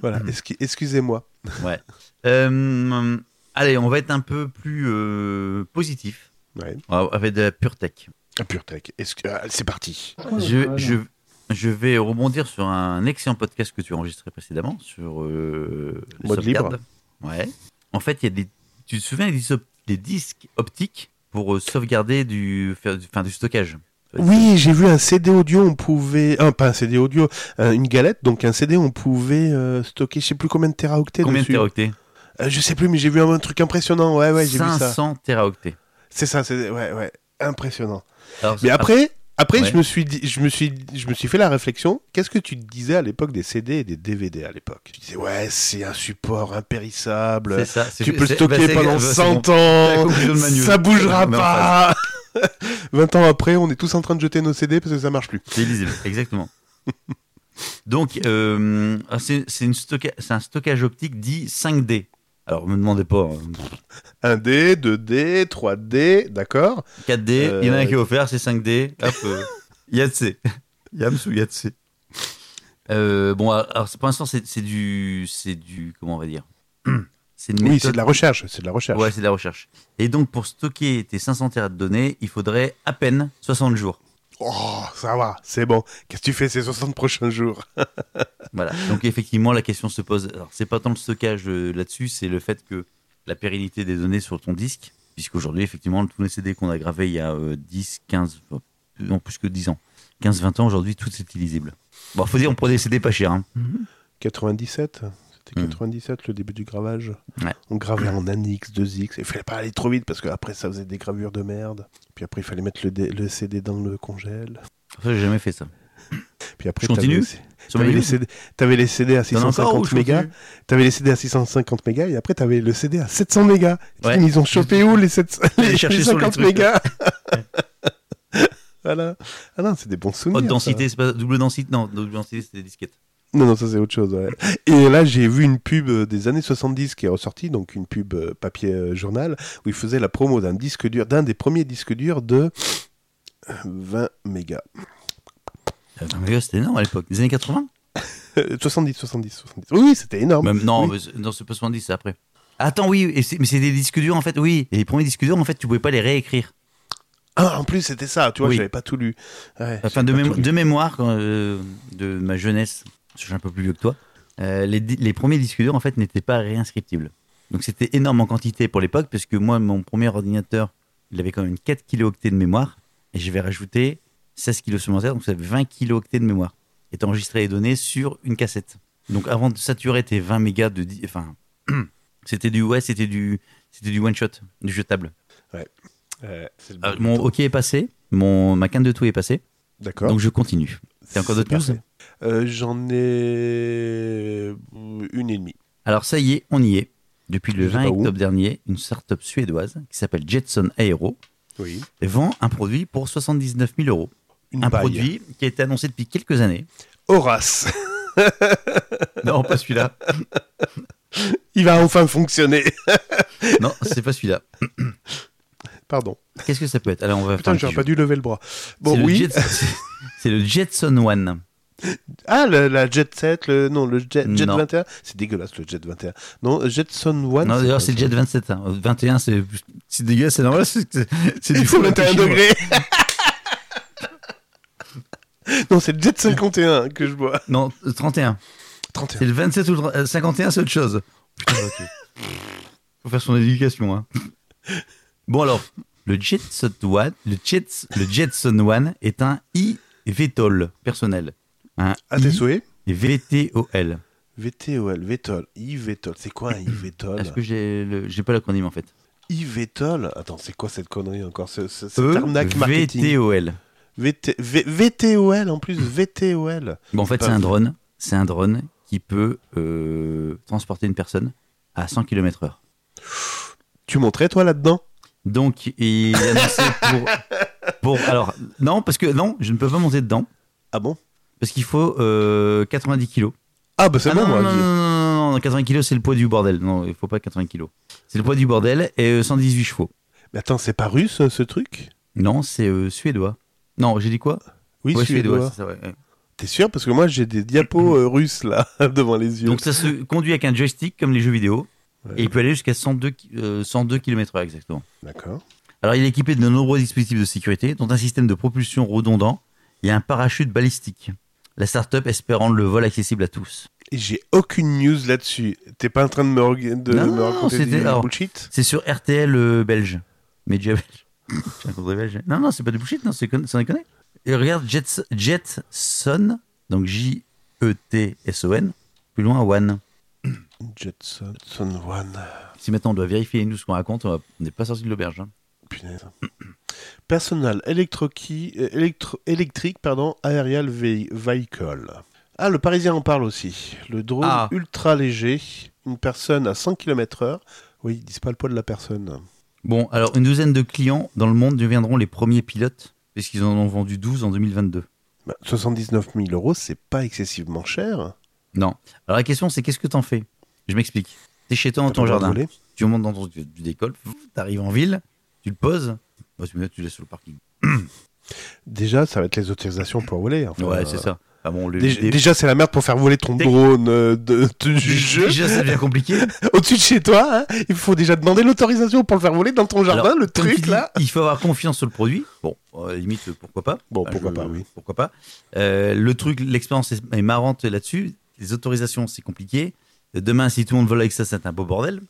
A: Voilà. Esqui- Excusez-moi.
C: Ouais. Euh, allez, on va être un peu plus euh, positif.
A: Ouais.
C: On va- Avec de la pure tech.
A: Ah, Pure tech. Est-ce que- ah, C'est parti.
C: je, je, je vais rebondir sur un excellent podcast que tu as enregistré précédemment sur euh, le
A: Mode
C: sauvegarde.
A: libre.
C: Ouais. En fait, il y a des. Tu te souviens des, dis- des disques optiques pour euh, sauvegarder du, faire du, enfin, du stockage. Euh,
A: Oui, j'ai vu un CD audio, on pouvait. Ah, pas un CD audio, un- une galette, donc un CD, on pouvait euh, stocker je sais plus combien de téraoctets
C: Combien
A: dessus.
C: de téraoctets
A: Euh, je sais plus, mais j'ai vu un, un truc impressionnant. Ouais, ouais, j'ai vu ça.
C: 500 téraoctets.
A: C'est ça, c'est. Ouais, ouais. Impressionnant.
C: Alors,
A: Mais
C: ah,
A: après, après
C: Ouais.
A: je, me suis dit, je, me suis, je me suis fait la réflexion, qu'est-ce que tu te disais à l'époque des CD et des DVD à l'époque Tu disais, ouais, c'est un support impérissable,
C: c'est ça. c'est-
A: tu peux le
C: c'est-
A: stocker
C: bah, c'est-
A: pendant
C: bah, c'est
A: 100
C: C'est la
A: ans,
C: conclusion de ma news.
A: ça bougera
C: Mais en
A: pas 20 ans après, on est tous en train de jeter nos CD parce que ça marche plus.
C: C'est illisible, exactement. Donc, euh, ah, c'est c'est une stocka- c'est un stockage optique dit 5D. Alors, me demandez pas. hein.
A: 1D, 2D, 3D, d'accord
C: 4D,
A: Euh,
C: il y en a un qui est offert, c'est 5D. Hop, euh, Yatsé. Yamsou Yatsé. Euh, bon, alors c'est- pour l'instant, c'est c'est du, c'est du. Comment on va dire C'est une
A: Oui,
C: méthode-
A: c'est de la recherche, c'est de la recherche.
C: Ouais, c'est de la recherche. Et donc, pour stocker tes 500 terras de données, il faudrait à peine 60 jours.
A: Oh, ça va, c'est bon. Qu'est-ce que tu fais ces 60 prochains jours
C: Voilà. Donc, effectivement, la question se pose. Alors, c'est pas tant le stockage euh, là-dessus, c'est le fait que la pérennité des données sur ton disque, puisqu'aujourd'hui, effectivement, tous les CD qu'on a gravés il y a euh, 10, 15, euh, non plus que 10 ans, 15, 20 ans, aujourd'hui, tout est illisible. Bon, faut dire, on prend des CD pas chers. hein.
A: 97 c'était
C: Hmm.
A: 97 le début du gravage.
C: Ouais.
A: On gravait en 1x, 2x. Il fallait pas aller trop vite parce qu'après ça faisait des gravures de merde. Puis après il fallait mettre le, dé- le CD dans le congèle.
C: Ça, j'ai jamais fait ça.
A: Puis après
C: Je continue
A: t'avais aussi- T'avais Bah, les, CD t'avais les CD à
C: T'en as encore ou
A: 650
C: je
A: mégas.
C: continue
A: T'avais les CD à 650 mégas et après t'avais le CD à 700 mégas. Tu
C: Ouais.
A: dis, mais Ils ont chopé où les, 700
C: Allez
A: les
C: chercher sur les
A: 50
C: trucs,
A: mégas Voilà. Ah non, c'est des bons souvenirs.
C: Haute
A: ça.
C: densité, c'est pas double densité. Non, double densité, c'était des disquettes.
A: Non, non, ça c'est autre chose. ouais. Et là, j'ai vu une pub euh, des années 70 qui est ressortie, donc une pub euh, papier euh, journal, où il faisait la promo d'un disque dur, d'un des premiers disques durs de 20 mégas.
C: Euh, mais ouais, c'était énorme à l'époque. Des années 80
A: Euh, 70, 70, 70. Oui, oui, c'était énorme.
C: Même- Non,
A: Oui.
C: mais c'est- non c'est pas 70, c'est après. Attends, oui, et c'est- mais c'est des disques durs en fait, oui. Et les premiers disques durs, en fait, tu pouvais pas les réécrire.
A: Ah, en plus, c'était ça, tu vois,
C: Oui.
A: j'avais pas tout lu. Ouais,
C: Enfin,
A: j'avais
C: de,
A: pas
C: mémo-
A: tout lu.
C: de mémoire, quand, euh, de ma jeunesse, je suis un peu plus vieux que toi, euh, les, di- les premiers disques durs, en fait, n'étaient pas réinscriptibles. Donc, c'était énorme en quantité pour l'époque, parce que moi, mon premier ordinateur, il avait quand même 4 kilooctets de mémoire, et je vais rajouter 16 kilos supplémentaires, donc ça fait 20 kilooctets de mémoire. Et t'enregistrais les données sur une cassette. Donc, avant de saturer tes 20 mégas de. di- Enfin, c'était du. Ouais, c'était du. C'était du one-shot, du jetable.
A: Ouais, c'est le
C: Euh,
A: bon
C: mon
A: temps.
C: hockey est passé, mon, ma canne de tout est passée,
A: D'accord.
C: donc je continue. T'as encore
A: C'est
C: d'autres news
A: parfait. Euh, J'en ai euh, une et demie.
C: Alors ça y est, on y est. Depuis le
A: Je sais
C: 20
A: pas où.
C: octobre dernier, une start-up suédoise qui s'appelle Jetson Aero
A: Oui.
C: vend un produit pour 79 000 euros.
A: Une
C: Un
A: paille.
C: produit qui a été annoncé depuis quelques années.
A: Horace,
C: Non, pas celui-là.
A: il va enfin fonctionner.
C: Non, c'est pas celui-là.
A: Pardon.
C: Qu'est-ce que ça peut être Alors on va
A: Putain,
C: faire un
A: j'aurais
C: petit
A: pas dû
C: jeu.
A: lever le bras. Bon,
C: C'est le
A: oui.
C: Jets- C'est le Jetson One.
A: Ah, le- la Jet 7, le, non, le Jet, Jet
C: Non.
A: 21. C'est dégueulasse, le Jet 21. Non, Jetson 1.
C: non, d'ailleurs, c'est le Jet
A: Ah, pas-
C: 27. hein. 21, c'est c'est dégueulasse, c'est normal. C'est c'est du hein.
A: C'est
C: faux
A: 21
C: chinois.
A: degrés. non, c'est le Jet 51 que je vois.
C: Non, 31. C'est
A: 31.
C: le 27 ou le 30 euh, 51, c'est autre chose.
A: Ah,
C: Putain, ok. Faut faire son éducation. Hein. Bon, alors, le Jetson One, le Jets, le Jetson One est un i-VTOL personnel. Un
A: À Ah, tes souhaits.
C: VTOL.
A: VTOL, VTOL, IVTOL. C'est quoi un IVTOL
C: Est-ce que j'ai le- j'ai pas l'acronyme en fait
A: e-VTOL. Attends, c'est quoi cette connerie encore ce, ce- Cette
C: E
A: arnaque marketing
C: E-VTOL.
A: VT V- VTOL en plus, VTOL.
C: Bon, en fait,
A: Pas
C: c'est un
A: vrai.
C: drone. C'est un drone qui peut euh, transporter une personne à 100 km/h.
A: Tu montrais toi là-dedans
C: Donc, il est annoncé pour, pour. Alors, non, parce que non, je ne peux pas monter dedans.
A: Ah bon
C: Parce qu'il faut euh, 90 kilos.
A: Ah bah c'est
C: Ah
A: bon
C: non,
A: moi.
C: non, non,
A: je-
C: non, non, non, non, 80 kilos, c'est le poids du bordel. Non, il faut pas 80 kilos. C'est le poids du bordel et euh, 118 chevaux.
A: Mais attends, c'est pas russe ce truc
C: Non, c'est euh, suédois. Non, j'ai dit quoi
A: Oui,
C: Ouais,
A: suédois.
C: c'est ça, ouais, ouais.
A: T'es sûr Parce que moi j'ai des diapos euh, russes là devant les yeux.
C: Donc, ça se conduit avec un joystick comme les jeux vidéo.
A: Ouais.
C: Et il peut aller jusqu'à 102, ki- euh, 102 km/h exactement.
A: D'accord.
C: Alors, il est équipé de nombreux dispositifs de sécurité, dont un système de propulsion redondant et un parachute balistique. La start-up espère rendre le vol accessible à tous.
A: Et j'ai aucune news là-dessus. T'es pas en train de me, reg- de
C: Non,
A: me
C: non,
A: raconter
C: c'était-
A: du
C: alors-
A: bullshit
C: C'est sur RTL euh, belge. Média belge. J'ai un contré belge. Non, non, c'est pas du bullshit, non, c'est con- sans déconner. Et regarde Jets- Jetson, donc E J-E-T-S-O-N, plus loin, One.
A: Jetson Son One.
C: Si maintenant on doit vérifier nous ce qu'on raconte, on va- on n'est pas sorti de l'auberge. hein.
A: Punaise. Personal électroqui- euh, électro- électrique pardon, aerial ve- vehicle. Ah, le Parisien en parle aussi. Le drone
C: Ah.
A: ultra léger, une personne à 100 km/h. Oui, ils disent pas le poids de la personne.
C: Bon, alors une douzaine de clients dans le monde deviendront les premiers pilotes, puisqu'ils en ont vendu 12 en 2022.
A: Bah, 79 000 euros, c'est pas excessivement cher.
C: Non. Alors la question, c'est qu'est-ce que t'en fais Je m'explique. T'es chez toi dans
A: T'as pas
C: ton
A: le droit de
C: jardin.
A: voler
C: Tu montes dans ton. Tu tu décolles, pff, t'arrives en ville, tu le poses, bah, tu, tu le laisses sur le parking.
A: Déjà, ça va être les autorisations pour voler. enfin,
C: ouais,
A: euh,
C: c'est ça. Ah bon, le-
A: Déjà,
C: des-
A: déjà, c'est la merde pour faire voler ton
C: Dé-
A: drone euh, de, de- du jeu
C: déjà, ça devient compliqué.
A: au-dessus de chez toi. hein. il faut déjà demander l'autorisation pour le faire voler dans ton jardin,
C: Alors,
A: le
C: comme tu
A: truc
C: dis,
A: là.
C: Il faut avoir confiance sur le produit. Bon, euh, limite, euh, pourquoi pas.
A: Bon, Oh,
C: Bah,
A: pourquoi
C: je-
A: pas, oui.
C: Pourquoi pas. Euh, le truc, l'expérience est, est marrante là-dessus. Les autorisations, c'est compliqué. Euh, Demain, si tout le monde vole avec ça, c'est un beau bordel.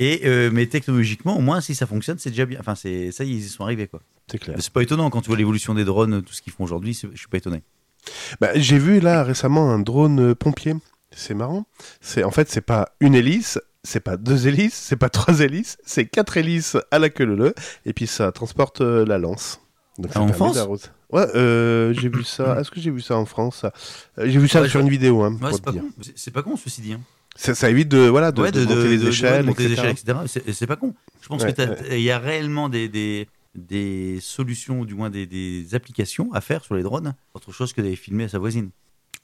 C: Et euh, mais technologiquement, au moins, si ça fonctionne, c'est déjà bien. Enfin, c'est ça, ils y sont arrivés quoi.
A: C'est clair.
C: Mais C'est pas étonnant quand tu vois l'évolution des drones, tout ce qu'ils font aujourd'hui. c'est- Je suis pas étonné.
A: Bah, J'ai vu là récemment un drone euh, pompier. C'est marrant. C'est en fait c'est pas une hélice, c'est pas deux hélices, c'est pas trois hélices, c'est quatre hélices à la queue leu et puis ça transporte euh, la lance. Donc,
C: Ah, en
A: permet
C: France
A: la route. Ouais, euh, j'ai vu ça. Est-ce que j'ai vu ça en France ça Euh, J'ai vu ça
C: Ouais,
A: sur
C: je-
A: une vidéo. hein,
C: Ouais,
A: pour
C: c'est pas
A: te dire.
C: con. C'est- C'est pas con ceci dit. hein.
A: Ça, ça évite de voilà de,
C: Ouais,
A: de monter les
C: ouais,
A: échelles,
C: de monter les
A: etc.
C: échelles, etc. C'est- C'est pas con. Je pense
A: Ouais,
C: que t'as- il y a réellement des, des, des solutions, ou du moins des, des applications à faire sur les drones, autre chose que d'aller filmer à sa voisine,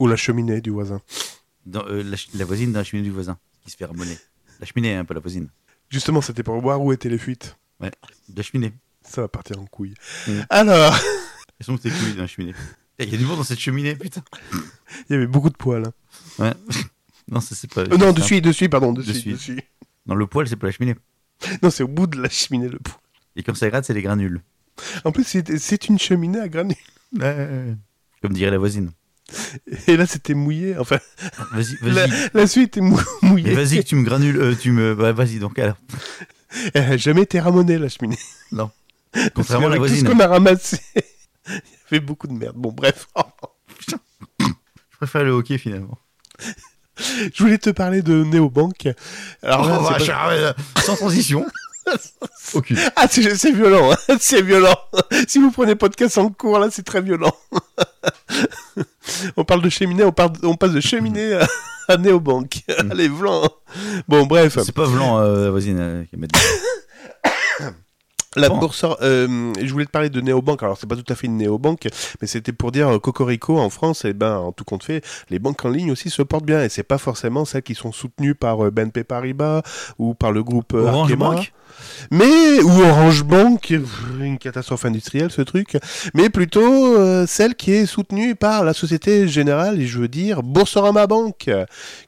A: Ou la cheminée du voisin.
C: dans, euh, la, ch- la voisine d'un cheminée du voisin qui se fait ramoner. La cheminée, un peu la voisine.
A: Justement, c'était pour voir où étaient les fuites.
C: De la cheminée.
A: Ça va partir en couille.
C: Mm.
A: Alors,
C: Elles sont tes couilles d'un cheminée. Eh, Il y a du monde dans cette cheminée, putain.
A: il y avait beaucoup de poils. hein.
C: Ouais. Non, ça, c'est pas.
A: Euh, non,
C: c'est
A: dessus, dessus, pardon, dessus,
C: Dessus.
A: dessus.
C: un- Dans le poil, c'est pas la cheminée.
A: Non, c'est au bout de la cheminée le poil.
C: Et quand ça gratte, c'est les granules.
A: En plus, c'était- c'est une cheminée à granit.
C: Comme dirait la voisine.
A: Et là, c'était mouillé. Enfin,
C: Vas-y,
A: la,
C: vas-y.
A: la suite est mou-
C: Mais
A: mouillée.
C: vas-y que tu me granules, euh, tu me. bah, vas-y donc alors.
A: Elle a jamais été ramonée, la cheminée. Parce
C: Contrairement à la
A: qu'avec tout
C: voisine.
A: ce qu'on a ramassé, il y avait beaucoup de merde. Bon, bref.
C: Je préfère le hockey finalement.
A: Je voulais te parler de néobanque.
C: Ah Oh,
A: Alors, là, c'est pas-
C: sans transition. Aucune.
A: Ah, c'est c'est violent, hein, c'est violent. Si vous prenez podcast en cours, là, c'est très violent. on parle de cheminée, on, parle, on passe de cheminée à, à néobanque. Allez, blanc. Bon, bref.
C: Mm. C'est pas blanc, euh, la voisine. euh, qui m'a dit.
A: La
C: Bon.
A: bourse, euh, je voulais te parler de néobanque. Alors c'est pas tout à fait une néobanque, mais c'était pour dire euh, cocorico en France. Et ben en tout compte fait, les banques en ligne aussi se portent bien. Et c'est pas forcément celles qui sont soutenues par euh, BNP Paribas ou par le groupe euh,
C: Orange
A: Arkema.
C: Bank
A: mais ou Orange Bank, pff, une catastrophe industrielle ce truc. Mais plutôt euh, celle qui est soutenue par la Société Générale et je veux dire Boursorama Bank,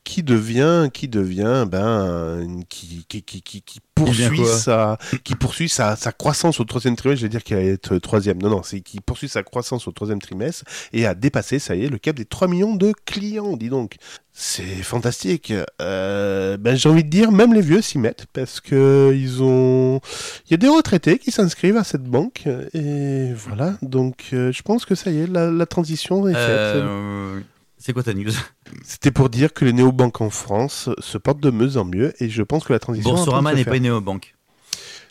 A: qui devient, qui devient, ben, une- qui qui qui qui, qui poursuit
C: quoi
A: sa qui poursuit sa, sa croissance au troisième trimestre, je vais dire qu'il va être troisième, non, non, c'est qui poursuit sa croissance au troisième trimestre et a dépassé, ça y est, le cap des 3 millions de clients, dis donc. C'est fantastique. Euh, ben, j'ai envie de dire, même les vieux s'y mettent parce que ils ont, il y a des retraités qui s'inscrivent à cette banque et voilà. Donc, euh, je pense que ça y est, la, la transition est faite.
C: Euh, C'est quoi ta news
A: C'était pour dire que les néobanques en France se portent de mieux en mieux et je pense que la transition. est en train de
C: Boursorama
A: se
C: n'est
A: faire.
C: pas une néobanque.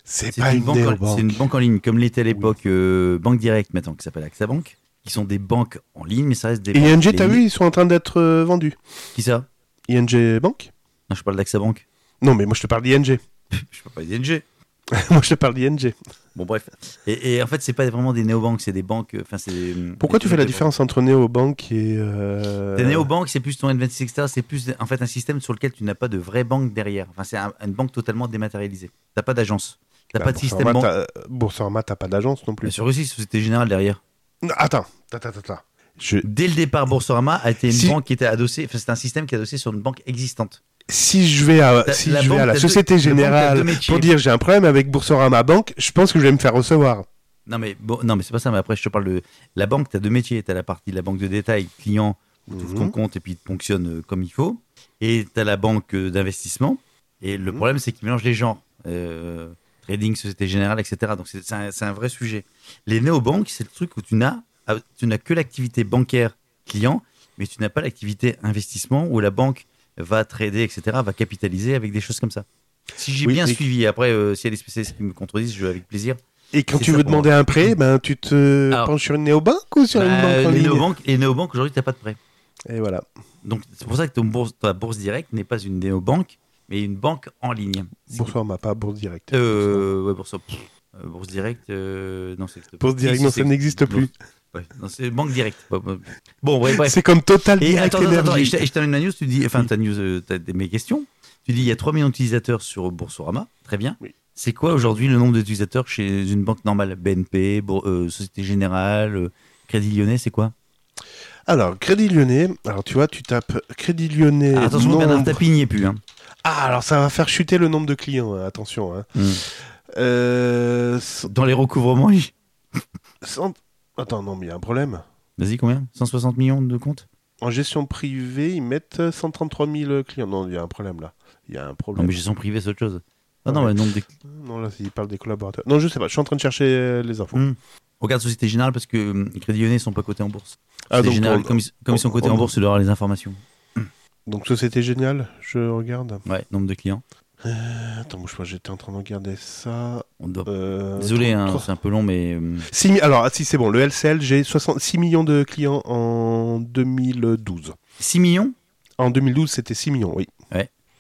A: C'est
C: C'est
A: pas
C: une,
A: une
C: banque en-
A: néobanque.
C: c'est une banque en ligne, comme l'était à l'époque euh, Banque Directe maintenant, qui s'appelle AXA Bank, qui sont des banques en ligne, mais ça reste des
A: Et
C: banques.
A: ING, t'as
C: les-
A: vu, ils sont en train d'être euh, vendus.
C: Qui ça
A: ING Bank
C: Non, je parle d'AXA Bank.
A: Non, mais moi je te parle d'ING.
C: Je parle pas d'ING.
A: moi je te parle d'ING.
C: Bon, bref. Et, et en fait, c'est pas vraiment des néobanques, c'est des banques. euh, Enfin, c'est. des-
A: Pourquoi
C: des
A: tu fais la
C: banques-
A: différence entre néobanque et. euh,
C: Des néobanques, c'est plus ton N26, etc. C'est plus en fait un système sur lequel tu n'as pas de vraie banque derrière. Enfin, c'est un- une banque totalement dématérialisée. T'as pas d'agence. T'as
A: Bah,
C: pas de système banque.
A: Boursorama, t'as- Boursorama, t'as pas d'agence non
C: Bien
A: plus.
C: sûr aussi, Société Générale derrière.
A: Non, Attends, attends, attends, attends. Je-
C: Dès le départ, Boursorama a été une
A: Si-
C: banque qui était adossée. Enfin, c'est un système qui est adossé sur une banque existante.
A: Si je vais à,
C: La-
A: si
C: la
A: je vais
C: banque,
A: à la
C: t'as
A: Société
C: deux- la banque, t'as deux
A: Générale
C: métiers.
A: pour dire j'ai un problème avec Boursorama Banque, je pense que je vais me faire recevoir.
C: Non mais bon, non mais c'est pas ça. Mais après, je te parle de la banque. T'as deux métiers. T'as la partie de la banque de détail, client, où
A: Mhm.
C: t'ouvres ton compte et puis il te fonctionne euh, comme il faut. Et t'as la banque euh, d'investissement. Et
A: Mhm.
C: le problème, c'est qu'ils mélangent les genres. Euh, trading, société générale, etc. Donc c'est c'est un, c'est un vrai sujet. Les néobanques, c'est le truc où tu n'as ah, tu n'as que l'activité bancaire client, mais tu n'as pas l'activité investissement où la banque va trader, etc. Va capitaliser avec des choses comme ça. Si j'ai
A: Oui,
C: bien
A: et-
C: suivi, après, euh, s'il y a des spécialistes qui me contredisent, je avec plaisir.
A: Et quand
C: C'est
A: tu
C: ça
A: veux
C: pour moi.
A: demander un prêt, ben, tu te
C: Alors-
A: penches sur une néobanque ou sur une
C: Bah,
A: banque en
C: les
A: ligne
C: néobanques, les néobanques, aujourd'hui, tu n'as pas de prêt.
A: Et voilà.
C: Donc, c'est pour ça que ton bourse, ta bourse directe n'est pas une néobanque, mais une banque en ligne. C'est-
A: Boursorama, pas Bourse Direct.
C: Euh, ouais, bourse, pff, euh, bourse directe, euh, non, c'est-
A: Bourse Direct,
C: Si, si,
A: non, ça
C: c'est-
A: n'existe plus.
C: Ouais, non, c'est banque directe. Bon, bon. Bon, ouais, bref.
A: C'est comme Total
C: Et
A: Direct
C: attends, attends, attends, et
A: Energy. Mm.
C: je, et je termine ma news, tu dis, enfin, ta news, euh, t'as des- mes questions. Tu dis, il y a 3 millions d'utilisateurs sur Boursorama, très bien.
A: Oui.
C: C'est quoi aujourd'hui le nombre d'utilisateurs chez une banque normale BNP, Bour- euh, Société Générale, euh, Crédit Lyonnais, c'est quoi
A: Alors, Crédit Lyonnais. Alors, tu vois, tu tapes Crédit Lyonnais.
C: Ah, Attention,
A: nombre-
C: Bernard Tapie n'y est plus. hein.
A: Ah, alors ça va faire chuter le nombre de clients, hein, attention. hein.
C: Mm.
A: Euh, cent-
C: Dans les recouvrements, il-
A: cent- Attends, non, mais il y a un problème.
C: Vas-y, combien 160 millions de comptes
A: En gestion privée, ils mettent 133 000 clients. Non, il y a un problème là. Il y a un
C: Non,
A: problème.
C: mais gestion privée, c'est autre chose. Ah non,
A: Ouais.
C: mais le nombre de...
A: Non, là, ils parlent des collaborateurs. Non, je sais pas, je suis en train de chercher euh, les infos.
C: Mm. Regarde Société Générale parce que euh, les Crédits Lyonnais ne sont pas cotés en bourse.
A: Ah,
C: Société
A: donc,
C: Générale,
A: on-
C: comme, ils, comme ils sont
A: on-
C: cotés
A: on-
C: en bourse, tu dois avoir les informations.
A: donc Société Géniale, je regarde.
C: Ouais, nombre de clients.
A: Attends, bouge pas, j'étais en train de regarder ça.
C: On doit...
A: Euh,
C: Désolé,
A: trois-
C: hein,
A: trois-
C: c'est un peu long, mais... euh,
A: six mi- alors, ah, si c'est bon, le LCL, j'ai 66 millions de clients en 2012.
C: 6 millions
A: En 2012, c'était 6 millions, oui.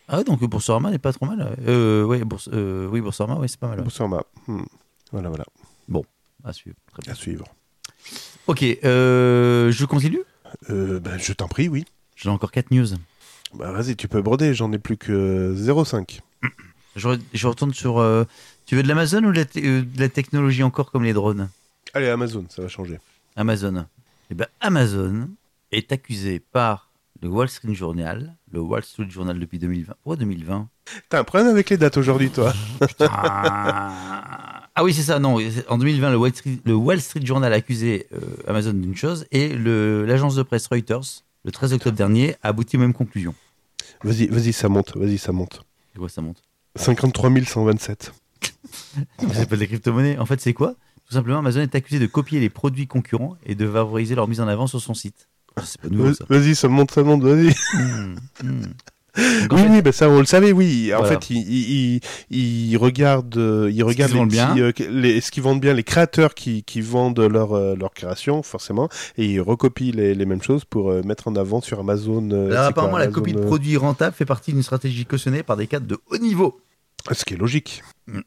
C: Ah ouais, donc Boursorama n'est pas trop mal. ouais. Euh, ouais, Bourse- euh, oui, Boursorama, ouais, c'est pas mal. ouais.
A: Boursorama. Hmm. Voilà, voilà,
C: À suivre. Très bien.
A: à suivre.
C: Ok, euh, je continue
A: Euh, ben, je t'en prie, oui.
C: J'en ai encore 4 news.
A: Bah, vas-y, tu peux broder, j'en ai plus que 0,5.
C: Je, re- je retourne sur... euh, tu veux de l'Amazon ou de la, te- euh, de la technologie encore comme les drones
A: Allez, Amazon, ça va changer.
C: Amazon. Eh ben, Amazon est accusé par le Wall Street Journal, le Wall Street Journal depuis 2020. Pourquoi 2020
A: T'as un problème avec les dates aujourd'hui, toi
C: Putain. Ah oui, c'est ça, non. c'est- En 2020, le Wall Street, le Wall Street Journal a accusé euh, Amazon d'une chose et le- l'agence de presse Reuters, le 13 octobre dernier, a abouti aux mêmes conclusions.
A: Vas-y, vas-y, ça monte, vas-y, ça monte.
C: C'est quoi, ça monte
A: 53 127.
C: C'est pas des crypto-monnaies. En fait, c'est quoi Tout simplement, Amazon est accusé de copier les produits concurrents et de favoriser leur mise en avant sur son site. Ah, C'est pas nouveau, ça.
A: Vas- Vas-y, ça monte, ça monte, vas-y.
C: Hmm, hmm. Donc, en
A: Oui,
C: fait,
A: oui, bah ça on le savait, oui. En
C: Voilà.
A: fait, ils il, il, il regardent, euh, ils regardent
C: qu'ils
A: les
C: vendent bien.
A: petits, euh, les- ce qu'ils vendent bien, les créateurs qui, qui vendent leur, euh, leur création, forcément, et ils recopient les, les mêmes choses pour euh, mettre en avant sur Amazon. euh,
C: Alors,
A: c'est
C: apparemment,
A: quoi,
C: la
A: Amazon,
C: copie de
A: euh,
C: produits rentables fait partie d'une stratégie cautionnée par des cadres de haut niveau.
A: Ce qui est logique.
C: Mm.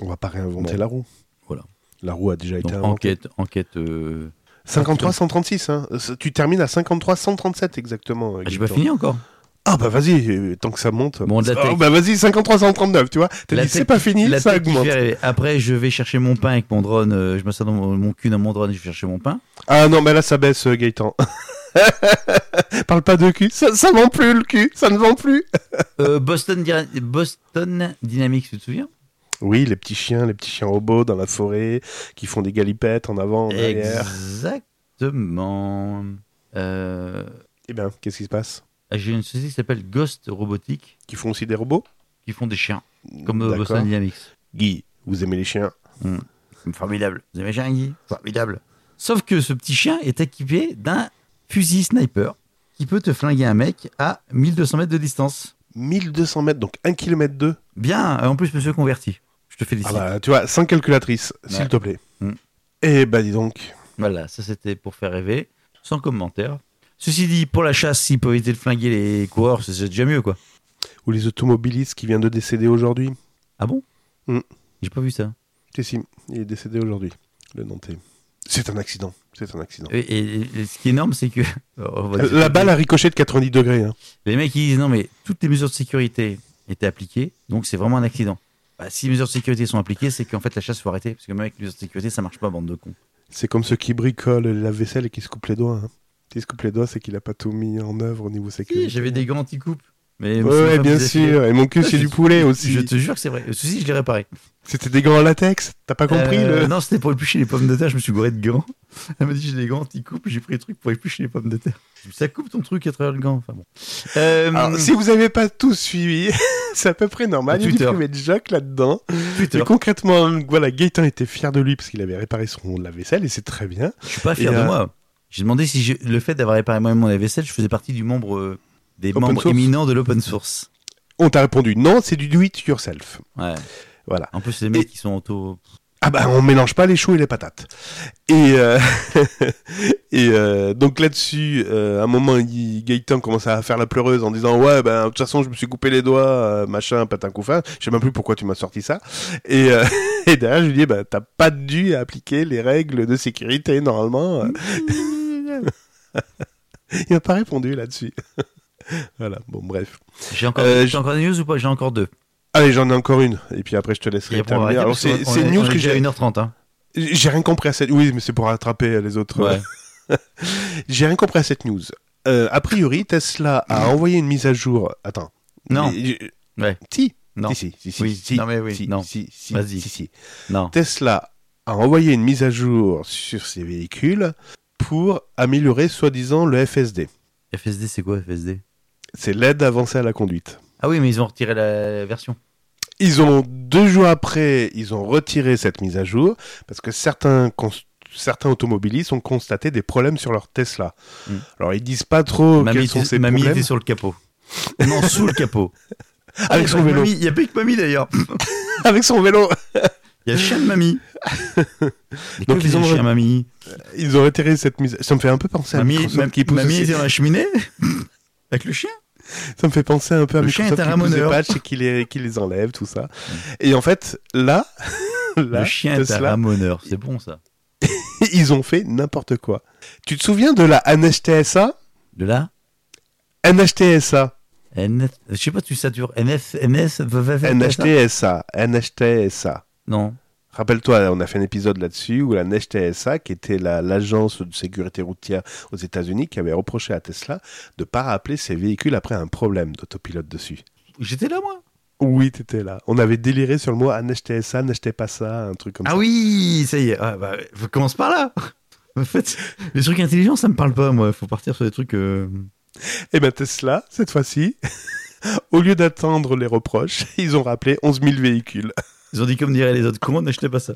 A: On va pas réinventer
C: Bon.
A: la roue.
C: Voilà.
A: La roue a déjà été
C: Donc,
A: inventée.
C: enquête, enquête. euh,
A: 53 136, hein. Euh, Tu termines à 53 137 exactement. euh,
C: Ah, j'ai
A: Gaëtan.
C: pas fini encore.
A: Ah bah vas-y, euh, tant que ça monte.
C: Bon, de la
A: Ah
C: tech.
A: bah vas-y, 53 139, tu vois. T'as
C: La
A: dit c'est
C: tech-
A: pas fini,
C: La
A: ça
C: tech qui
A: augmente.
C: fait rêver. Après, je vais chercher mon pain avec mon drone. euh, je me sers dans mon, mon cul dans mon drone et je vais chercher mon pain.
A: Ah non, mais là, ça baisse, euh, Gaëtan. Parle pas de cul. Ça, ça vend plus, le cul. Ça ne vend plus.
C: Euh, Boston, Dyna- Boston Dynamics, tu te souviens
A: Oui, les petits chiens, les petits chiens robots dans la forêt qui font des galipettes en avant, en arrière.
C: Exactement. Euh,
A: Eh bien, qu'est-ce qui se passe
C: J'ai une société qui s'appelle Ghost Robotics
A: Qui font aussi des robots
C: qui font des chiens comme euh,
A: D'accord.
C: Boston Dynamics.
A: Guy, vous aimez les chiens
C: C'est Formidable. Vous avez chien, Guy Formidable. Sauf que ce petit chien est équipé d'un fusil sniper qui peut te flinguer un mec à 1200 mètres de distance.
A: 1200 mètres, donc 1 km 2.
C: Bien, euh, en plus, monsieur converti. Je te félicite.
A: Ah bah, tu vois, sans calculatrice, s'il
C: Ouais.
A: te plaît.
C: Mm.
A: Eh bah, dis donc.
C: Voilà, ça c'était pour faire rêver, sans commentaire. Ceci dit, pour la chasse, s'ils peuvent éviter de flinguer les coureurs, c'est c'est déjà mieux, quoi.
A: Ou les automobilistes qui viennent de décéder aujourd'hui.
C: Ah bon
A: Mm.
C: J'ai pas vu ça.
A: Si, si, il est décédé aujourd'hui, le Nantais. C'est un accident, c'est un accident.
C: Et, et- et ce qui est énorme, c'est que. oh, on va
A: Euh,
C: dire-
A: La balle a ricoché de 90 degrés. hein.
C: Les mecs, ils disent non, mais toutes les mesures de sécurité étaient appliquées, donc c'est vraiment un accident. Bah, si les mesures de sécurité sont appliquées, c'est qu'en fait la chasse faut arrêter, parce que même avec les mesures de sécurité, ça marche pas, bande de cons.
A: C'est comme ceux qui bricolent la vaisselle et qui se coupent les doigts. Hein. Qui se coupent les doigts, c'est qu'il a pas tout mis en œuvre au niveau sécurité.
C: J'avais des gants anti-coupe. Mais
A: Ouais, ouais, bien sûr. Et mon cul, c'est du poulet aussi.
C: Je te jure que c'est vrai. Ceci, je l'ai réparé.
A: C'était des gants en latex. T'as pas compris
C: Euh,
A: le...
C: Non, c'était pour éplucher les pommes de terre. Je me suis gouré de gants. Elle m'a dit j'ai des gants anti-coupe. J'ai pris le truc pour éplucher les pommes de terre. Je me suis dit, Ça coupe ton truc à travers le gant. Enfin bon. Euh,
A: Alors, si vous avez pas tout suivi, c'est à peu près normal. Il y a du
C: Twitter.
A: privé de Jacques là-dedans.
C: Twitter.
A: Et concrètement, voilà, Gaëtan était fier de lui parce qu'il avait réparé son lave-vaisselle et c'est très bien.
C: Je suis pas fier
A: Et,
C: de
A: euh,
C: moi. J'ai demandé si je- le fait d'avoir réparé moi-même mon lave-vaisselle, je faisais partie du membre euh, des
A: Open
C: membres
A: source.
C: éminents de l'open source.
A: On t'a répondu non, c'est du do it yourself.
C: Ouais.
A: Voilà.
C: En plus, les mecs qui sont auto.
A: Ah bah on mélange pas les choux et les patates. Et, euh, et euh, donc là-dessus, euh, à un moment, il- Gaëtan commence à faire la pleureuse en disant ouais ben de toute façon je me suis coupé les doigts, euh, machin, patin couffin. Je sais même plus pourquoi tu m'as sorti ça. Et, euh, et derrière je lui dis ben t'as pas dû appliquer les règles de sécurité normalement. il n'a pas répondu là-dessus. voilà. Bon bref.
C: J'ai encore,
A: Euh,
C: j'ai encore des news ou pas J'ai encore deux.
A: Allez j'en ai encore une. Et puis après je te
C: Et
A: laisserai
C: après, on va
A: terminer.
C: arrêter
A: Alors c'est
C: parce qu'on-
A: c'est
C: on est-
A: une
C: on
A: news
C: est
A: que
C: déjà à
A: j'ai.
C: 1h30. Hein.
A: J'ai rien compris à cette. Oui, mais c'est pour rattraper les autres.
C: Ouais.
A: J'ai rien compris à cette news. Euh, a priori, Tesla a envoyé une mise à jour. Attends.
C: Non.
A: Mais-
C: Ouais.
A: Si.
C: Non.
A: Si, si, si,
C: Oui.
A: si,
C: Non, mais oui,
A: si,
C: non.
A: si, si,
C: Vas-y.
A: si, si.
C: Non.
A: Tesla a envoyé une mise à jour sur ses véhicules pour améliorer soi-disant le FSD.
C: FSD, c'est quoi FSD
A: C'est l'aide avancée à la conduite.
C: Ah oui, mais ils ont retiré la version.
A: Ils ont deux jours après, ils ont retiré cette mise à jour parce que certains cons- certains automobilistes ont constaté des problèmes sur leur Tesla.
C: Mm.
A: Alors ils disent pas trop
C: Mamie,
A: quels sont
C: était-
A: ces
C: mamie
A: problèmes
C: était sur le capot. Non, sous le capot.
A: avec son vélo.
C: Il n'y a plus que mamie d'ailleurs.
A: Avec son vélo,
C: Il y a le chien de mamie. Et
A: Donc, ils
C: que faisait le
A: ont-
C: chien mamie.
A: ils ont retiré cette mise. Ça me fait un peu penser à
C: Mamie,
A: Microsoft
C: ma-
A: qui pousse.
C: mamie
A: aussi.
C: était dans la cheminée avec le chien.
A: Ça me fait penser un peu à
C: Le chien
A: Microsoft
C: est un
A: qui pousse des
C: ramoneur. Hmm.
A: patchs et qui les qui les enlève tout ça. Et en fait là, là
C: le chien est un
A: Tesla,
C: ramoneur. C'est bon ça.
A: ils ont fait n'importe quoi. Tu te souviens de la NHTSA
C: De là,
A: NHTSA
C: NF... je sais pas, tu satures. NF, NS,
A: NHTSA NHTSA
C: Non.
A: Rappelle-toi, on a fait un épisode là-dessus où la NHTSA, qui était la- l'agence de sécurité routière aux États-Unis, qui avait reproché à Tesla de ne pas rappeler ses véhicules après un problème d'autopilote dessus.
C: J'étais là moi.
A: Oui, t'étais là. On avait déliré sur le mot ah, NHTSA, n'achetez pas ça, un truc comme
C: Ah
A: ça.
C: oui, ça y est. Ah, bah, faut- commence par là. En fait, les trucs intelligents, ça me parle pas, moi. Faut partir sur des trucs. euh,
A: Et bien Eh ben, Tesla, cette fois-ci, au lieu d'attendre les reproches, ils ont rappelé 11 000 véhicules.
C: Ils ont dit, comme diraient les autres, comment n'achetez pas ça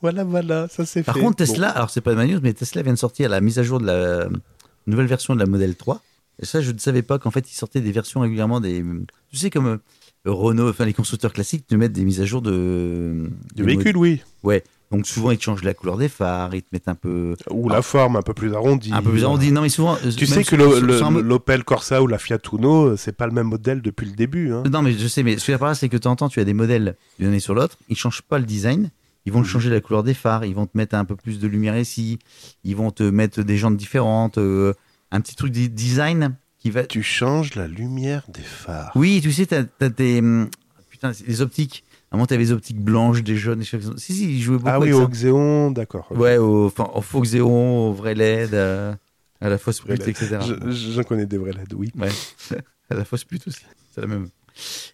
A: Voilà, voilà, ça c'est fait.
C: Par
A: Bon.
C: contre, Tesla, alors c'est pas de ma news, mais Tesla vient de sortir la mise à jour de la nouvelle version de la Model 3. Et ça, je ne savais pas qu'en fait, ils sortaient des versions régulièrement des. Tu sais, comme euh, Renault, enfin les constructeurs classiques, te mettent des mises à jour de.
A: Du
C: des
A: véhicule, oui.
C: mod- Donc souvent, ils te changent la couleur des phares, ils te mettent un peu.
A: Ou
C: Ah.
A: la forme un peu plus arrondie.
C: Un peu plus arrondi. Non, mais souvent.
A: Tu sais que le- le- l'Opel Corsa ou la Fiat Uno, c'est pas le même modèle depuis le début. Hein.
C: Non, mais je sais, mais ce que par là, c'est que tu entends, tu as des modèles d'une année sur l'autre, ils changent pas le design, ils
A: Mhm.
C: vont te changer la couleur des phares, ils vont te mettre un peu plus de lumière ici, ils vont te mettre des jantes différentes, euh, un petit truc de design qui va.
A: Tu changes la lumière des phares.
C: Oui, tu sais, t'as as des. hum, Putain, c'est- les optiques. À un moment, t'avais les optiques blanches, des jaunes, des choses. Si, si, ils jouaient beaucoup.
A: Ah oui,
C: avec
A: au
C: ça.
A: Xéon, d'accord. ok.
C: Ouais, au, enfin, au faux Xeon, au vrai LED, euh, à la fausse
A: Vrai
C: pute, etc.
A: Je- J'en connais des vrais LED, oui.
C: Ouais. à la fausse pute aussi. C'est la même.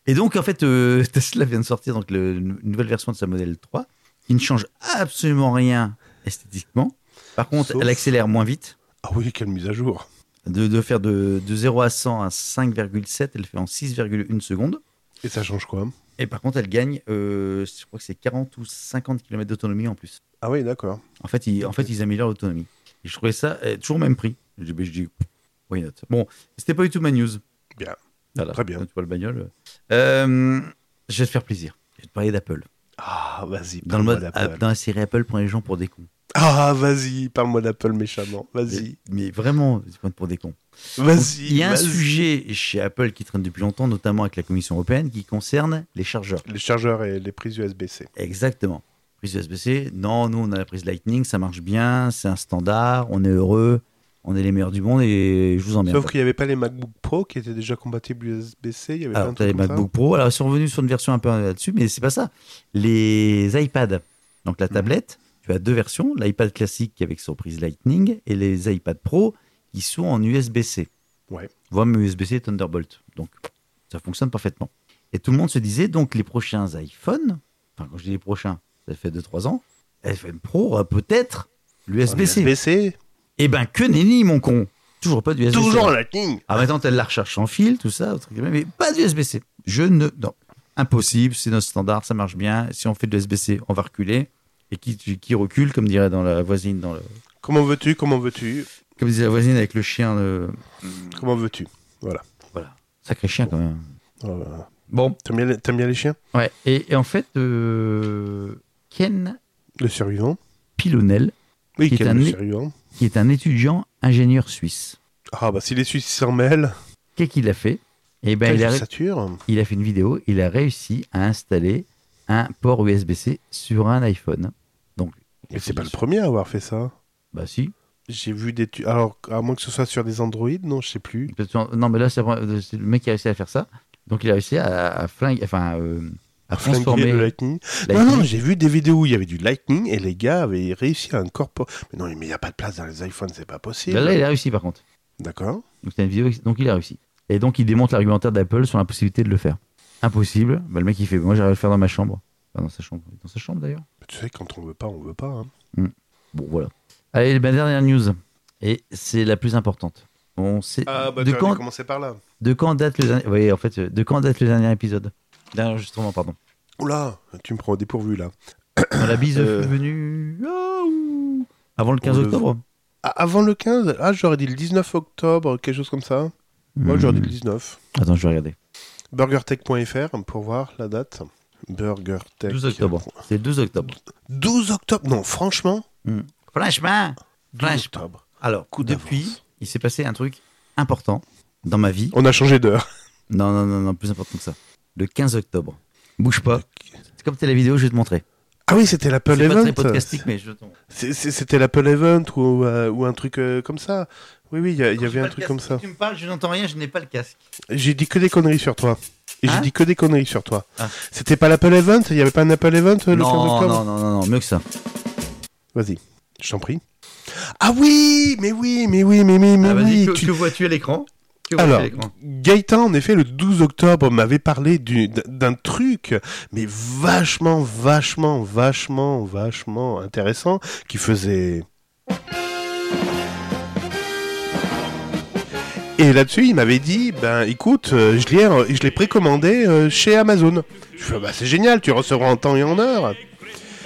C: Et donc, en fait, euh, Tesla vient de sortir donc, le, une nouvelle version de sa modèle 3 qui ne change absolument rien esthétiquement. Par contre,
A: Sauf-
C: elle accélère moins vite.
A: Ah oui, quelle mise à jour.
C: De, de faire de, de 0 à 100 à 5,7, elle le fait en 6,1 secondes.
A: Et ça change quoi
C: Et par contre, elle gagne, euh, je crois que c'est 40 ou 50 km d'autonomie en plus.
A: Ah oui, d'accord.
C: En fait, ils, en fait, ils améliorent l'autonomie. Et je trouvais ça euh, toujours au même prix. Je, dis- je dis, why not Bon, c'était pas du tout ma news.
A: Bien.
C: Voilà.
A: Très bien.
C: Tu vois le bagnole. euh. Euh, je vais te faire plaisir. Je vais te parler d'Apple.
A: Ah, vas-y.
C: Dans, le
A: parle-moi
C: mode,
A: d'Apple.
C: dans la série Apple prend les gens pour des cons.
A: Ah, vas-y, parle-moi d'Apple méchamment. Vas-y.
C: Mais, mais vraiment, ils prennent pour des cons.
A: Vas-y.
C: Il y a un
A: vas-y.
C: sujet chez Apple qui traîne depuis longtemps, notamment avec la Commission européenne, qui concerne les chargeurs.
A: Les chargeurs et les prises USB-C.
C: Exactement. Prise USB-C, non, nous on a la prise Lightning, ça marche bien, c'est un standard, on est heureux, on est les meilleurs du monde et je vous emmerde.
A: Sauf qu'il n'y avait pas les MacBook Pro qui étaient déjà compatibles USB-C. Il y avait plein
C: Alors,
A: de
C: Ah, t'as les
A: trucs comme ça. hein.
C: MacBook Pro. Alors, ils sont revenus sur une version un peu là-dessus, mais c'est pas ça. Les iPads.
A: Mhm.
C: Donc, la tablette, tu as deux versions. L'iPad classique avec son prise Lightning et les iPad Pro qui sont en USB-C.
A: Ouais.
C: Voire même USB-C Thunderbolt. Donc, ça fonctionne parfaitement. Et tout le monde se disait, donc, les prochains iPhones, enfin, quand je dis les prochains, ça fait 2-3 ans, iPhone Pro aura peut-être l'USB-C.
A: USB-C.
C: Eh ben, que nenni, mon con Toujours pas d'USB-C.
A: Toujours Lightning.
C: Ah, maintenant, t'as de la recherche sans fil, tout ça, autre- mais pas du USB-C. Je ne. Non. Impossible, c'est notre standard, ça marche bien. Si on fait de l'USB-C, on va reculer. Et qui, qui recule, comme dirait dans la voisine, dans le,
A: Comment veux-tu Comment veux-tu
C: comme disait la voisine avec le chien, le
A: Comment veux-tu
C: sacré chien quand même.
A: Euh,
C: Bon,
A: T'aimes bien, les- t'aimes bien les chiens
C: ouais. Et, et en fait, euh, Ken
A: Le survivant
C: Pilonel,
A: Oui,
C: Qui est
A: quel
C: un
A: le
C: né-
A: survivant
C: qui est un étudiant ingénieur suisse,
A: Ah, bah si les Suisses s'en mêlent,
C: qu'est-ce qu'il a fait Eh ben,
A: quelle
C: il a,
A: sature
C: il a fait une vidéo, il a réussi à installer un port USB-C sur un iPhone. Donc,
A: Mais c'est pas le premier à avoir fait ça.
C: Bah si.
A: J'ai vu des... tu- Alors, à moins que ce soit sur des Android, non, je sais plus.
C: Peut-être sur- Non, mais là, c'est vraiment- c'est le mec qui a réussi à faire ça. Donc, il a réussi à, à flingue- enfin, euh, à
A: Flinguer
C: transformer
A: le Lightning.
C: la-
A: Non, non, j'ai vu des vidéos où il y avait du Lightning et les gars avaient réussi à incorporer... Mais non, mais il n'y a pas de place dans les iPhones, c'est pas possible.
C: Là, Bah, là, il a réussi, par contre.
A: D'accord.
C: Donc, c'est une vidéo, donc il a réussi. Et donc, il démontre l'argumentaire d'Apple sur l'impossibilité de le faire. Impossible. Bah, le mec, il fait Moi, j'arrive à le faire dans ma chambre. Enfin, dans sa chambre. Dans sa chambre, d'ailleurs.
A: Mais Tu sais, quand on veut pas, on veut pas. hein.
C: Bon, voilà. Allez, ma dernière news. Et c'est la plus importante. On sait. de,
A: Ah, bah, t'aurais dû
C: quand,
A: commencer par là.
C: de quand date le dernier. Oui, en fait, euh, de quand date le dernier épisode Dernier enregistrement, pardon.
A: Oula, tu me prends au dépourvu, là.
C: Dans la bise
A: Euh.
C: fut venue. Ah, ouh. Avant le 15
A: On le-
C: octobre
A: Ah, avant le 15 Ah, j'aurais dit le 19 octobre, quelque chose comme ça. Moi,
C: Hmm.
A: j'aurais dit le 19.
C: Attends, je vais regarder.
A: BurgerTech.fr pour voir la date. BurgerTech.
C: 12 octobre. C'est le 12 octobre.
A: 12 octobre Non, franchement,
C: Franchement
A: 12
C: Flash.
A: octobre.
C: Alors,
A: Coup
C: depuis,
A: d'avance.
C: il s'est passé un truc important dans ma vie.
A: On a changé d'heure.
C: Non, non, non, non, plus important que ça. Le 15 octobre. Bouge pas. C'est comme t'es la vidéo, je vais te montrer.
A: Ah oui, c'était l'Apple
C: C'est pas très
A: Event.
C: podcastique, mais je te montre.
A: C'est- c'est- C'était l'Apple Event ou, euh, ou un truc euh, comme ça. Oui, oui, il y, a- il y
C: J'ai
A: avait
C: pas
A: un
C: le
A: truc
C: casque.
A: comme ça.
C: Tu me parles, je n'entends rien, je n'ai pas le casque.
A: J'ai dit que des conneries sur toi. Et
C: Hein
A: j'ai dit que des conneries sur toi.
C: Ah.
A: C'était pas l'Apple Event Il n'y avait pas un Apple Event euh, le 15
C: non,
A: octobre
C: non, non, non, non, mieux que ça.
A: Vas-y, je t'en prie. Ah oui, mais oui, mais oui, mais, mais, mais
C: Ah, vas-y,
A: oui.
C: que,
A: tu-
C: que vois-tu à l'écran Que vois-tu
A: Alors,
C: à l'écran
A: Gaëtan, en effet, le 12 octobre, m'avait parlé du- d'un truc, mais vachement, vachement, vachement, vachement intéressant, qui faisait... Et là-dessus, il m'avait dit, ben écoute, euh, je l'ai, euh, je l'ai précommandé euh, chez Amazon. Je fais, bah c'est génial, tu recevras en temps et en heure.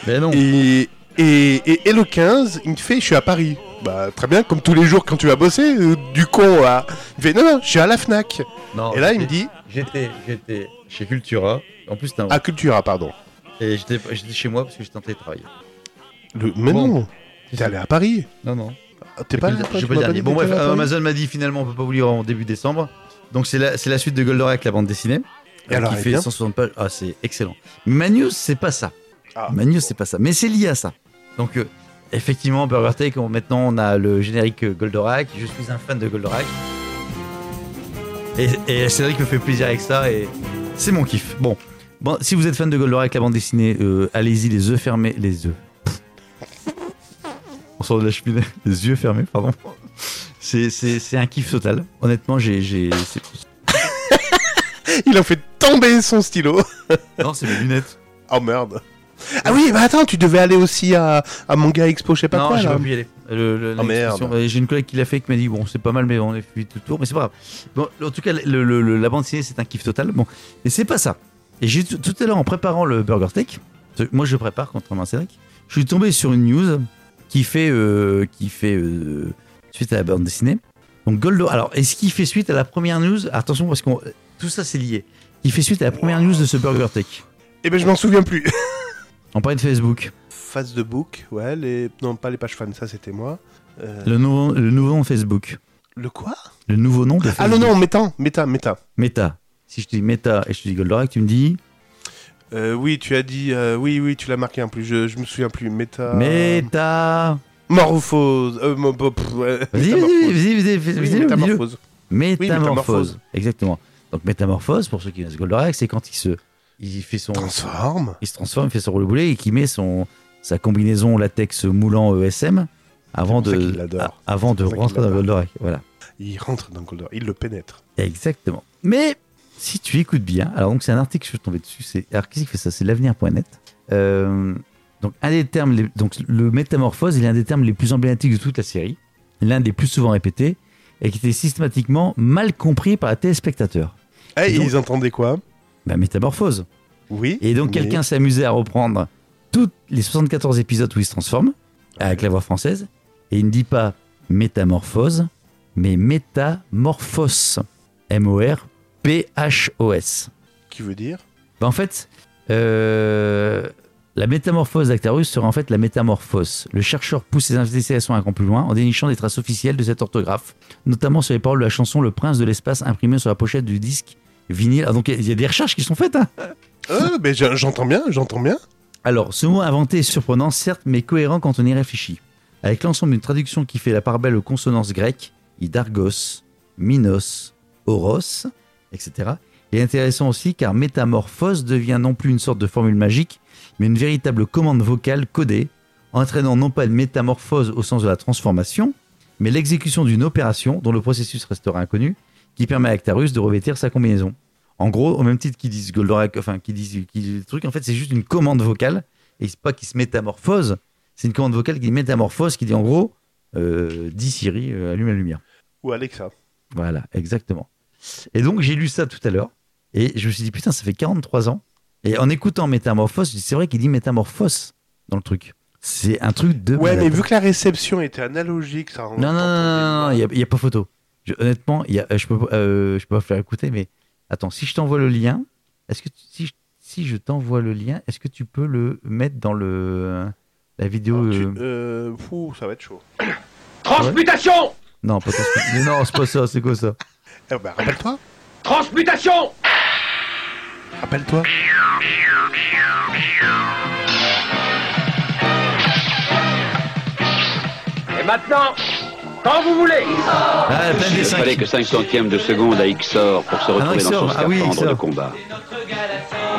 C: Ben non.
A: Et, et, et, et le 15, il me fait, je suis à Paris. Bah très bien, comme tous les jours quand tu vas bosser, euh, du con à... Il me fait, non, non, je suis à la FNAC.
C: Non,
A: Et là, il me
C: j'étais-
A: dit, Ah.
C: J'étais, j'étais chez Cultura. En plus, t'as un-
A: à Cultura, pardon.
C: Et j'étais j'étais chez moi parce que j'étais en télétravail.
A: Le... Mais
C: Bon.
A: non, t'es allé à Paris.
C: Non, non.
A: Ah, T'es pas allé à
C: Je
A: Paris,
C: sais
A: tu
C: pas
A: m'as
C: le dernier.
A: dit
C: Bon,
A: que t'étais
C: bref,
A: allé à Paris
C: Amazon m'a dit finalement on peut pas vous lire en début décembre. Donc c'est la, c'est la suite de Goldorak, la bande dessinée.
A: Et alors,
C: qui
A: elle est
C: fait
A: bien
C: 160 pages. Ah, c'est excellent. Manus, c'est pas ça.
A: Ah,
C: Manus, c'est pas ça. Mais c'est lié à ça. Donc, euh, effectivement, Burger Tech, on- maintenant on a le générique euh, Goldorak. Je suis un fan de Goldorak. Et, et Cédric me fait plaisir avec ça et c'est mon kiff. Bon. Bon, si vous êtes fan de Goldorak, la bande dessinée, euh, allez-y, les yeux fermés, les yeux. On sort de la cheminée, les yeux fermés, pardon. C'est- C'est c'est un kiff total. Honnêtement, j'ai. j'ai- c'est-
A: Il a fait tomber son stylo.
C: Non, c'est mes lunettes.
A: Oh merde. Ah oui, bah attends, tu devais aller aussi à, à Manga Expo, je sais pas
C: non,
A: quoi
C: j'ai
A: là.
C: pas pu y aller. Le- le-
A: Oh,
C: l'expression-
A: merde.
C: euh, J'ai une collègue qui l'a fait qui m'a dit Bon, c'est pas mal, mais on est fui tout tour, mais c'est pas grave. Bon, en tout cas, le- le- le- la bande dessinée, c'est un kiff total. Bon, mais c'est pas ça. Et j'ai tout tout à l'heure, en préparant le Burger Tech, parce que moi je prépare, contrairement à Cédric, je suis tombé sur une news qui fait, euh, qui fait euh, suite à la bande dessinée. Donc, Goldo. Alors, est-ce qu'il fait suite à la première news Attention, parce que tout ça, c'est lié. Qui fait suite à la première news de ce Burger Tech
A: Eh ben, je m'en souviens plus.
C: On parlait de Facebook.
A: Face de book, ouais, les... non, pas les pages fans, ça c'était moi. Euh,
C: Le nouveau, le nouveau nom Facebook.
A: le quoi
C: Le nouveau nom de Facebook.
A: Ah non, non, méta, méta, méta.
C: Meta. Si je te dis Meta et je te dis Goldorak, tu me dis
A: Euh, oui, tu as dit. euh, oui, oui, tu l'as marqué en plus. Je, je me souviens plus. Méta.
C: Meta.
A: Morphose. Euh, mo- bo- pff, ouais,
C: Vas-y,
A: métamorphose.
C: vas-y, vas-y, vas-y, vas-y,
A: Oui,
C: vas-y, dis-le.
A: métamorphose.
C: Métamorphose.
A: métamorphose.
C: Exactement. Donc métamorphose, pour ceux qui connaissent Goldorak, c'est quand il se, il fait son,
A: Transforme.
C: il se transforme, il fait son roule-boulet et qui met son, sa combinaison latex moulant ESM avant
A: C'est pour ça qu'il
C: de,
A: l'adore.
C: a- avant
A: C'est
C: de
A: pour ça qu'il
C: rentrer dans
A: l'adore.
C: Goldorak. Voilà.
A: Il rentre dans Goldor. Il le pénètre.
C: Exactement. Mais si tu écoutes bien, alors donc c'est un article que je suis tombé dessus. C'est alors qu'est-ce qui fait ça C'est l'avenir.net. Euh, donc un des termes, les- donc le métamorphose, il est un des termes les plus emblématiques de toute la série, l'un des plus souvent répétés et qui était systématiquement mal compris par les téléspectateurs.
A: Eh,
C: Et donc-
A: ils entendaient quoi
C: Bah, métamorphose.
A: Oui.
C: Et donc
A: mais-
C: quelqu'un s'amusait à reprendre tous les 74 épisodes où il se transforme avec la voix française et il ne dit pas métamorphose mais métamorphos. M O R P H O S.
A: Qui veut dire
C: Bah, en fait, euh, la métamorphose d'Actarus sera en fait la métamorphose. Le chercheur pousse ses investigations un cran plus loin en dénichant des traces officielles de cette orthographe, notamment sur les paroles de la chanson Le Prince de l'espace imprimée sur la pochette du disque vinyle. Ah, donc il y a- il y a des recherches qui sont faites. hein.
A: Euh, ben, j'en- j'entends bien, j'entends bien.
C: Alors, ce mot inventé est surprenant, certes, mais cohérent quand on y réfléchit. Avec l'ensemble d'une traduction qui fait la part belle aux consonances grecques, idargos, minos, oros, etc. Et intéressant aussi car métamorphose devient non plus une sorte de formule magique, mais une véritable commande vocale codée, entraînant non pas une métamorphose au sens de la transformation, mais l'exécution d'une opération dont le processus restera inconnu, qui permet à Actarus de revêtir sa combinaison. En gros, au même titre qu'ils disent Goldorak, enfin qu'ils disent qu'ils- le truc, en fait, c'est juste une commande vocale et c'est pas qu'ils se métamorphose, c'est une commande vocale qui métamorphose, qui dit en gros, euh, dis Siri, euh, allume la lumière.
A: Ou Alexa.
C: Voilà, exactement. Et donc j'ai lu ça tout à l'heure et je me suis dit putain, ça fait 43 ans. Et en écoutant métamorphose, je dis, c'est vrai qu'il dit métamorphose dans le truc. C'est un truc de.
A: Ouais,
C: malade.
A: mais vu que la réception était analogique, ça.
C: Non, non, non, non, il n'y a, pas photo. Je- honnêtement, il y a- je peux, pas- euh, je peux pas faire écouter, mais attends, si je t'envoie le lien, est-ce que tu- si, je- si je t'envoie le lien, est-ce que tu peux le mettre dans le la vidéo
A: Tu-
C: euh,
A: euh, fou, ça va être chaud.
F: Transmutation
C: Non, pas ça, c'est- mais non, c'est pas ça, c'est quoi ça
A: Eh ben, rappelle-toi,
F: Transmutation
A: rappelle-toi.
F: Et maintenant, quand vous voulez
C: Ah, la planète des
G: Il
C: cinq.
G: fallait que 5 centièmes de seconde à Xor pour se retrouver
C: Xor,
G: dans son
C: ah oui,
G: scaphandre
C: Xor.
G: de combat.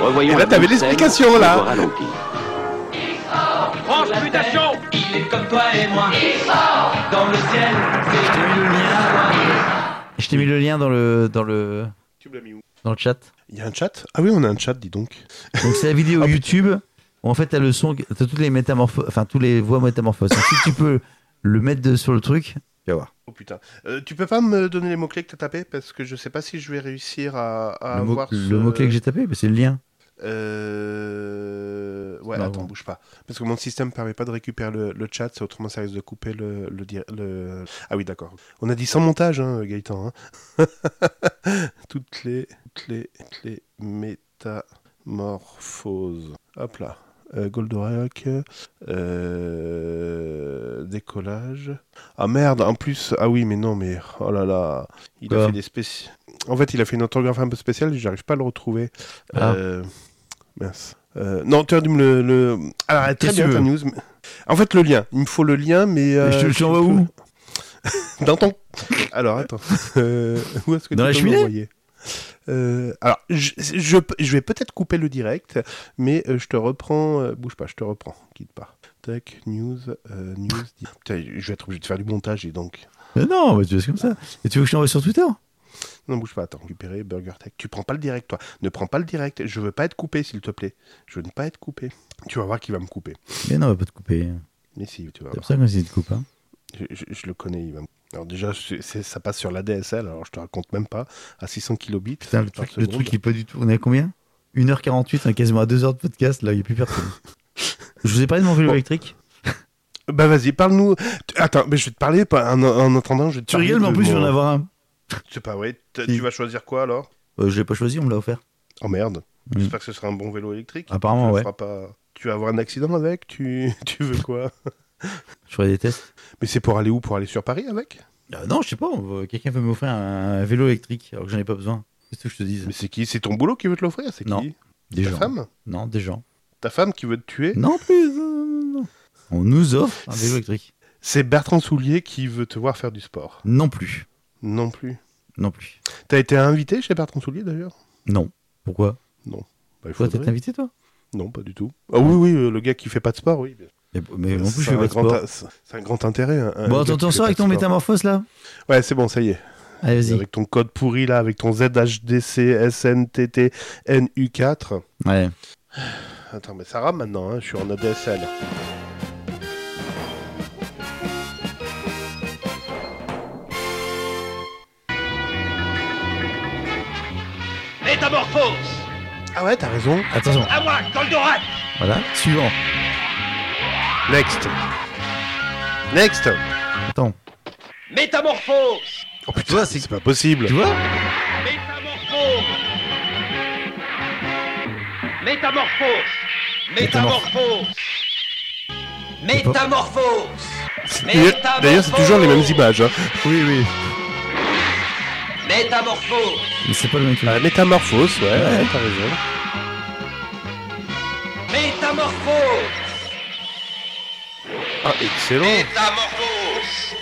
G: Revoyons
A: Et là,
G: la
A: t'avais
G: même scène,
A: l'explication, là.
G: au ralenti.
F: Transmutation
H: Il est comme toi et moi. Il sort dans le ciel.
C: Je t'ai mis le lien. Je t'ai mis le lien dans le dans le
A: Tu me l'as mis où
C: dans le chat.
A: Il y a un chat Ah oui, on a un chat, dis donc.
C: Donc c'est la vidéo YouTube où en fait t'as le son, t'as toutes les métamorphoses, enfin tous les voix métamorphoses. Donc, si tu peux le mettre de- sur le truc, tu vas voir.
A: Oh putain. Euh, tu peux pas me donner les mots-clés que t'as tapés Parce que je sais pas si je vais réussir à, à
C: le, mot,
A: avoir ce-
C: le mot-clé que j'ai tapé, bah, c'est le lien.
A: Euh... Ouais,
C: Bah,
A: attends,
C: bon.
A: bouge pas. Parce que mon système permet pas de récupérer le, le chat, c'est autrement ça risque de couper le... le, di- le- Ah oui, d'accord. On a dit sans montage, hein, Gaëtan. hein. toutes les... Toutes les... toutes les métamorphoses. Hop là. Euh, Goldorak, euh, décollage. Ah merde, en plus, ah oui, mais non, mais oh là là, il
C: Quoi
A: a fait des spéci... En fait, il a fait une orthographe un peu spéciale, j'arrive pas à le retrouver.
C: Ah.
A: Euh, mince. Euh, non, tu as dû me le. le- Alors, très
C: Qu'est-ce
A: bien
C: que tu
A: ta news. mais- En fait, le lien. Il me faut le lien, mais. euh,
C: je te le
A: suis
C: l'envoie
A: un
C: où
A: peu- Dans ton. Alors, attends. Euh, où est-ce que
C: Dans
A: tu
C: la
A: peux
C: cheminée
A: m'envoyer Euh, alors, je, je, je vais peut-être couper le direct, mais euh, je te reprends. euh, bouge pas, je te reprends. Quitte pas. Tac, news, euh, news. di- Putain, je vais être obligé de faire du montage et donc.
C: Mais non, mais tu fais comme ça. Et tu veux que je t'envoie sur Twitter
A: Non, bouge pas, attends, récupérer Burger Tech. Tu prends pas le direct, toi. Ne prends pas le direct. Je veux pas être coupé, s'il te plaît. Je veux ne pas être coupé. Tu vas voir qu'il va me couper.
C: Mais non, on va pas te couper.
A: Mais si, tu vas
C: C'est
A: voir.
C: pour ça qu'on s'y te coupe. hein.
A: Je, je- je le connais, il va me- Alors déjà, c'est- c'est- ça passe sur la DSL, alors je te raconte même pas, à 600 kilobits.
C: Putain, le
A: par
C: truc, le
A: seconde.
C: truc qui est pas du tout. On est à combien 1h48, on est quasiment à 2h de podcast, là, il n'y a plus personne. je vous ai parlé de mon vélo
A: Bon.
C: électrique.
A: Bah vas-y, parle-nous. Tu- Attends, mais je vais te parler, pas- en, en attendant, je vais te
C: Tu
A: parler
C: rigoles, mais en
A: de
C: plus, je
A: mon-
C: vais en avoir un.
A: C'est pas vrai. T'as-
C: Si.
A: Tu vas choisir quoi alors
C: Euh, je l'ai pas choisi, on me l'a offert.
A: Oh merde.
C: Mm.
A: J'espère que ce sera un bon vélo électrique.
C: Apparemment,
A: Tu le
C: ouais.
A: feras pas- Tu vas avoir un accident avec tu... tu veux quoi
C: Je ferai des tests.
A: Mais c'est pour aller où Pour aller sur Paris avec
C: Euh, non, je sais pas. on va- Quelqu'un veut m'offrir un, un vélo électrique alors que j'en ai pas besoin. Qu'est-ce que je te dise
A: Mais c'est qui C'est ton boulot qui veut te l'offrir C'est
C: Non.
A: qui
C: Des
A: Ta
C: gens.
A: femme
C: Non, des gens.
A: Ta femme qui veut te tuer
C: Non plus. non, non, non. On nous offre un vélo électrique.
A: C'est Bertrand Soulier qui veut te voir faire du sport.
C: Non plus.
A: Non plus.
C: Non plus.
A: T'as été invité chez Bertrand Soulier d'ailleurs
C: Non. Pourquoi
A: Bah, il
C: Toi,
A: faudrait.
C: t'es invité, toi
A: Non, pas du tout. Ah oui, oui, euh, le gars qui fait pas de sport, oui. bien sûr.
C: Mais, mais non plus,
A: C'est
C: je fais
A: un
C: pas de
A: grand
C: sport.
A: in- C'est un grand intérêt. hein, un- un
C: Bon,
A: gars qui
C: t'entends
A: fait
C: ça
A: pas
C: avec
A: de
C: ton
A: sport.
C: métamorphose, là
A: Ouais, c'est bon, ça y est.
C: Allez, vas-y.
A: Avec ton code pourri là, avec ton ZHDC SNTT NU4.
C: Ouais.
A: Attends, mais ça rame maintenant, hein, je suis en ADSL.
F: Métamorphose
A: Ah ouais, t'as raison.
C: Attention.
F: À moi, Goldorak
C: Voilà. Suivant.
A: Next. Next.
C: Attends.
F: Métamorphose
A: Oh
C: Tu vois,
A: putain,
C: c'est-
A: c'est pas possible.
C: Tu vois
F: Métamorphose Métamorphose Métamorphose Métamorphose
A: D'ailleurs, d'ailleurs, c'est toujours les mêmes images. hein.
C: Oui, oui.
F: Métamorphose
C: Mais c'est pas le même truc.
A: Euh, métamorphose, ouais, ouais, t'as raison.
F: Métamorphose
A: Ah, excellent.
F: Métamorphose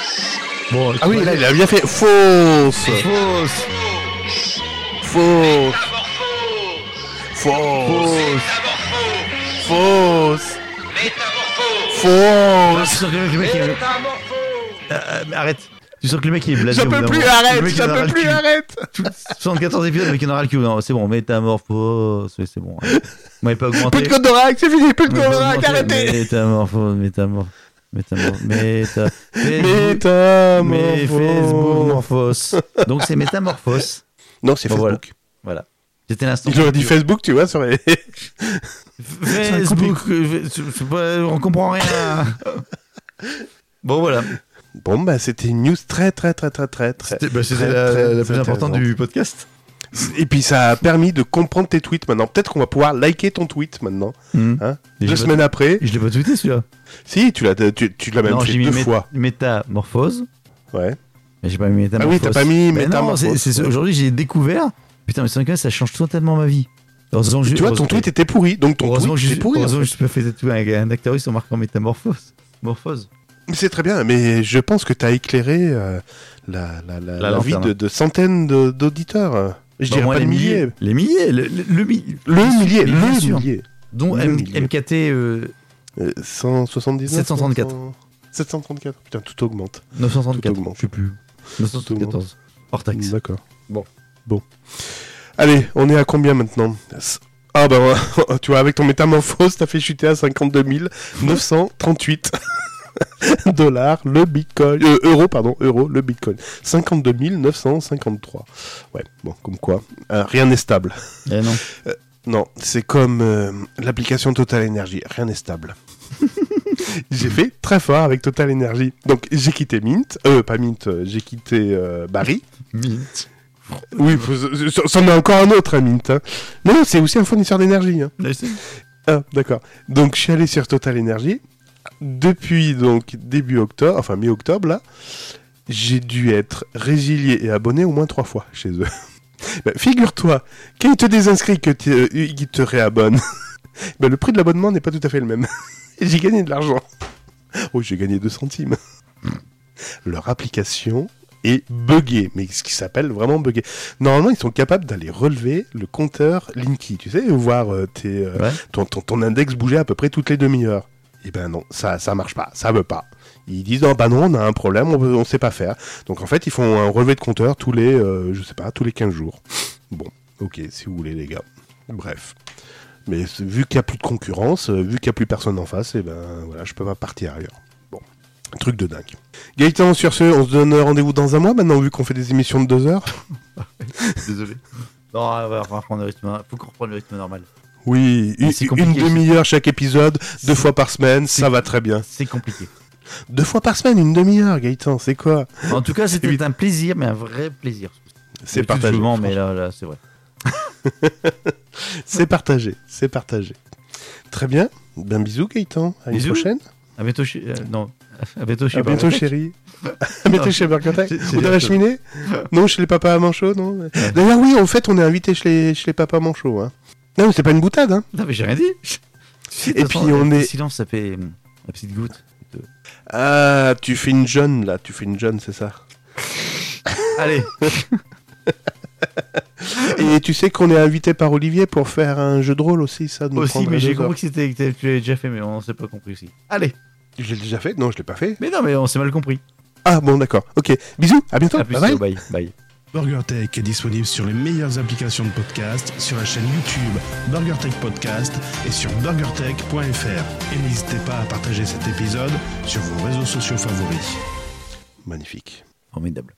F: Métamorphose
C: Bon,
A: Ah oui, là, il a bien fait. Fausse.
C: Fausse.
A: Fausse.
F: Métamorphose
A: Fausse.
C: Fausse.
F: Métamorphose
A: Fausse.
F: Métamorphose
C: Ah,
A: Fausse.
C: tu sens que le mec, il est-
F: Métamorphose
C: Euh, mais arrête. Tu sens que le mec il est blasé.
A: J'en
C: au bout
A: peux
C: d'un
A: plus,
C: moment. Le
A: arrête.
C: mec, il en
A: J'en
C: aura
A: peux
C: le
A: plus,
C: cul.
A: arrêtes.
C: Tout- 74 épisodes, le mec il en aura le cul. Non, c'est bon, métamorphose. Oui, c'est bon. Vous m'avez pas augmenté.
A: Plus de Goldorak, c'est fini. Plus de
C: Vous m'avez pas
A: Goldorak,
C: augmenté.
A: arrêtez.
C: Métamorphose, métamorphose. Métamorphose. Méta... Facebook- Mais Facebook
A: Métamorphose.
C: Morphos. Donc c'est métamorphose.
A: Non, c'est
C: Bon, voilà.
A: Facebook.
C: Voilà. C'était l'instant.
A: Il aurait dit Facebook, tu vois, ça aurait-
C: Facebook. euh, je- je- je- On comprend rien. Bon voilà.
A: Bon, bah, c'était une news très, très, très, très, très, très.
C: C'était bah, c'était
A: très,
C: la,
A: très, très
C: la plus importante
A: intéressant.
C: du podcast.
A: Et puis, ça a permis de comprendre tes tweets maintenant. Peut-être qu'on va pouvoir liker ton tweet maintenant.
C: Hmm.
A: Hein Deux
C: Et j'ai pas-
A: semaines après.
C: Je l'ai pas tweeté celui-là.
A: Si, tu l'as tu, tu l'as même
C: non,
A: fait
C: j'ai mis
A: deux
C: mé-
A: fois.
C: métamorphose.
A: Ouais.
C: Mais j'ai pas
A: Ah
C: mis métamorphose.
A: oui, t'as pas mis
C: Mais non,
A: métamorphose.
C: c'est- c'est- aujourd'hui j'ai découvert. Putain, mais c'est quand même, ça change totalement ma vie. Heureusement que je-
A: Bah, Tu vois, ton
C: heureusement-
A: tweet était pourri, donc ton
C: heureusement
A: tweet
C: que je-
A: était pourri.
C: Heureusement que je peux faire tout un, un acteuriste en marquant métamorphose. Morphose.
A: Mais C'est très bien, mais je pense que tu as éclairé euh, la, la, la-
C: La
A: la vie de,
C: lanterne.
A: de centaines de- d'auditeurs. Je
C: Bah,
A: dirais
C: au moins,
A: pas de
C: les
A: milliers.
C: Les milliers, le, le, le mi-
A: Le millier,
C: Mais
A: le
C: bien sûr.
A: millier.
C: Dont
A: Le
C: M-
A: millier.
C: MKT euh,
A: Euh, 179
C: 734.
A: 900 734. Putain, tout augmente.
C: 934.
A: Tout augmente.
C: Je sais plus. 974. Hors taxe.
A: D'accord.
C: Bon.
A: Bon. Allez, on est à combien maintenant S- Ah bah ouais, tu vois, avec ton métamorphose, t'as fait chuter à 52 938 dollars le bitcoin. Euh, euro, pardon, euro, le bitcoin. 52 953. Ouais, bon, comme quoi. euh, rien n'est stable.
C: Eh non.
A: Non, c'est comme euh, l'application Total Energy, rien n'est stable. j'ai fait très fort avec Total Energy. Donc j'ai quitté Mint, euh pas Mint, euh, j'ai quitté euh, Barry.
C: Mint.
A: Oui, faut- c- c- c'en est encore un autre, hein, Mint. hein. Non, non, c'est aussi un fournisseur d'énergie. hein.
C: Là, c'est-
A: Ah, d'accord. Donc je suis allé sur Total Energy. Depuis donc début octobre, enfin mi-octobre là, j'ai dû être résilié et abonné au moins trois fois chez eux. Ben, Figure-toi, quand ils te désinscrivent, que tu- euh, ils te réabonnent, ben, le prix de l'abonnement n'est pas tout à fait le même. Et j'ai gagné de l'argent. Oh, j'ai gagné 2 centimes. Leur application est buggée, mais ce qui s'appelle vraiment buggée. Normalement, ils sont capables d'aller relever le compteur Linky, tu sais, voir euh, tes, euh,
C: Ouais.
A: ton, ton- ton index bouger à peu près toutes les demi-heures. Eh ben non, ça ça marche pas, ça veut pas. Ils disent non, bah non, on a un problème, on, veut- on sait pas faire. Donc en fait, ils font un relevé de compteur tous les, euh, je sais pas, tous les 15 jours. Bon, ok, si vous voulez les gars. Bref. Mais c'est- vu qu'il n'y a plus de concurrence, euh, vu qu'il n'y a plus personne en face, et ben voilà, je peux pas partir ailleurs. Bon, un truc de dingue. Gaëtan, sur ce, on se donne rendez-vous dans un mois maintenant, vu qu'on fait des émissions de deux heures.
C: Désolé. Non, on va reprendre le rythme. hein. Faut qu'on reprenne le rythme normal.
A: Oui, une,
C: Mais c'est compliqué,
A: une
C: c'est-
A: demi-heure chaque épisode, deux fois par semaine, ça va très bien.
C: C'est compliqué.
A: Deux fois par semaine, une demi-heure, Gaëtan, c'est quoi
C: En tout cas,
A: Oui.
C: c'était un plaisir, mais un vrai plaisir.
A: C'est
C: Plus
A: partagé.
C: souvent, mais là, là c'est vrai.
A: C'est partagé. C'est partagé. Très bien. Ben bisous Gaëtan. À une
C: Bisous.
A: prochaine.
C: À bientôt chez. euh, non. À bientôt chez.
A: À bientôt chérie. À bientôt chez Burgertech.
C: c'est- c'est
A: Ou dans la
C: bien.
A: cheminée Non, chez les papas à Manchot, non D'ailleurs, oui, en fait, on est invité chez les, chez les papas Manchot. Hein. Non, mais c'est pas une boutade. Hein.
C: Non, mais j'ai rien dit.
A: Et puis on
C: le
A: est-
C: Silence, ça fait hum, la petite goutte.
A: Ah, tu fais une jeune, là. Tu fais une jeune, c'est ça.
C: Allez,
A: Et tu sais qu'on est invité par Olivier pour faire un jeu de rôle aussi, ça nous
C: aussi,
A: prendrait
C: mais j'ai
A: deux heures.
C: compris que c'était que tu l'avais déjà fait, mais on s'est pas compris aussi. Allez,
A: Je l'ai déjà fait Non, je l'ai pas fait.
C: mais non, mais on s'est mal compris.
A: Ah bon, d'accord. Ok. Bisous, à bientôt.
C: À plus,
A: bye Oh, bye.
C: ciao, bye. bye.
D: BurgerTech est disponible sur les meilleures applications de podcast, sur la chaîne YouTube BurgerTech Podcast et sur burgertech.fr. Et n'hésitez pas à partager cet épisode sur vos réseaux sociaux favoris.
A: Magnifique.
C: Formidable.